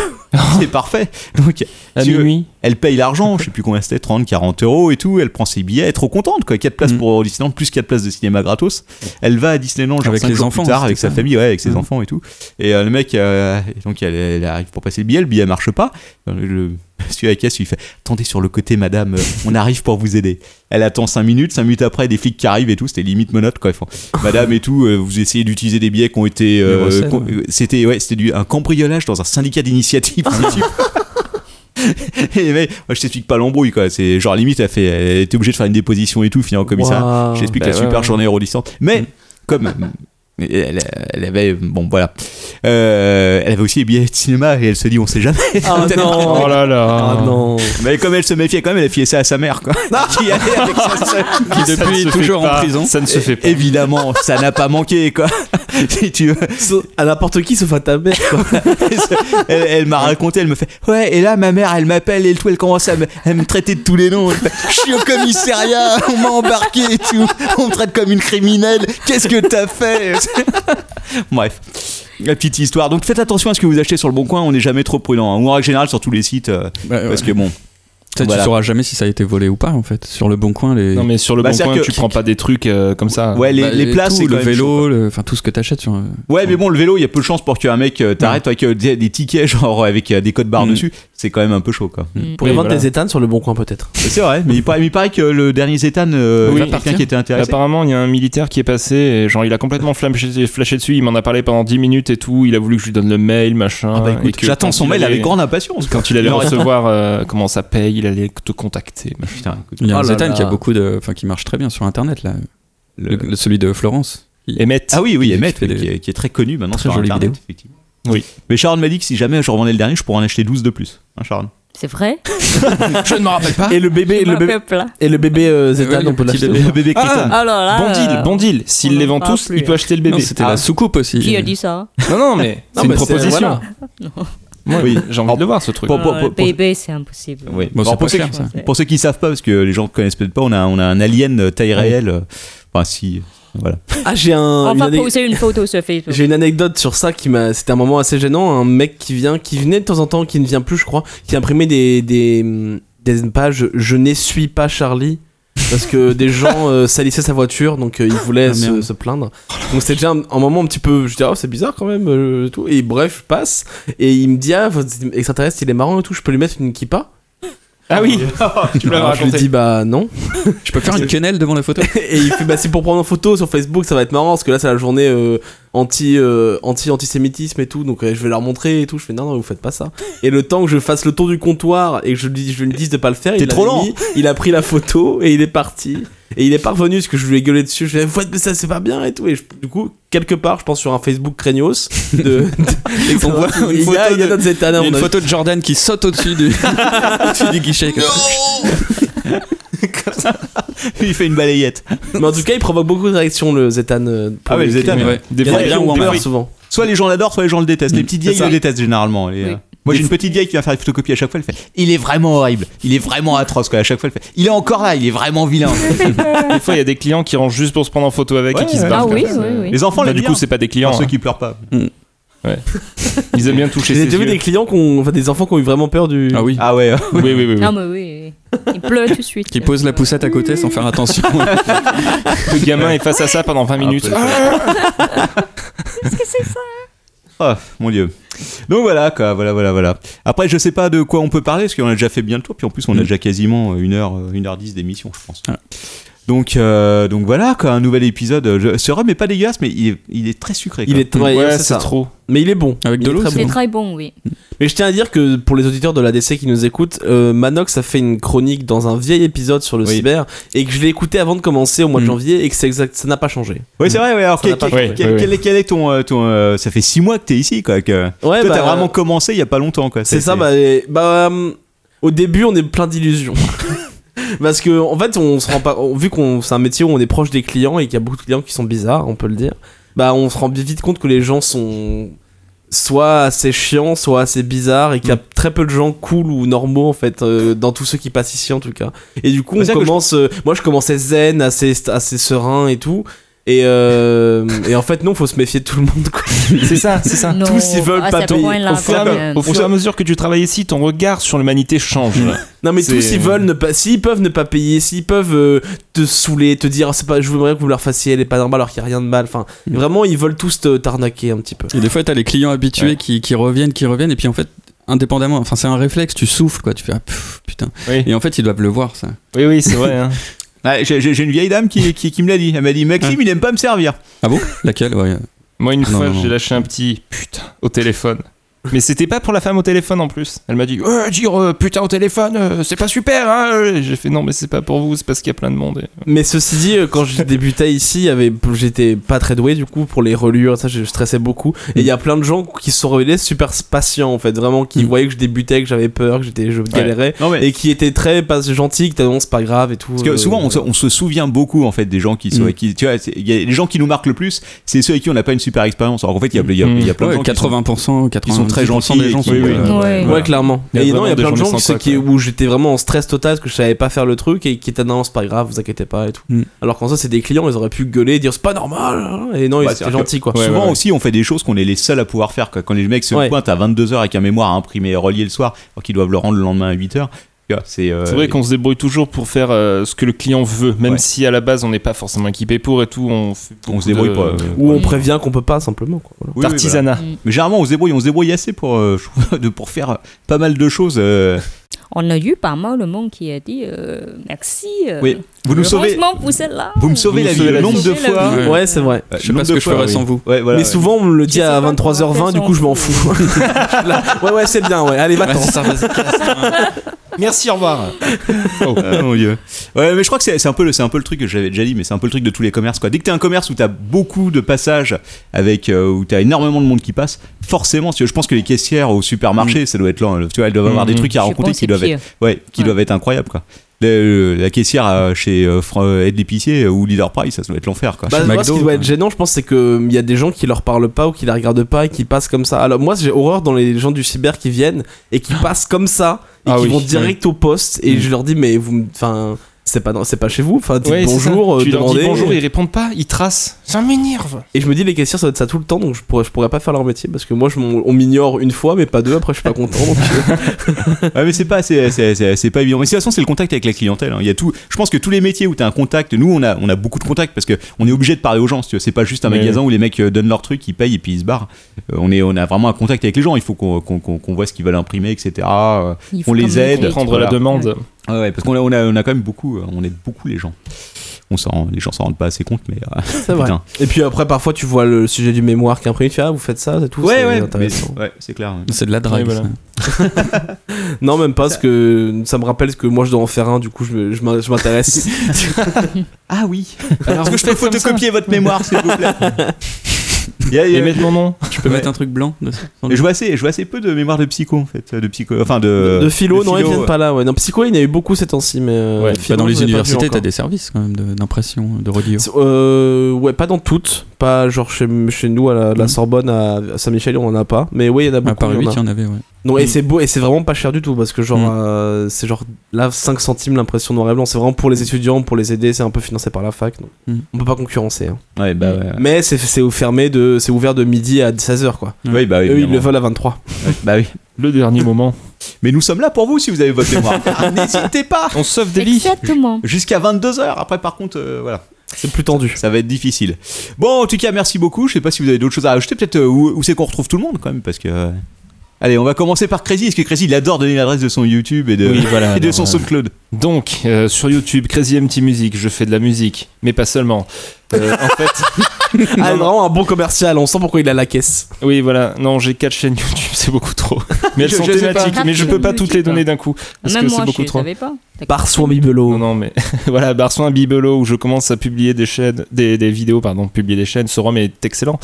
G: c'est parfait donc
C: À
G: si tu veux,
C: minuit.
G: elle paye l'argent je sais plus combien c'était 30 40 euros et tout elle prend ses billets elle est trop contente quoi 4
I: Mm.
G: places pour Disneyland plus 4 places de cinéma gratos elle va à Disneyland genre
I: Avec
G: cinq
I: les
G: jours
I: enfants,
G: plus tard avec
I: c'était
G: sa
I: ça. Mm.
G: famille ouais avec ses enfants et tout et euh, le mec euh, donc elle, elle arrive pour passer le billet le billet marche pas Euh, le celui à la caisse, il fait Attendez sur le côté, madame, euh, on arrive pour vous aider. Elle attend 5 minutes, 5 minutes après, des flics qui arrivent et tout, c'était limite monote quoi. Ils font, madame et tout, euh, vous essayez d'utiliser des billets qui ont été. euh,
I: Des recettes,
G: qu'on- euh, c'était ouais, c'était du- un cambriolage dans un syndicat d'initiative. du type. et mais, moi, je t'explique pas l'embrouille quoi. C'est genre limite, elle, fait, elle était obligée de faire une déposition et tout, finir au commissariat.
J: Waouh.
G: Je t'explique
C: Bah
G: la
C: ouais,
G: super
C: ouais.
G: journée eurolissante. Mais, comme. Elle, elle avait. Bon, voilà. Euh, elle avait aussi les billets de cinéma et elle se dit, on sait jamais.
J: Ah non
C: Oh là là.
J: Ah non
G: Mais comme elle se méfiait quand même, elle a filé ça à sa mère, quoi.
J: Ah.
G: qui allait avec sa sœur.
I: Qui depuis est toujours en prison.
C: Ça ne se fait pas.
G: Évidemment, ça n'a pas manqué, quoi. si tu veux.
J: Sauf- À n'importe qui sauf à ta mère quoi.
G: Elle, elle m'a raconté, elle me fait Ouais, et là, ma mère, elle m'appelle et tout, elle commence à me, à me traiter de tous les noms. Elle fait, Je suis au commissariat, on m'a embarqué et tout. On me traite comme une criminelle. Qu'est-ce que t'as fait Bref. La petite histoire. Donc faites attention à ce que vous achetez sur le bon coin, on n'est jamais trop prudent. hein. Ou en règle générale sur tous les sites. euh, Parce que bon.
I: Ça,
G: Voilà.
I: Tu sauras jamais si ça a été volé ou pas en fait. Sur le bon coin, les.
C: Non, mais sur le
G: Bah,
C: bon
G: c'est-à-dire
C: coin,
G: que-
C: tu prends pas des trucs euh, comme ça.
G: Ouais, les,
I: Bah,
G: les
I: et
G: places,
I: tout,
G: c'est
I: le
G: quand même chaud,
I: vélo, le- enfin tout ce que t'achètes sur. euh, un-
G: Ouais, mais bon, le vélo, il y a peu de chances pour qu'un mec euh, t'arrête avec euh, des, des tickets, genre avec euh, des codes barres
I: Mm.
G: dessus. C'est quand même un peu chaud, quoi.
J: Pour
H: Mm.
C: Oui,
J: y vendre
C: voilà.
J: des étanes sur le bon coin peut-être.
G: C'est vrai, mais il, paraît, mais il paraît que le dernier Zétan, euh,
C: Oui,
G: il y a quelqu'un qui était intéressé.
C: Apparemment, il y a un militaire qui est passé, et genre il a complètement flashé, flashé dessus, il m'en a parlé pendant 10 minutes et tout, il a voulu que je lui donne le mail, machin.
G: Ah bah écoute,
C: et que
G: j'attends
C: quand
G: son
C: il
G: mail
C: allait-
G: avec grande impatience.
C: Quand il allait
G: Non,
C: recevoir euh, comment ça paye, il allait te contacter. machin.
G: Putain, écoute,
I: Il y a
J: Oh
I: un
J: là
I: Zetan
J: là.
I: qui a beaucoup de, enfin qui marche très bien sur Internet là.
G: le-
I: Le- le- celui de Florence. Il-
C: Emmett.
G: Ah oui, oui,
I: Qui
G: Emmet,
I: fait des-
G: qui, est- qui est très connu maintenant
I: Très
G: sur
I: jolies
G: Internet,
I: vidéos.
G: effectivement.
C: Oui.
G: Mais Sharon m'a dit que si jamais je revendais le dernier, je pourrais en acheter 12 de plus. Hein, Sharon
H: C'est vrai
A: Je ne m'en rappelle pas.
J: Et le bébé,
H: Ah. Je
J: le
H: me
J: bébé,
H: rappelle pas.
J: et le bébé euh, Zétan,
I: Ouais, le
J: on peut
I: petit
J: l'acheter.
I: bébé.
G: Le bébé Crétin.
I: ah.
H: Alors là.
G: Ah.
C: Bon deal,
H: euh,
C: bon deal. S'il
H: on
C: les
H: en
C: vend
H: parle
C: tous,
H: Ah, plus.
C: il peut acheter le bébé. Ah.
I: Non, c'était la soucoupe aussi.
H: Ah. Qui a dit ça
C: Non, non, mais c'est
J: Non,
C: une
J: mais c'est-
C: proposition.
J: voilà.
C: Moi,
G: Oui.
C: j'ai envie de le voir ce truc.
G: Bon, bon,
H: Ah,
G: bon,
H: le bébé, c'est impossible.
G: Oui.
I: Bon,
G: Alors,
I: c'est
G: pour,
I: pas
G: ceux
I: clair,
G: qui,
I: ça.
G: pour ceux qui savent pas, parce que les gens ne connaissent peut-être pas, on a, on a un alien euh, taille réelle. euh, Enfin, si. Voilà.
J: Ah j'ai un,
H: On
J: une
H: va
J: année-
H: poser une photo sur Facebook.
J: J'ai une anecdote sur ça qui m'a. C'était un moment assez gênant. Un mec qui vient, qui venait de temps en temps, qui ne vient plus, je crois, qui imprimait des des, des pages. Je n'essuie pas Charlie parce que des gens euh, salissaient sa voiture, donc euh, il voulait
I: Ah,
J: se,
I: merde.
J: se plaindre. Donc c'était déjà un, un moment un petit peu. Je dis oh c'est bizarre quand même euh, tout. Et bref je passe et il me dit ah votre extraterrestre il est marrant et tout. Je peux lui mettre une kippa
C: Ah oui, tu me l'avais
J: Alors, Je lui
C: raconté.
J: dis bah non.
I: Je peux faire une quenelle devant la photo.
J: et il fait bah c'est pour prendre en photo sur Facebook ça va être marrant parce que là c'est la journée euh, anti euh, anti antisémitisme et tout donc euh, je vais leur montrer et tout je fais non non vous faites pas ça et le temps que je fasse le tour du comptoir et que je lui dis- je lui dise de pas le faire
G: T'es
J: il
G: trop
J: l'avait
G: lent.
J: mis, il a pris la photo et il est parti et il est pas revenu parce que je lui ai gueulé dessus je lui ai dit Vous faites- mais ça c'est pas bien et tout et je- du coup quelque part je pense sur un Facebook craignos de, de-
I: On voit une
J: il y a,
I: photo
J: il y a
I: de-
J: notre Zeta,
I: Il y a
J: on
I: une
J: a-
I: photo de Jordan qui saute au-dessus du, au-dessus du guichet. comme ça.
G: Il fait une balayette.
J: mais en tout cas il provoque beaucoup de réactions le Zetan euh, pour
G: Ah ouais,
J: les
G: le Zetan,
J: clients.
I: Ouais.
J: il y en a
G: fois,
J: qui
G: ils
J: ont
G: ont
J: peur
G: peur.
J: souvent
G: Soit les gens l'adorent, soit les gens le détestent.
C: Mm,
G: Les petites vieilles
J: c'est ça.
G: le détestent généralement. les,
H: Oui.
G: euh. Moi j'ai une petite vieille qui vient faire des photocopies à chaque fois. Elle fait Il est vraiment horrible, il est vraiment atroce. Quoi. À chaque fois, elle fait Il est encore là, il est vraiment vilain.
C: Des fois, il y a des clients qui rentrent juste pour se prendre en photo avec
G: Ouais,
C: et qui se
G: ouais.
C: barrent.
H: Ah oui,
C: comme ça.
H: oui, oui.
G: les enfants,
C: Bah,
G: là,
C: du coup, c'est pas des clients.
G: pour ceux
C: hein.
G: qui pleurent pas.
C: Ils aiment bien toucher
J: J'ai
C: ses
J: déjà vu
C: yeux.
J: des clients qui ont, enfin, des enfants qui ont eu vraiment peur du.
I: Ah oui.
G: Ah ouais, euh,
C: Oui, oui, oui. oui.
H: Non, mais oui, oui. Il pleut tout de suite.
I: Qui pose la poussette à côté sans faire attention.
C: Le gamin est face à ça pendant 20 minutes.
G: oh, mon dieu. Donc voilà, quoi, voilà, voilà, voilà. Après, je sais pas de quoi on peut parler parce qu'on a déjà fait bien le tour. Puis en plus, on a
I: Mm.
G: déjà quasiment 1 heure, euh, une heure 10 d'émission, je pense.
I: Ah.
G: Donc, euh, donc voilà, quoi, un nouvel épisode. Je- ce rhum est pas dégueulasse, mais il est, il est très sucré.
J: Il
G: quoi.
J: est ouais,
C: ouais,
J: c'est
C: c'est
J: ça.
C: trop.
J: Mais il est bon.
I: Avec
J: Il
I: de
J: est
I: l'eau,
J: très
I: c'est
H: C'est
J: bon.
H: très bon, oui.
J: Mais je tiens à dire que pour les auditeurs de l'ADC qui nous écoutent, euh, Manox a fait une chronique dans un vieil épisode sur le
G: Oui.
J: cyber et que je l'ai écouté avant de commencer au mois de
I: Mm.
J: janvier et que c'est exact, ça n'a pas changé.
G: Oui, c'est vrai, ouais. Alors,
J: Ça
G: quel,
J: n'a pas
G: quel-
C: changé.
G: quel-
C: Oui, oui.
G: quel est, quel est ton. euh, ton, euh, ça fait 6 mois que t'es ici, quoi. Que,
J: Ouais,
G: toi,
J: bah,
G: t'as vraiment commencé il y a pas longtemps, quoi.
J: C'est ça,
G: été-
J: bah, et- bah, euh, au début on est plein d'illusions. Parce que en fait, on se rend pas on- vu qu'on c'est un métier où on est proche des clients et qu'il y a beaucoup de clients qui sont bizarres, on peut le dire. Bah, on se rend vite compte que les gens sont soit assez chiants, soit assez bizarres et qu'il y
G: Mm.
J: a très peu de gens cool ou normaux en fait euh, dans tous ceux qui passent ici en tout cas. Et du coup,
G: Bah,
J: on
G: c'est que je-
J: commence euh, moi je commençais zen, assez assez serein et tout. Et, euh, et en fait non, faut se méfier de tout le monde. quoi.
C: C'est ça, c'est
I: Ah.
C: ça.
H: Non,
J: Tous, ils veulent
H: à
J: pas
H: ce
J: payer.
H: point-là,
C: Au fur, et à
H: quand
C: me-
H: même.
C: au fur et à mesure que tu travailles ici, ton regard sur l'humanité change.
J: Non mais
C: C'est-
J: tous ils veulent ne pas s'ils peuvent ne pas payer, s'ils peuvent euh, te saouler, te dire Ah, c'est pas je voudrais que vous leur fassiez elle est pas normale alors qu'il y a rien de mal. Enfin,
G: Mm.
J: vraiment ils veulent tous te t'arnaquer un petit peu.
I: Et des fois, t'as les clients habitués qui, qui reviennent, qui reviennent, et puis en fait, indépendamment, enfin, c'est un réflexe, tu souffles, quoi, tu fais ah, pff, putain.
C: Oui.
I: Et en fait, ils doivent le voir, ça.
C: Oui, oui, c'est vrai. hein.
G: Ouais, j'ai- J'ai j'ai une vieille dame qui, qui, qui me l'a dit. Elle m'a dit Maxime, il aime pas me servir.
I: Ah bon Laquelle Ouais.
C: Moi, une
I: Non,
C: fois,
I: non, non.
C: j'ai lâché un petit putain au téléphone. Mais c'était pas pour la femme au téléphone en plus. Elle m'a dit Euh, dire euh, putain au téléphone, euh, c'est pas super. Hein euh. J'ai fait non, mais c'est pas pour vous, c'est parce qu'il y a plein de monde. Et-
J: Mais ceci dit, euh, quand je débutais ici, il y avait- j'étais pas très doué du coup pour les relures, ça je stressais beaucoup. Et il
G: Mm.
J: y a plein de gens qui se sont révélés super patients en fait, vraiment qui
I: Mm.
J: voyaient que je débutais, que j'avais peur, que j'étais je galérais,
G: Non, mais.
J: et qui étaient très pas gentils, qui t'annonce c'est pas grave et tout. euh,
G: Parce que souvent, on se, on se souvient beaucoup en fait des gens qui sont.
I: Mm.
G: Qui, tu vois, c'est- il y a- les gens qui nous marquent le plus, c'est ceux avec qui on n'a pas une super expérience. Alors qu'en fait, il y a, il y a- il y a plein
I: Mm. Ouais,
G: de gens qui sont-
I: 80%, 80%,
G: qui sont très gentils
I: des gens
G: et qui-
I: sont,
G: oui, oui.
I: euh,
H: Ouais.
J: Ouais, clairement.
C: Il y a
J: et non, il y
C: vraiment
J: a
C: des
J: plein de
C: gens
J: gens
C: qui
J: ceux
C: sont
J: qui,
C: pas,
J: où j'étais vraiment en stress total, parce que je savais pas faire le truc et qui étaient non, c'est pas grave, vous inquiétez pas et tout.
I: Mm.
J: Alors qu'en ça, c'est des clients, ils auraient pu gueuler et dire c'est pas normal. hein. Et non,
G: Bah,
J: ils
G: c'est-à-dire
J: étaient gentils quoi.
C: Ouais,
G: Souvent
C: ouais.
G: aussi, on fait des choses qu'on est les seuls à pouvoir faire. quoi. Quand les mecs se
J: Ouais.
G: pointent à 22h avec un mémoire à imprimer et relier le soir, alors qu'ils doivent le rendre le lendemain à 8h, c'est. euh,
C: C'est vrai qu'on se débrouille toujours pour faire euh, ce que le client veut, même
G: Ouais.
C: si à la base on n'est pas forcément équipé pour et tout. On, fait
G: on
C: beaucoup
G: se débrouille
C: de-
G: pas. euh,
J: Ou on
H: Mm.
J: prévient qu'on peut pas simplement. Quoi. Voilà.
G: oui, oui, voilà.
C: D'artisanat.
G: Mais généralement, on se débrouille, on se débrouille assez pour, euh, je trouve, de- pour faire pas mal de choses. euh.
H: On a eu pas mal de monde qui a dit euh, merci. euh,
G: Oui, vous nous sauvez,
H: Heureusement que vous êtes là.
G: vous me sauvez la vie.
C: sauvez
G: Le
C: la
G: nombre
H: vie.
G: de
H: Vous sauvez la
G: fois.
H: vie.
I: Ouais.
J: Ouais, c'est vrai.
G: euh,
I: Je sais
G: nombre
I: pas ce
G: de
I: que je
G: fois,
I: ferais
G: oui.
I: sans vous.
G: Ouais, voilà,
J: mais
G: ouais.
J: souvent, on me le
H: Je
J: dit
H: sais pas
J: à
H: comment
J: 23h20, du
H: on
J: coup, je m'en
H: fait sans
J: fous. Là, ouais, ouais, c'est bien, ouais. Allez,
I: Ouais,
J: va-t'en.
I: c'est ça, vas-y, casse.
C: Merci, au revoir.
G: Ah, mon Dieu. Ouais, mais je crois que c'est c'est un peu le, c'est un peu le truc que j'avais déjà dit, mais c'est un peu le truc de tous les commerces quoi. Dès que t'es un commerce où t'as beaucoup de passages avec euh, où t'as énormément de monde qui passe, forcément, si tu veux, je pense que les caissières au supermarché, ça doit être là, hein, tu vois, elles doivent avoir des
C: Mhm.
G: trucs à
H: Je euh,
G: raconter
H: pense
G: qui doivent
H: que
G: être, ouais, qui
H: Ouais.
G: doivent être incroyables quoi. Le- la caissière euh, chez euh, Fran- euh, Aide l'épicier euh, ou Leader Price, ça, ça doit être l'enfer quoi.
J: Bah,
I: Chez
J: moi,
I: McDo,
J: ce qui doit
I: quoi.
J: être gênant, je pense, c'est qu'il y a des gens qui leur parlent pas ou qui les regardent pas et qui passent comme ça. Alors, moi, j'ai horreur dans les gens du cyber qui viennent et qui passent comme ça et
C: Ah
J: qui
C: oui, Mm.
J: vont direct au poste. Et je leur dis, mais vous me. Enfin, c'est pas, non, c'est pas chez vous. Enfin, dites
C: Ouais, c'est ça.
J: bonjour, euh,
C: tu leur dis
J: demandez.
C: bonjour, ils répondent pas, ils tracent. Ça m'énerve.
J: Et je me dis, les caissières, ça doit être ça tout le temps. Donc, je pourrais, je pourrais pas faire leur métier parce que moi, je m'en- on m'ignore une fois, mais pas deux. Après, je suis pas content. donc, euh,
G: Ouais, Ah, mais c'est pas, c'est, c'est- c'est- c'est pas évident. Mais de toute façon, c'est le contact avec la clientèle. hein. Il y a tout. Je pense que tous les métiers où t'as un contact, nous, on a, on a beaucoup de contacts parce que on est obligé de parler aux gens. si tu veux. C'est pas juste un
C: Mais
G: magasin où les mecs euh, donnent leur truc, ils payent et puis ils se barrent. Euh, on est, on a vraiment un contact avec les gens. Il faut qu'on, qu'on, qu'on- qu'on voit ce qu'ils veulent imprimer, etc. Euh,
H: Il
G: On
H: faut
G: les aide.
H: communiquer.
C: Prendre
G: Voilà.
C: la demande.
G: Euh, ouais, ouais, parce qu'on a, on a, on a quand même beaucoup, euh, on aide beaucoup les gens. On s'en, rend- les gens s'en rendent pas assez compte, mais. euh,
J: c'est vrai.
G: Putain.
J: Et puis après, parfois, tu vois le sujet du mémoire qui imprime. Tu fais, ah, vous faites ça, c'est tout. c'est
G: mais-
J: intéressant.
G: ouais, c'est clair. ouais.
I: C'est de la drague.
C: Ouais, voilà.
I: ça.
J: Non, même pas, parce que ça me rappelle que moi je dois en faire un, du coup je, me- je m'in- je m'intéresse.
G: Ah oui.
C: Alors,
G: Est-ce que je peux photocopier votre mémoire, s'il vous plaît Il y a- il y
C: Et
G: a-
C: mettre mon nom.
I: Tu peux mettre un truc blanc Bah, dessus sans
G: Et
I: le-
G: Je vois assez, je vois assez peu de mémoire de psycho en fait, de psycho, enfin de
J: Euh, de philo, non, ils
G: philo,
J: viennent pas là, ouais. Non, psycho, il y en a eu beaucoup ces temps-ci, mais. euh,
C: Ouais,
I: Bah,
J: philo,
I: dans
J: j'en
I: les
J: ai pas vu
I: universités, t'as
J: encore.
I: des services quand même de- d'impression, de, reliure.
J: Euh, ouais, pas dans toutes, pas genre chez, chez nous à la, la
I: Mhm.
J: Sorbonne, à, à Saint-Michel, on en a pas, mais ouais, il y en a
I: À
J: beaucoup.
I: Paris
J: il y en
I: 8,
J: a.
I: il y en avait, ouais.
J: Non, et
I: Mhm.
J: c'est beau, et c'est vraiment pas cher du tout, parce que genre,
I: Mhm.
J: euh, c'est genre là 5 centimes l'impression noir et blanc, c'est vraiment pour
I: Mm.
J: les étudiants, pour les aider, c'est un peu financé par la fac, donc
I: Mhm.
J: on peut pas concurrencer. hein.
G: Ouais, bah ouais.
J: Mais c'est, c'est, au fermé de, c'est ouvert de midi à 16h, quoi.
G: Oui, bah oui.
J: Eux, ils
G: évidemment.
J: le veulent à 23.
G: Bah oui.
C: Le dernier moment.
G: Mais nous sommes là pour vous si vous avez votre mémoire. N'hésitez pas.
C: On sauve des lits.
H: Exactement.
G: Jusqu'à 22h. Après, par contre, euh, voilà,
J: C'est plus tendu.
G: ça va être difficile. Bon, en tout cas, merci beaucoup. Je sais pas si vous avez d'autres choses à ajouter. Peut-être euh, où, où c'est qu'on retrouve tout le monde quand même, parce que. euh, Allez, on va commencer par Crazy, parce que Crazy, il adore donner l'adresse de son YouTube et de,
C: Oui, voilà,
G: et de
C: alors,
G: son
C: euh,
G: SoundCloud.
C: Donc, euh, sur YouTube, Crazy MT Music, je fais de la musique, mais pas seulement. Euh, en fait,
J: Ah, vraiment un bon commercial, on sent pourquoi il a la caisse.
C: oui, voilà. Non, j'ai quatre chaînes YouTube, c'est beaucoup trop. Mais elles
G: Je-
C: sont
G: je sais pas.
C: thématiques, mais je peux pas toutes les donner d'un coup parce
H: Même
C: que
H: moi,
C: c'est
H: je
C: beaucoup
H: ne
C: trop.
H: savais pas.
J: Par son
C: Non,
J: bibelot.
C: non, mais voilà, Barsoin Bibelot, où je commence à publier des chaînes, des, des vidéos, pardon, publier des chaînes. Ce ROM est excellent,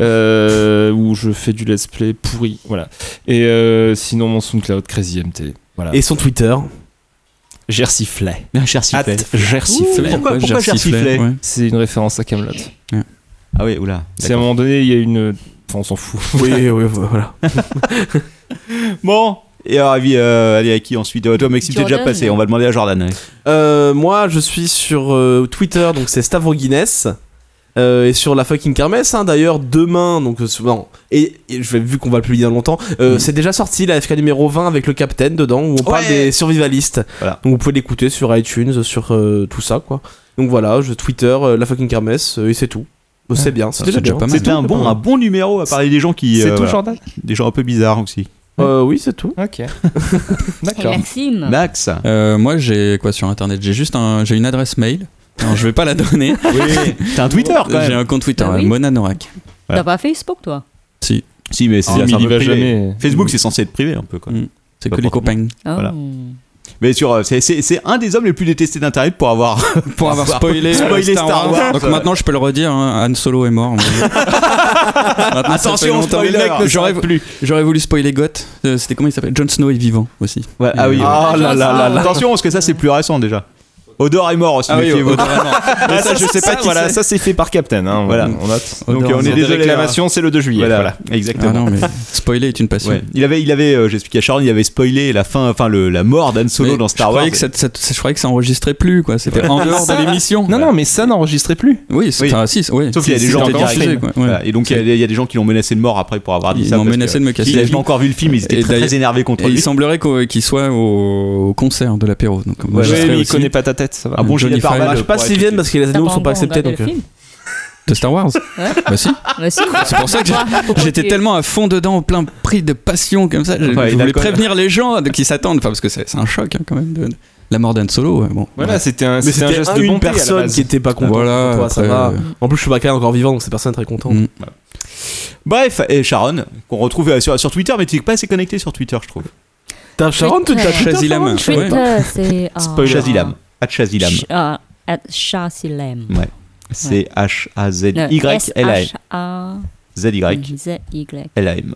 C: euh, où je fais du let's play
J: Ah.
C: pourri, voilà. Et euh, sinon, mon SoundCloud, Crazy MT, voilà.
J: Et son Twitter.
C: Gersiflet.
I: Ah,
G: Gersiflet.
C: At Gersiflet.
G: Pourquoi- Pourquoi, pourquoi Gersiflet
C: C'est une référence à Camelot.
G: Ah oui, oula.
C: C'est à un moment donné, il y a une. Enfin, on s'en fout.
J: Oui, oui, voilà.
G: Bon. Et alors, Avi, euh, allez, à qui ensuite Euh, Toi, Maxime, t'es déjà
H: Jordan.
G: passé. On va demander à Jordan. allez.
J: Euh, moi, je suis sur euh, Twitter, donc c'est Stavro Guinness. Euh, et sur la fucking kermesse, hein, d'ailleurs, demain, donc euh, non, et, et je vais, vu qu'on va le publier dans longtemps, euh, c'est déjà sorti la FK numéro 20 avec le Capitaine dedans, où on parle
G: Ouais.
J: des survivalistes.
G: Voilà.
J: Donc vous pouvez l'écouter sur iTunes, sur euh, tout ça, quoi. Donc voilà, je Twitter, euh, la fucking kermesse, euh, et c'est tout. Euh, C'est bien, c'est déjà
I: déjà
J: bien.
I: pas mal.
G: C'était un bon, un bon numéro à parler des gens qui.
C: C'est
G: euh,
C: tout,
G: voilà,
C: Jordan
G: Des gens un peu bizarres aussi.
J: Euh, oui, c'est tout.
C: Ok.
H: Et
C: D'accord.
H: Maxime,
G: Max
I: Euh, moi, j'ai quoi sur internet J'ai juste un, j'ai une adresse mail. Non, je vais pas la donner.
G: Oui, t'as un Twitter quand
I: J'ai
G: même.
I: un compte Twitter,
H: Ah oui.
I: Mona Norak.
G: Voilà.
H: t'as pas Facebook toi
G: Si, mais
C: Sim,
G: Ah, c'est c'est un
C: il y
G: peu
C: va
G: privé.
C: jamais.
G: Facebook, c'est censé être privé un peu. Quoi.
I: Mm. C'est
G: Bah,
I: que les
G: par
I: copains.
H: Oh.
G: Voilà. Mais sur, euh, c'est- c'est c'est un des hommes les plus détestés d'Internet pour avoir.
I: Pour avoir spoilé,
G: Spoilé euh,
I: Star,
G: Star
I: Wars.
G: Wars.
I: Donc maintenant, je peux le redire hein, Han Solo est mort. Maintenant, ça fait
G: Attention,
I: longtemps.
G: spoiler
I: J'aurais voulu, j'aurais voulu spoiler Goth. Euh, C'était comment il s'appelle Jon Snow est vivant aussi.
G: Ouais, ah oui.
I: Euh,
G: Ah
H: là là là là.
G: Attention, parce que ça, c'est plus récent déjà. Odor est mort aussi.
I: Ah oui,
G: méfiez-vous.
I: Odor est mort.
C: Mais ça, je sais pas
G: qui
C: Voilà,
G: c'est.
C: ça, c'est fait par Captain. Hein.
G: Voilà.
C: On note.
G: Donc,
C: Dans
G: on est
C: les
G: désolé.
C: réclamations, c'est le 2 juillet.
G: Voilà,
C: Voilà.
I: Ah
G: exactement.
I: non, mais spoiler est une passion.
G: Ouais. Il avait, il avait euh, j'expliquais à Sharon, il avait spoilé la fin, enfin le, la mort d'Han Solo
I: Mais
G: dans Star
I: je
G: Wars.
I: Croyais que ça, ça- ça- je croyais que ça enregistrait plus, quoi. C'était en dehors de l'émission.
C: Non, non, mais ça n'enregistrait plus.
I: Oui, c'est
G: Oui.
I: un 6. Oui.
G: Sauf qu'il y a des gens
I: C'était
G: encore en
I: diffusé, quoi. Ouais.
G: Voilà. Et donc il y, a- il y a des gens qui l'ont menacé de mort après pour avoir dit
I: Ils
G: ça.
I: m'ont
G: parce
I: menacé
G: que
I: de me casser
G: Ils
I: la
G: n'avaient
I: vie.
G: pas encore vu le film, ils étaient
I: Et
G: très,
I: d'ailleurs-
G: très énervés contre
I: Et il
G: lui.
I: semblerait qu'au- qu'il soit au, au concert de l'apéro. Donc,
G: Ouais,
I: je
C: Oui,
G: ouais,
I: serai
C: mais il
I: aussi
C: connaît pas ta tête, ça va.
G: Un bon
I: Johnny
G: gilet
I: Five.
G: pare-balles.
J: Je sais pas
G: pour
J: s'ils
G: être-
J: viennent parce que les
H: T'as
J: anneaux sont
H: encore
J: pas acceptés,
H: regardé
J: donc.
H: le
J: euh,
H: film
I: de Star Wars.
H: Ouais.
I: Bah si.
H: Mais si.
I: C'est pour ça que J'étais tellement à fond dedans, au plein prix de passion comme ça. Je,
G: Ouais,
I: je
G: et
I: voulais
G: d'alcool.
I: prévenir les gens de- qui s'attendent, enfin, parce que c'est c'est un choc hein, quand même. de- de- la mort d'Anne Solo, ouais, bon.
C: Voilà, c'était un,
J: Mais
C: Ah, c'était un
J: c'était
C: geste
J: un-
C: de
J: une
C: bonté à la
J: personne
C: base.
J: qui était pas contente.
I: Voilà,
J: pour toi, ça
I: après,
J: va.
I: euh,
J: En plus, Chewbacca est encore vivant, donc cette personne est très contente.
I: Mm.
G: Bref, et Sharon, qu'on retrouve euh, sur, sur Twitter, mais tu n'es pas assez connecté sur Twitter, je trouve.
J: T'as Sharon, tu t'as
I: Chazilam. Ouais.
H: Twitter, c'est. ah,
G: Spoiler. Chazilam. At Chazilam.
H: Ch- ah, at Chazilam.
G: C'est H-A-Z-Y-L-A-M.
H: S-H-A-Z-Y.
G: Z-Y-L-A-M.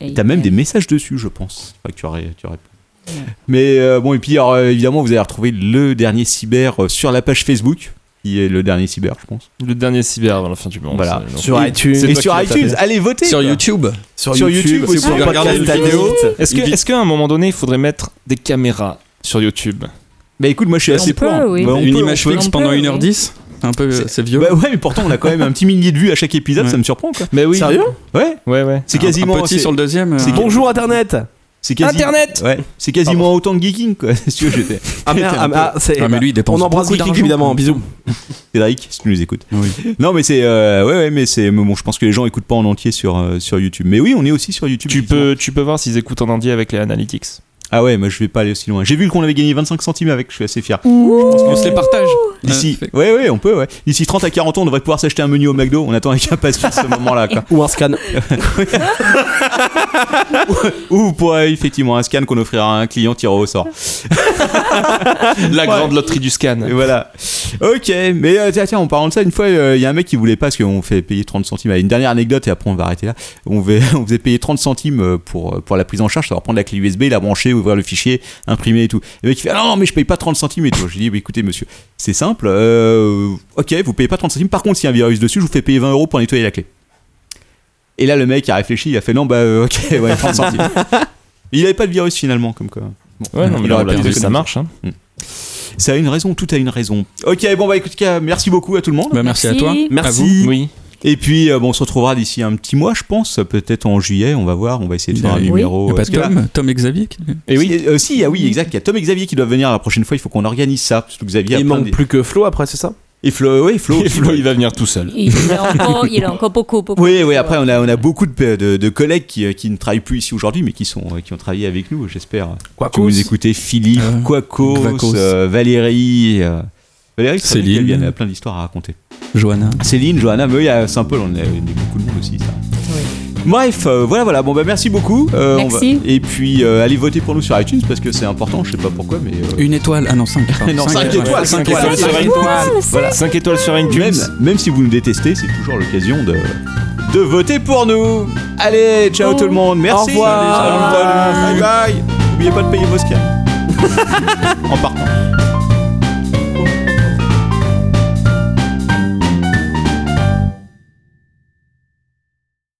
G: Et T'as même des messages dessus, je pense. Enfin, que tu, aurais- tu aurais pu.
H: Ouais.
G: Mais euh, bon, et puis alors, euh, évidemment, vous allez retrouver le dernier cyber euh, sur la page Facebook, qui est le dernier cyber, je pense.
C: Le dernier cyber avant la fin du monde.
G: Voilà.
C: c'est- donc-
J: Sur iTunes.
G: Et sur iTunes, allez voter
I: Sur
G: quoi.
I: YouTube.
G: Sur YouTube aussi,
I: vous pouvez
G: podcast
I: regarder une
G: vidéo.
I: vidéo.
C: Est-ce que- est-ce qu'à un moment donné, il faudrait mettre des caméras sur YouTube
G: Bah écoute, moi je suis
H: On
G: assez
H: peut,
G: plan.
H: oui.
G: Bah, on
I: Une
G: peut, on
I: image
G: peut. hein.
I: fixe
H: On
I: pendant
H: peut,
I: 1h10. C'est un peu. C'est vieux.
G: Bah ouais, mais pourtant on a quand même un petit millier de vues à chaque épisode,
I: Ouais.
G: ça me surprend quoi.
C: Mais oui.
J: Sérieux
G: Ouais,
C: Ouais, ouais.
G: c'est
I: Un- un
G: quasiment.
I: petit
G: c'est-
I: sur le deuxième. euh,
G: c'est
I: un-
J: Bonjour Internet
G: c'est quasi-
J: Internet
G: Ouais, c'est quasiment autant de geeking quoi. Si tu veux, j'étais.
J: Ah merde, ah, ah, c'est-
G: eh
I: Ah, mais
G: bah,
I: lui, il dépense
J: On embrasse
I: beaucoup
J: Geekik
I: d'argent,
J: évidemment,
I: quoi.
J: bisous.
G: Cédric, si tu nous écoutes.
I: Oui.
G: Non, mais c'est. euh, ouais, ouais, mais c'est. mais Bon, je pense que les gens écoutent pas en entier sur, euh, sur YouTube. Mais oui, on est aussi sur YouTube.
C: Tu
G: effectivement.
C: peux, tu peux voir s'ils écoutent en Indie avec les analytics.
G: Ah ouais, moi je vais pas aller aussi loin. J'ai vu qu'on avait gagné 25 centimes avec, je suis assez fier.
I: On se les partage. Euh,
G: D'ici.
I: Ouais, fait-
G: Ouais, ouais, on peut, ouais. D'ici 30 à 40 ans, on devrait pouvoir s'acheter un menu au McDo. On attend avec impatience ce moment-là, quoi.
J: Ou un scan.
G: Ou pour euh, effectivement un scan qu'on offrira à un client tiré au sort.
C: La grande loterie du scan.
G: Et voilà. Ok, mais euh, tiens, tiens, en parlant de ça, une fois, euh, il y a un mec qui voulait pas, parce qu'on fait payer 30 centimes. Allez, une dernière anecdote, et après on va arrêter là. On, fait- on faisait payer 30 centimes euh, pour, euh, pour la prise en charge, savoir prendre la clé USB, la brancher, ouvrir le fichier, imprimer et tout. Le mec il fait, ah non, non, mais je paye pas 30 centimes et tout. J'ai dit, bah, écoutez, monsieur, c'est simple, euh, ok, vous payez pas 30 centimes. Par contre, s'il y a un virus dessus, je vous fais payer 20 euros pour nettoyer la clé. Et là, le mec a réfléchi, il a fait, non, bah, euh, ok, ouais, 30 centimes. Il avait pas de virus finalement, comme quoi. Bon,
C: Ouais, non, mais
G: il
C: là,
G: aurait
C: on l'a
G: pu
C: vu,
G: économiser.
C: ça marche. hein.
G: Ça a une raison, tout a une raison. Ok, bon bah écoute, Ka, merci beaucoup à tout le monde.
I: Bah, merci à toi.
H: Merci.
I: À vous.
C: Oui.
G: Et puis euh, bon, on se retrouvera d'ici un petit mois, je pense, peut-être en juillet. On va voir, on va essayer de faire un
I: Bah Oui.
G: numéro.
I: Il y
G: euh,
I: a pas
G: parce que là-
I: Tom, Tom et Xavier. qui-
C: Eh
G: Et oui, euh, si, ah oui, exact. Il y a Tom et Xavier qui doivent venir la prochaine fois. Il faut qu'on organise ça. Parce que Xavier a
J: Il
G: plein
J: manque
G: de-
J: plus que Flo après, c'est ça
G: Et Flo, oui, Flo.
C: Et Flo, il
G: oui,
C: va venir tout seul.
H: Il a encore, il a encore beaucoup, beaucoup.
G: oui, Après, on a, on a beaucoup de, de- de collègues qui, euh, qui ne travaillent plus ici aujourd'hui, mais qui sont, euh, qui ont travaillé avec nous. J'espère.
J: Quoi
G: Que vous écoutez Philippe,
I: Euh,
G: Quacos,
I: Quacos.
G: euh, Valérie. euh, Valérie, c'est vrai
I: Céline.
G: qu'elle- Il y en a plein d'histoires à raconter.
I: Johanna.
G: Céline, Johanna, mais euh, il y a Saint-Paul, on a on a beaucoup de monde aussi, ça. Bref, euh, voilà, voilà. Bon, bah merci beaucoup. Euh, on va-
H: Merci.
G: Et puis, euh, allez voter pour nous sur iTunes parce que c'est important, je sais pas pourquoi, mais. euh,
I: Une étoile. Ah non, 5.
G: Non, cinq étoiles, cinq étoiles.
C: sur
G: Cinq
C: iTunes. Voilà, 5 étoiles sur iTunes.
G: Même, même si vous nous détestez, c'est toujours l'occasion de, de voter pour nous. Allez, ciao tout le monde. Merci.
J: Au revoir.
G: Salut, salut, Bye bye. N'oubliez pas de payer vos scans. en partant.